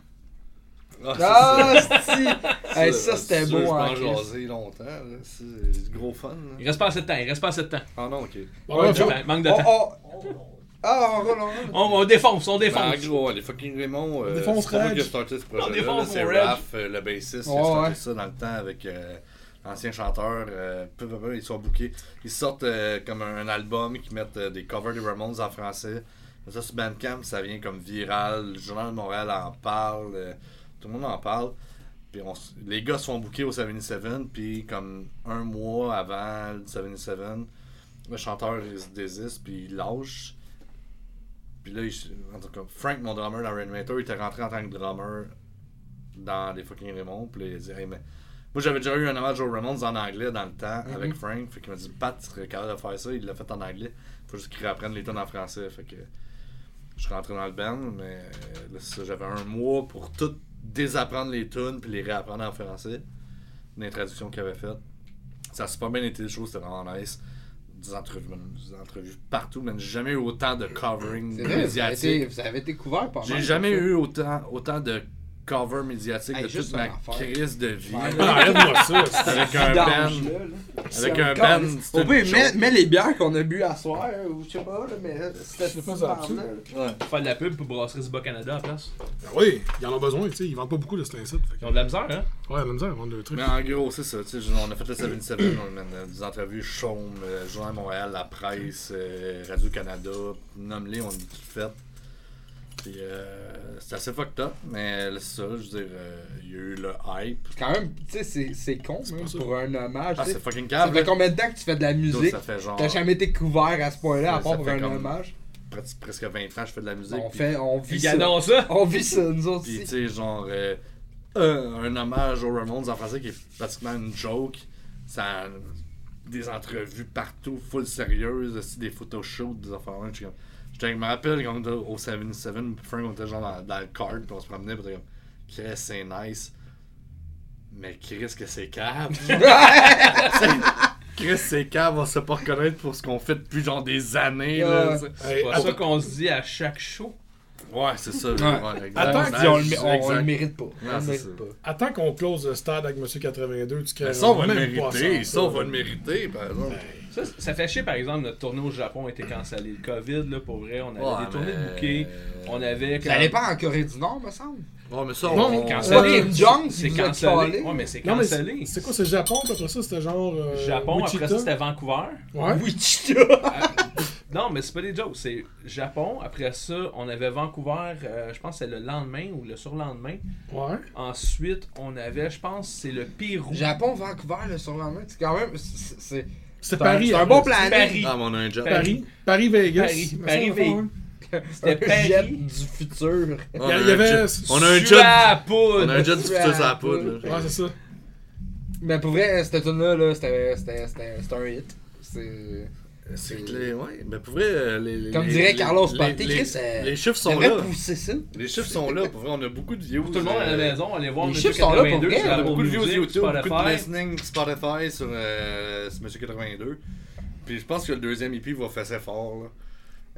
Ah,
Ah, si! (laughs) hey, ça, c'était
ça,
beau,
Je
hein.
peux en jaser longtemps. là. C'est du gros fun. là.
Il reste pas assez de temps, il reste pas assez de temps.
Ah non, ok.
On va
Manque de
faire-
temps, Manque de
Oh,
temps.
oh. Ah, on roule, on roule.
On, on défonce, on
Ben, en
défonce.
gros, les fucking Raymond, euh, c'est
Défonce
pas moi
Reg.
qui ai starté ce projet-là.
défonce
là, C'est
mon Reg.
Raph, euh, le bassiste, qui
Ouais,
a starté
ouais.
ça dans le temps avec euh, l'ancien chanteur. euh, peu, peu, peu, ils sont bookés. Ils sortent euh, comme un album, qui mettent euh, des covers des Ramones en français. Mais ça, sur Bandcamp, ça vient comme viral. Le Journal de Montréal en parle. euh, tout le monde en parle. Puis on s- les gars se font booker au 77, puis comme un mois avant le 77, le chanteur il se désiste, puis il lâche. Puis là, il- en tout cas, Frank, mon drummer dans Reanimator, il était rentré en tant que drummer dans les fucking Raymond. Puis là, il a dit, hey, mais. Moi, j'avais déjà eu un hommage aux Ramones en anglais dans le temps
Mhm.
avec Frank. Fait qu'il m'a dit, Pat, tu serais capable de faire ça. Il l'a fait en anglais. Faut juste qu'il réapprenne les tonnes en français. Fait que je suis rentré dans le band, mais euh, là, c'est ça, j'avais un mois pour tout désapprendre les tunes puis les réapprendre en français. Une traduction qu'il avait faite. Ça a super bien été les choses, c'était vraiment nice. Des entrevues, des entrevues partout, mais j'ai jamais eu autant de covering
C'est vrai, vous avez, été,
médiatique.
vous avez été couvert par
J'ai jamais eu autant, autant de cover médiatique
Hey,
de
juste
toute ma
une affaire.
crise de vie.
Ah, Arrête-moi
(laughs)
ça. c'est-
avec un Ben. band. Avec un band.
Au pire,
c'était une
mets,
chose.
mets les bières qu'on a bu à soir, euh, ou je sais pas, là, mais là, c'était
Je sais pas, ça a-tu?
là.
Ouais.
Faire de la pub pour Brasserie du Bas-Canada à place.
Ben oui, ils en ont besoin, tu sais. Ils vendent pas beaucoup de cet incite. Fait
Ils ont de la misère, hein?
que- Ouais, même ça, ils vendent le truc.
Mais en gros, c'est ça. tu sais, je- On a fait le 77, on a mené des entrevues, Chaume, euh, Journal de Montréal, La Presse, euh, Radio-Canada, nomme-les, on a tout fait. Puis, euh, c'est assez fucked up, mais là, c'est ça, je veux dire, euh, il y a eu le hype.
Quand même, tu sais, c'est- c'est con, hein,
ça.
pour un hommage,
Ah,
tu sais.
c'est fucking
Ça
cave.
fait
là.
combien de temps que tu fais de la
D'autres,
musique?
Ça fait genre
T'as jamais été couvert à ce point-là, à
Ça
part pour
fait
un
comme-
hommage?
pres- presque 20 ans je fais de la musique.
On
puis-
fait, on vit
Ils
ça.
gagnent ça!
On vit ça, nous autres
Puis, tu
aussi.
sais, genre, euh, euh, un hommage aux Ramones en français qui est pratiquement une joke. Ça des entrevues partout, full sérieuses, aussi des photos chaudes, des affaires. Je suis comme- j'étais- je me rappelle quand on était au 77, Frank, on était genre dans, dans le cart, puis on se promenait, puis on était comme, Chris, c'est nice. Mais Chris, que c'est cave. (laughs) Chris, c'est cave, on se fait pas reconnaître pour ce qu'on fait depuis genre des années. là,
Ouais.
tu sais.
Hey,
C'est ça qu'on se dit à chaque show.
Ouais, c'est ça. ouais, exact.
Attends,
Puis on le mé- on- on le
Exact.
mérite pas.
Non,
On le
c'est
mérite
ça.
pas.
Attends qu'on close le stade avec Monsieur 82, tu crées
Mais ça, on va le mériter. Ça, on va le mériter, par exemple.
Ça, ça fait chier, par exemple, notre tournée au Japon a été cancellée. Le COVID, là, pour vrai, on avait
Ouais,
des tournées
mais-
de bouquets. On avait.
Ça allait pas en Corée du Nord, me semble.
Ouais, mais ça,
Non,
on...
mais
on-
cancel.
Cancellé.
Kim Jong,
C'est
vous êtes
cancellé.
calé.
Ouais, mais c'est
Non, mais
cancellé.
c'est c'est quoi, c'est Japon, puis après ça, c'était genre. euh,
Japon, après
Wichita?
ça, c'était Vancouver.
Ouais.
(laughs) Wichita!
Non, mais c'est pas des jokes, c'est Japon. Après ça, on avait Vancouver, euh, je pense que c'est le lendemain ou le surlendemain.
Ouais.
Ensuite, on avait, je pense, c'est le Pérou.
Japon, Vancouver, le surlendemain, c'est quand même. c'est- C'est
C'était
c'est un-
Paris.
c'est un
après.
bon planning.
Paris.
Ah, mais on a un jet.
Paris. Paris, Vegas.
Paris,
Mais ça,
Paris,
dans le fond, hein.
Vegas.
ouais.
Un
C'était
jet
Paris.
du futur.
On
Il y
a
avait-
un jet. On a un
Suez
jet.
à poudre.
On a un jet du futur sur la poudre.
Ouais,
là.
c'est ça.
Mais pour vrai, cette tune-là, là, c'était c'était- c'était- c'était un hit. C'est.
C'est clair, ouais. Mais pour vrai, euh, les. les-
Comme
les-
dirait
les-
Carlos
les-
Partey,
les-
Chris, euh,
Les chiffres sont
T'aimerais
là.
pousser ça?
Les chiffres sont là. Pour vrai, on a beaucoup de views.
Pour tout le monde à la
euh,
maison, allez voir
les
Monsieur
chiffres sont là pour
82
vrai,
sur
on a
On a
Apple
beaucoup de views
Music,
YouTube, beaucoup de
Spotify.
listening Spotify sur euh, sur Monsieur 82. Puis je pense que le deuxième EP va faire ses fort, là.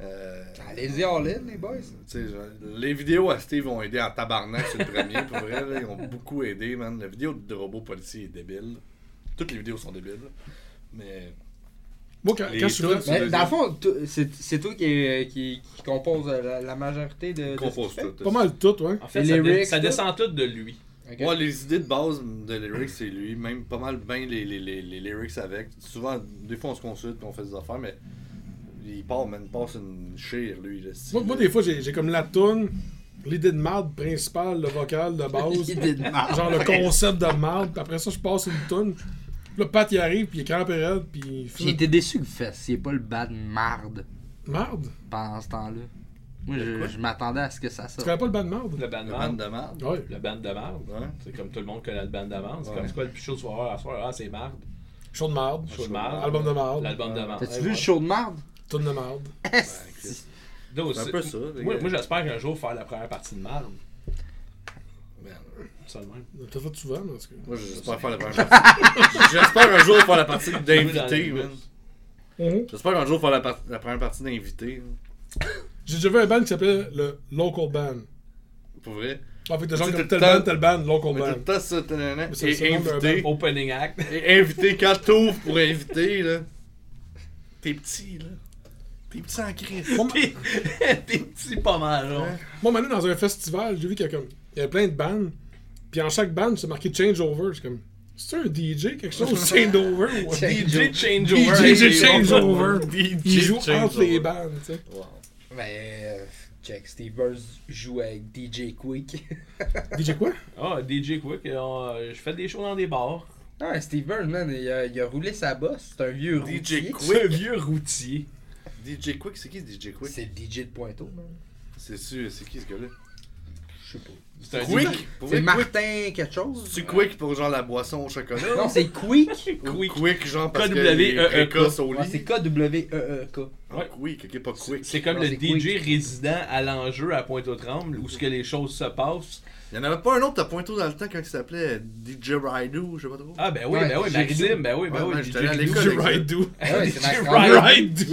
Euh,
Allez-y all in, les boys.
Tu sais, genre, les vidéos à Steve ont aidé en tabarnak sur le premier, pour vrai, là, ils ont beaucoup aidé, man. La vidéo de robot policier est débile. Toutes les vidéos sont débiles. là. Mais.
Moi, quand,
Les
quand je suis là,
trucs-
Mais dans le fond, t- c'est c'est toi qui, qui, qui compose la, la majorité de. de ce
Compose
que tu fais?
tout.
pas mal tout, ouais.
En fait,
Et
ça,
les
dé-
lyrics,
ça
tout?
descend tout de lui.
Ok.
Moi, les idées de base de lyrics, c'est lui. Même pas mal bien les, les, les, les lyrics avec. Souvent, des fois, on se consulte et on fait des affaires, mais. Il part, man, il passe une chire, lui. là, si-
Moi, moi, des fois, j'ai j'ai comme la toune, l'idée de marde principale, le
(laughs)
vocal de
(laughs)
base,
Idée de marde.
genre le concept de marde, puis après ça, je passe une toune. Puis Là, Pat, il arrive, puis il est crampe raide, puis il
J'ai
fait
été déçu que Fess, il est pas le bad marde
marde.
pendant ce temps-là. Moi, je, je m'attendais à ce que ça
Tu
sorte.
connais pas le band de marde?
Le band de
Le band
merde.
de merde.
Ouais.
Le band de merde.
Ouais.
C'est comme tout le monde connaît le band de merde. C'est
Ouais.
comme c'est quoi le plus chaud soir à soir. Ah, c'est marde.
Show de marde.
Show de marde.
Album de
Ah,
marde.
L'album de marde.
T'as-tu
Ouais,
vu
ouais.
le show de marde?
Toune de marde.
Donc,
C'est un
c'est-
peu ça, les
Moi,
gars.
moi, j'espère qu'un jour faire la première partie de marde.
Man,
Ça le même.
T'as fait souvent, mais en tout
Moi, j'espère faire la
(laughs)
première partie. j'espère un jour faire la partie d'invité, man.
cas.
J'espère un jour faire la, par- la première partie d'invité. là.
J'ai déjà vu un band qui s'appelait le Local Band.
Pour vrai.
En fait, t'as
Tu
genre
sais,
comme
tout
tel
le
band,
temps-
tel band, Local
Mais tout le
Band.
temps, ça, nanana,
Mais ça, c'est
et
le nom d'un
invité.
Opening act. (laughs)
Et invité quand t'ouvres pour inviter, là. T'es petit, là. T'es petit en crise.
Moi,
(laughs) T'es t'es petit pas mal, genre.
Moi, maintenant, dans un festival, j'ai vu qu'il y a comme. Il y avait plein de bands. Puis en chaque band, c'est marqué Changeover. C'est comme. C'est un DJ,
(laughs)
quelque chose Changeover ou
Change-
DJ Changeover.
DJ
Hey,
Ah,
Changeover.
DJ
Il joue entre
changeover.
les bands, tu sais.
Wow.
Mais. euh, Jack Steve Burns joue avec DJ Quick. (laughs)
DJ quoi
Ah, DJ Quick, euh, je fais des shows dans des bars.
Ah, Steve Burns, man, il a, il a roulé sa bosse. C'est un vieux routier.
DJ
C'est (laughs) un
Quick.
vieux routier.
DJ Quick, c'est qui DJ Quick
C'est le DJ de Pointeau, man.
C'est sûr, c'est qui ce gars-là
Je sais pas.
C'est un DJ
Quick Pour
C'est
vrai, Quick.
Martin quelque chose?
C'est Quick pour genre la boisson au chocolat
Non, c'est
(laughs)
Quick.
Ou
Quick.
Quick, genre parce que.
KWEEK.
il est précoce au
E Ouais, c'est E
lit.
K-W-E-E-K.
Ah, Quick, ok, pas Quick.
C'est comme
Non,
le
c'est
DJ
Quick.
résident à l'enjeu à Pointe-aux-Trembles, où ce que les choses se passent.
Il n'y en avait pas un autre à Pointeau dans le temps quand il s'appelait DJ Raidu, je sais pas trop.
Ah, ben oui,
Ouais,
ben oui,
j'ai
Maxime,
vu.
ben oui, ben
Ouais,
oui.
ben,
DJ
j'étais allé à
Raidu.
l'école.
DJ Raidu.
Ah ouais, c'est Max
Ryan.
Tremblay.
J'ai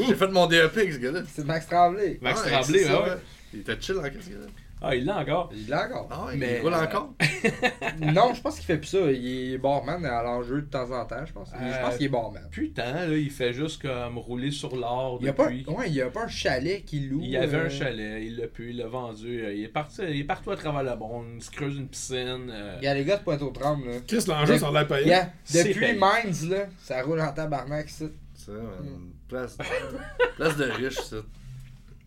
Raidu.
fait mon DEP avec ce gars-là. Ah
C'est Max Tremblay.
Max
Ouais,
Tremblay,
c'est ça,
ben ouais.
ouais. Il était chill en qu'est-ce qu'il a.
Ah, il l'a encore.
Il l'a encore.
Ah ouais,
Mais,
il roule
euh,
encore.
non, je pense qu'il fait plus ça. Il est barman à l'enjeu de temps en temps, je pense. Il- Je pense
Euh,
qu'il est barman.
Putain, là, il fait juste comme rouler sur l'or
Il y a pas,
depuis.
ouais, il y a pas un chalet qui loue.
Il y avait
euh,
un chalet, il l'a pu, il l'a vendu. euh, Il est parti, il est partout à travers le monde, il se creuse une piscine. euh,
Il y a les gars de Pointe-aux-Trembles, là.
Chris, l'enjeu, ça a l'air payant.
Yeah,
C'est
depuis
payé.
Mines, là, ça roule en tabarnak, ça.
C'est
Hmm.
une place, place de riche, ça.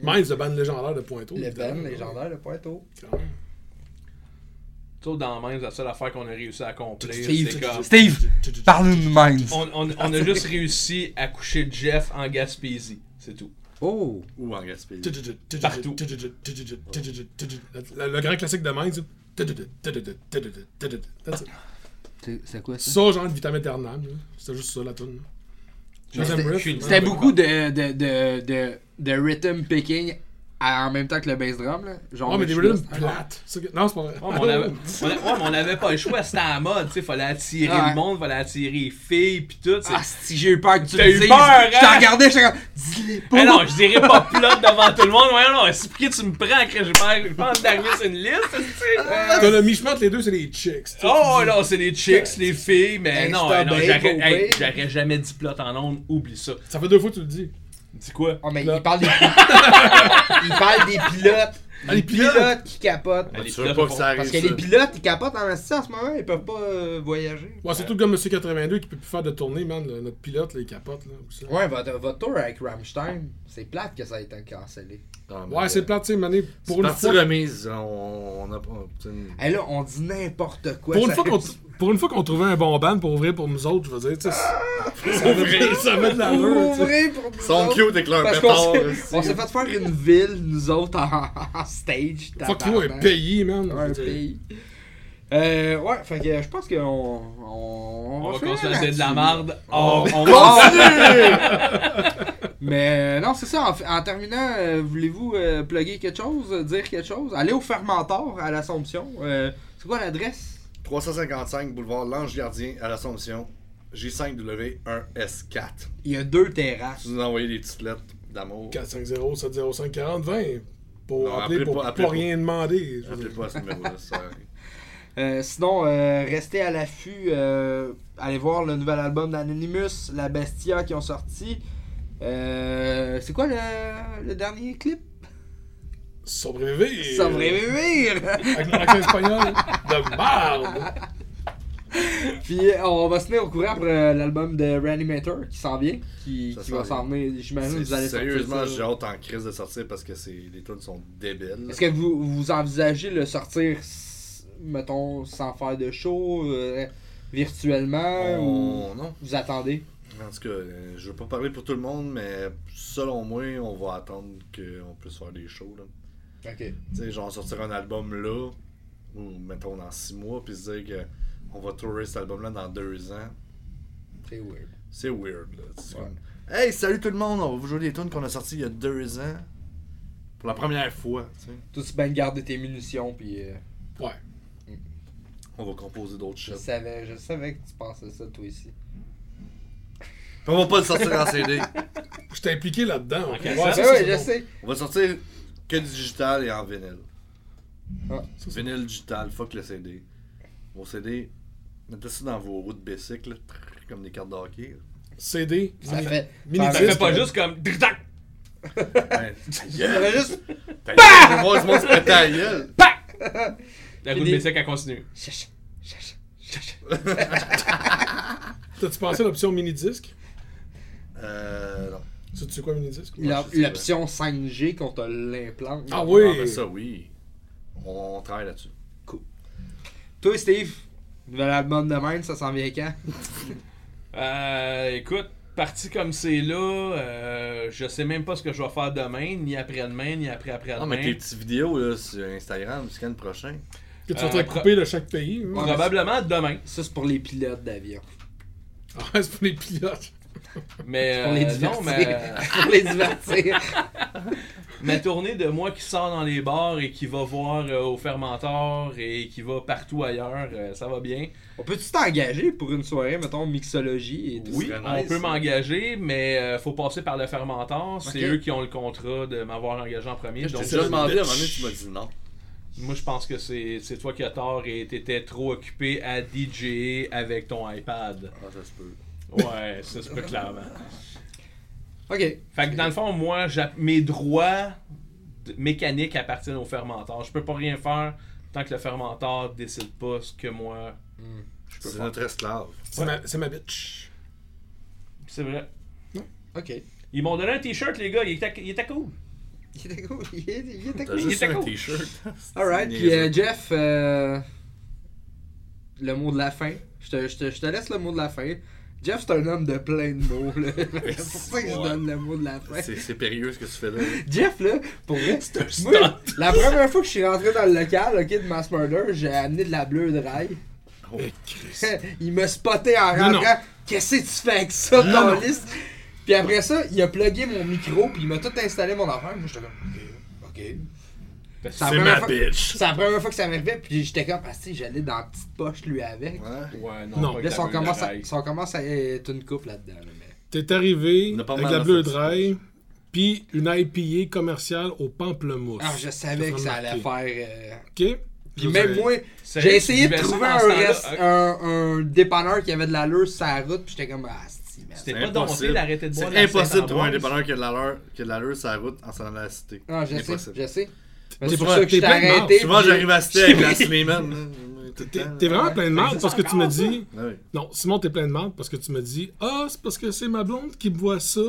Minds, le band légendaire de Pointeau.
Le
évidemment.
Ben, légendaire de Pointe-aux.
Quand même.
Tu sais, dans Minds, la seule affaire qu'on a réussi à accomplir,
Steve,
c'est comme.
Steve, parle-nous de Mines.
On, on-
Ah,
on a juste réussi à coucher Jeff en Gaspésie, c'est tout.
Oh!
Ou en Gaspésie.
Partout.
Le, le grand classique de Minds. That's it.
C'est quoi
Ça, genre de vitam aeternam. là. C'était juste ça, la tune.
C'était- C'était beaucoup de, de, de, de, de rhythm picking à- en même temps que le bass drum, là. Genre,
Oh, mais des
je-
rhythms plates. C'est que- Non, c'est pas vrai.
Ouais, Oh, mais on
Ah,
avait, on a- ouais, mais on avait pas le choix, c'était à la mode, tu sais, fallait attirer
Ouais.
le monde, fallait attirer les filles, pis tout. c'est-
Ah, si j'ai eu peur que tu
T'as
le
eu
dises.
peur, hein?
Je t'en regardais, je t'en Dis-le pas!
Mais Eh non, je dirais pas plot devant tout le monde. Ouais, non, c'est pourquoi tu me prends que j'ai pas j'ai pas envie d'arriver sur une liste, tu
Ah,
sais.
T'as le mi-chemin entre les deux, c'est les chicks. tu sais.
Oh non, c'est les chicks, les filles, mais
Insta
non, ouais, non
babe,
j'aurais
oh
hey,
babe.
j'aurais jamais dit plot en ondes, oublie ça.
Ça fait deux fois que tu le dis.
Dis quoi?
Oh, mais
Là.
il parle des. (laughs) il parle des pilotes.
Ah,
les
les pilotes.
pilotes. qui capotent.
Ah, les
Tu veux
pilotes
pas
font-
que ça arrive,
Parce que
ça.
les pilotes, ils capotent en Asti en ce moment, ils peuvent pas euh, voyager.
Ouais, surtout comme Monsieur 82 qui peut plus faire de tournée, man. le- notre pilote, là, il capote, là. ou ça.
Ouais, votre, votre tour avec Rammstein, c'est plate que ça a été cancellé.
Non, mais,
Ouais, c'est
euh,
plate, tu sais, mané.
c'est
Pour une
partie
fois.
remise, on, on a pas. c'est une-
Hé Eh là, on dit n'importe quoi.
Pour une,
ça
fois qu'on,
réussit.
pour une fois qu'on trouvait un bon band pour ouvrir pour nous autres, je veux dire, tu sais,
Ah!
c'est- ça avait, ça avait de
Pour
l'allure, tu sais.
ouvrir pour nous
Ils sont
autres.
cute avec leur
Parce
pétard.
qu'on
aussi.
s'est- on s'est fait faire une ville, nous autres, en, en stage.
Fuck you,
tabarnak.
un pays, man.
Un
Je veux dire.
pays. Euh, ouais, fait que je pense qu'on. On,
On va
finir
qu'on se laisse de
là-dessus.
la merde. On, on
Ah! (laughs) Mais euh, non, c'est ça. En, fi- en terminant, euh, voulez-vous euh, plugger quelque chose, euh, dire quelque chose Allez au Fermentor à l'Assomption. Euh, c'est quoi l'adresse
355 boulevard Lange Gardien à l'Assomption. J5W1S4.
Il y a deux terrasses.
Tu nous as envoyé des petites lettres d'amour.
450 705 40 20 pour
Non,
appeler
appelez
pour
pas,
pas,
appelez pas.
rien demander. je veux
Appelez
dire.
pas à ce numéro-là,
(laughs)
ça arrive.
Euh, sinon, euh, restez à l'affût. euh, allez voir le nouvel album d'Anonymous, La Bestia qui ont sorti. Euh, c'est quoi le, le dernier clip Euh.
Sobrevivre.
Sobrevivir
Avec mon accent espagnol de merde.
Puis euh, on va se tenir au courant pour euh, l'album de Reanimator qui s'en vient, qui,
Ça
qui
s'en
va s'en venir. J'imagine que Ben, vous allez
C'est-
sortir ça.
Sérieusement, j'ai hâte en crise de sortir parce que c'est- les tunes sont débiles.
Est-ce que vous, vous envisagez le sortir, s- mettons, sans faire de show, euh, virtuellement, ou
On- Non.
vous attendez
En tout cas, euh, je veux pas parler pour tout le monde, mais selon moi, on va attendre qu'on puisse faire des shows. Là.
Ok.
Tu sais, genre sortir un album là, ou mettons dans six mois, puis se dire qu'on va trouver cet album-là dans deux ans.
C'est weird.
C'est weird, là. C'est
Ouais.
comme, Hey, salut tout le monde, on va vous jouer des tunes qu'on a sorties il y a deux ans. Pour la première fois, tu sais.
Tout bien ben garder tes munitions, puis euh,
Ouais.
On va composer d'autres
je
choses.
savais, je savais que tu pensais ça toi ici.
On va pas le sortir en (laughs) CD.
Je t'ai impliqué là-dedans.
En
ok?
cassette.
Ouais,
Ouais,
ça,
Ben ouais,
c'est
je
bon.
sais.
On va sortir que du digital et en vinyle.
Ah.
Vinyle digital, fuck le CD. Vos CD, mettez ça dans vos roues de bicycle, là, trrr, comme des cartes de hockey.
CD.
Ça
mini-
fait.
mini-
Ça
Juste
fait pas
que-
juste comme. Dritac!
Ben, ta (laughs)
Ça
gueule!
fait juste.
Ta gueule! Moi, je montre ta gueule!
La route
Fini.
Bessic a continué.
Chacha, chacha, chacha.
T'as-tu pensé à l'option mini-disque
Euh, non.
Tu sais quoi, mini-disque
Ouais,
La-
je sais, ouais.
L'option 5G qu'on te l'implante.
Ah oui.
Ah, ben ça, oui. On travaille là-dessus.
Toi, Steve, nouvel album de Mind, ça s'en vient quand?
Euh, écoute, parti comme c'est là, euh, je sais même pas ce que je vais faire demain, ni après-demain, ni après-après-demain.
Non, mais tes petites vidéos là, sur Instagram, jusqu'à le prochain.
Que tu vas
Euh,
te faire
pro-
couper de chaque pays. hein?
Probablement demain.
Ça, c'est pour les pilotes d'avion.
(laughs) Ah, c'est pour les pilotes.
Mais
(laughs) Pour les
euh,
(laughs) divertir.
non, mais (laughs)
pour les divertir.
ma tournée de moi qui sort dans les bars et qui va voir euh, au fermenteur et qui va partout ailleurs, euh, ça va bien.
On peut-tu t'engager pour une soirée, mettons, mixologie et tout
Oui,
serait
on
nice,
peut
ça.
m'engager, mais euh, faut passer par le fermenteur. C'est
Ok.
eux qui ont le contrat de m'avoir engagé en premier.
Je
donc
t'ai déjà
je-
demandé, à un moment donné, tu m'as dit non.
moi, je pense que c'est c'est toi qui as tort et t'étais trop occupé à DJ avec ton iPad.
Ah, ça se peut.
Ouais, ça se peut clairement.
Ok.
Fait que dans le fond, moi, j'a- mes droits de- mécaniques appartiennent au fermenteur. Je peux pas rien faire tant que le fermenteur décide pas ce que moi je peux
C'est
faire.
notre esclave.
C'est ma, c'est ma bitch.
C'est vrai.
Ok.
Ils m'ont donné un t-shirt, les gars. Il était, il était cool.
Il était cool. Il était, il était
T'as
cool.
Il
juste
était
un
cool.
t-shirt.
Alright.
C'est
Puis euh,
niaiseux.
Jeff, euh, le mot de la fin. Je te, je te- je te laisse le mot de la fin. Jeff, c'est un homme de plein de mots. là. (laughs) C'est pour ça que je
Ouais.
donne le mot de la fin.
C'est c'est périlleux ce que tu fais là.
Jeff, là, pour vrai,
un
moi, la première fois que je suis rentré dans le local ok, de Mass Murder, j'ai amené de la bleue de rail. Euh,
Oh.
(laughs) il m'a spoté en
Non, non.
rentrant. Qu'est-ce que tu fais avec ça
Non,
dans
non.
la liste? Puis après ça, il a plugué mon micro, puis il m'a tout installé mon affaire. Moi, j'étais comme, ok, ok. Ça
C'est
prend
ma
un-
bitch.
C'est la première fois que ça m'arrivait, puis j'étais comme, ah, si, j'allais dans la petite poche lui avec.
Ouais.
Ouais,
Non.
pas
Là,
que
si on
la
commence, à,
raille.
si on commence à être une coupe là-dedans. là, mais-
T'es arrivé
On a pas
avec
mal
la
à
bleue
faire
dry, puis une IPA commerciale au pamplemousse.
Ah, je savais que ça allait faire. euh,
OK?
Puis même moi, j'ai
Sérieux,
essayé de
tu buvais
trouver
ça
un,
dans ce temps-là?
rest-
Ok.
un, un dépanneur qui avait de l'allure sur la route, puis j'étais comme, ah, si, merde.
C'était
C'est
pas dompté
impossible.
d'arrêter de boire.
C'est
la
impossible de trouver un
Saint-Ambroise.
dépanneur qui a de l'allure- qui a de l'allure sur la route en s'en allant à la cité.
Ah, je sais,
Impossible.
je sais. Mais
T'es
C'est pour
pas-
ça que
t'es
je t'ai
plein de marde.
arrêté.
Souvent,
puis j'ai-
j'arrive à cité
(laughs)
avec la Sleeman. hein, tout le
T'es
temps.
t'es vraiment plein de marde parce que tu me dis...
Ah oui.
Non, Simon, t'es plein de marde parce que tu me dis « Ah, c'est parce que c'est ma blonde qui boit ça. »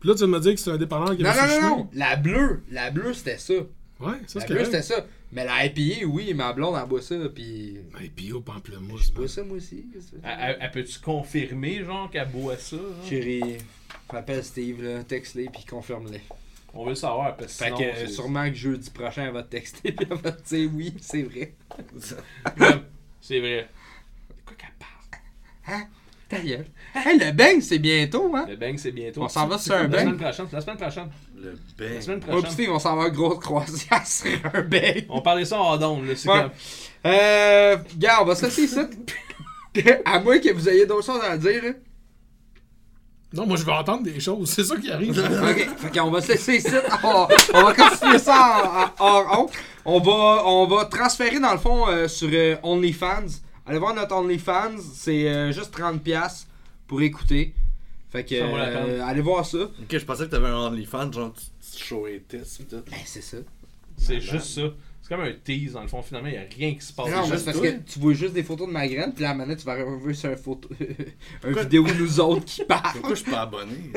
Puis là, tu vas me dire que c'est un dépanneur qui
Non,
a
non, non, non. La bleue, la bleue, c'était ça.
Ouais, ça,
La bleue,
c'est correct.
c'était ça. Mais la IPA, oui, ma blonde, elle boit ça, puis.
IPA au pamplemousse.
Je bois ça, moi aussi. qu'est-ce que tu veux?
Elle- Elle elle peut-tu confirmer, genre, qu'elle boit ça? genre?
Chérie, m'appelle Steve, là, texte-les puis confirme-les.
On veut le savoir, parce que euh,
Fait
sinon...
que
c'est-
sûrement que jeudi prochain, elle va te texter (laughs) puis elle va te dire oui, c'est vrai.
C'est vrai. De quoi qu'elle parle?
Ta gueule. Hey, le bang, c'est bientôt, hein?
Le bang, c'est bientôt.
On s'en va sur un
La semaine
bang.
prochaine, la semaine prochaine.
Le
La semaine
bang.
Moi pis
prochaine.
Steve, on s'en va en grosse croisière (laughs) sur un bang.
On parlait ça en don, là. C'est
Ouais.
comme...
Euh, gars, on va se laisser ça. (laughs) à moins que vous ayez d'autres choses à dire, hein.
Non, moi, je veux entendre des choses. (laughs) C'est ça qui arrive.
Ok, fait qu'on va se laisser ici. On, on va continuer ça en, en- hors honte. On va, on va transférer dans le fond euh, sur euh, OnlyFans. Allez voir notre OnlyFans, c'est euh, juste 30$ pour écouter. Fait que
Ça vaut la peine.
euh, allez voir ça.
Ok, je pensais que t'avais un OnlyFans, genre, tu tu showais tes tests, pis tout.
Ben, c'est ça.
C'est juste ça. C'est comme un tease, dans le fond. Finalement, il n'y a rien qui se passe.
Non,
C'est
mais
juste
c'est parce
toi.
que tu vois juste des photos de ma graine, puis là, maintenant, tu vas revenir sur une photo, (laughs) une vidéo de nous autres
(laughs)
qui parlent.
Pourquoi je suis pas abonné?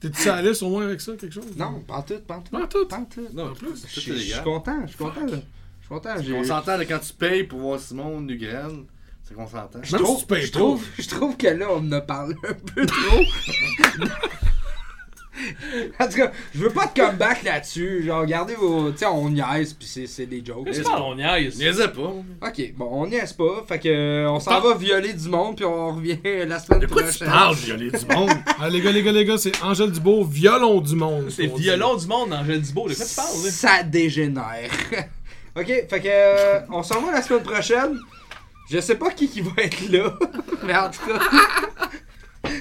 T'es-tu allé sur moi avec ça, quelque chose?
Non, pas en tout, pas en tout.
Pas en tout.
Pas en tout.
Non,
En plus,
c'est
Je je
tout
suis
légal.
content, je suis content. là. Je suis content. j'ai-
On s'entend, là, quand tu payes pour voir Simon Nugraine, c'est qu'on s'entend.
Même si tu payes
je
trop.
trouve, je trouve que là, on en a parlé un peu trop. (laughs) en tout cas, je veux pas de comeback là-dessus. Genre, regardez vos. Tu sais, on niaise, pis c'est, c'est des jokes.
Qu'est-ce que tu parles, on niaise?
Niaisais pas.
Ok, bon, on niaise pas. Fait que, euh, on s'en va violer du monde, puis on revient la semaine
De quoi
prochaine.
tu parles, violer du monde?
Ah, les gars, les gars, les gars, c'est Angèle Dubois, violon du monde.
C'est
on dit.
violon du monde, Angèle Dubo. De quoi tu parles, là?
Ça dégénère. (laughs) ok, fait que, euh, on s'en va la semaine prochaine. Je sais pas qui, qui va être là, (laughs) mais en tout cas. (laughs)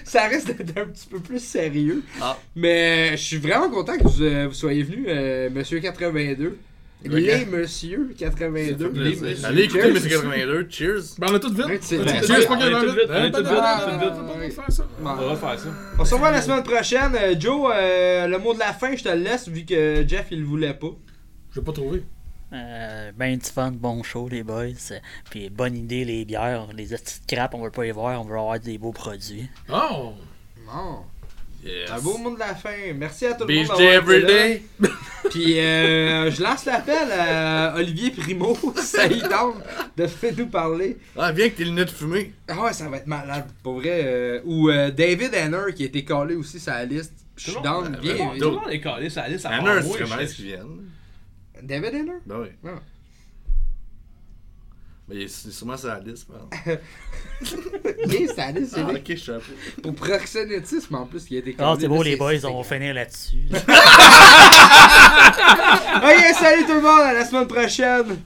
Ça risque d'être un petit peu plus sérieux.
Ah.
Mais euh, je suis vraiment content que vous, euh, vous soyez venu, Monsieur 82. Les Monsieur 82. Les Monsieur.
(laughs) Allez écouter
Cheers.
Monsieur 82, cheers!
Ben, on est toutes vite.
Ouais, c'est
On est
vrai.
toutes
On
vite.
est
pas qu'il y en a
toutes
vite.
vite, on est
Eh,
toutes
ben,
vite,
on est
ben,
toutes
ben, ben,
vite.
ben, faire ça.
Bon.
On va faire ça.
On se revoit la semaine prochaine. Euh, Joe, euh, le mot de la fin, je te le laisse vu que Jeff il le voulait pas.
Je vais pas trouver.
Euh, ben du fun, bon show les boys. Puis bonne idée les bières, les petites crapes, on veut pas les voir, on veut avoir des beaux produits.
Oh!
Non.
Yes.
Un beau mot de la fin. Merci à tout Ah le monde.
Beach
d'avoir
day
été
every
là.
day.
Puis euh, je lance l'appel à Olivier Primo, (laughs) ça y tombe, de fait nous parler.
Ah, viens avec tes lunettes fumées.
Ah ouais, ça va être malade, pour vrai. euh, ou euh, David Hanner qui a été collé aussi sur la liste. Je suis
Tout le
down,
monde-
bien.
Tout le monde est calé, ça allait, ça part.
Anna,
Ah, Moi,
un serait
je-
nice qu'ils viennent.
Ah. David Hanner?
Ben oui.
Non.
Mais il est il est sûrement sur la liste, pardon.
Bien installé, c'est
Ah,
vrai.
ok, chapeau.
Pour proxénétisme, en plus, il a été
Ah, c'est beau,
condamné,
les
là,
boys, on va finir là-dessus.
Ah, Ok, salut tout le monde, à la semaine prochaine.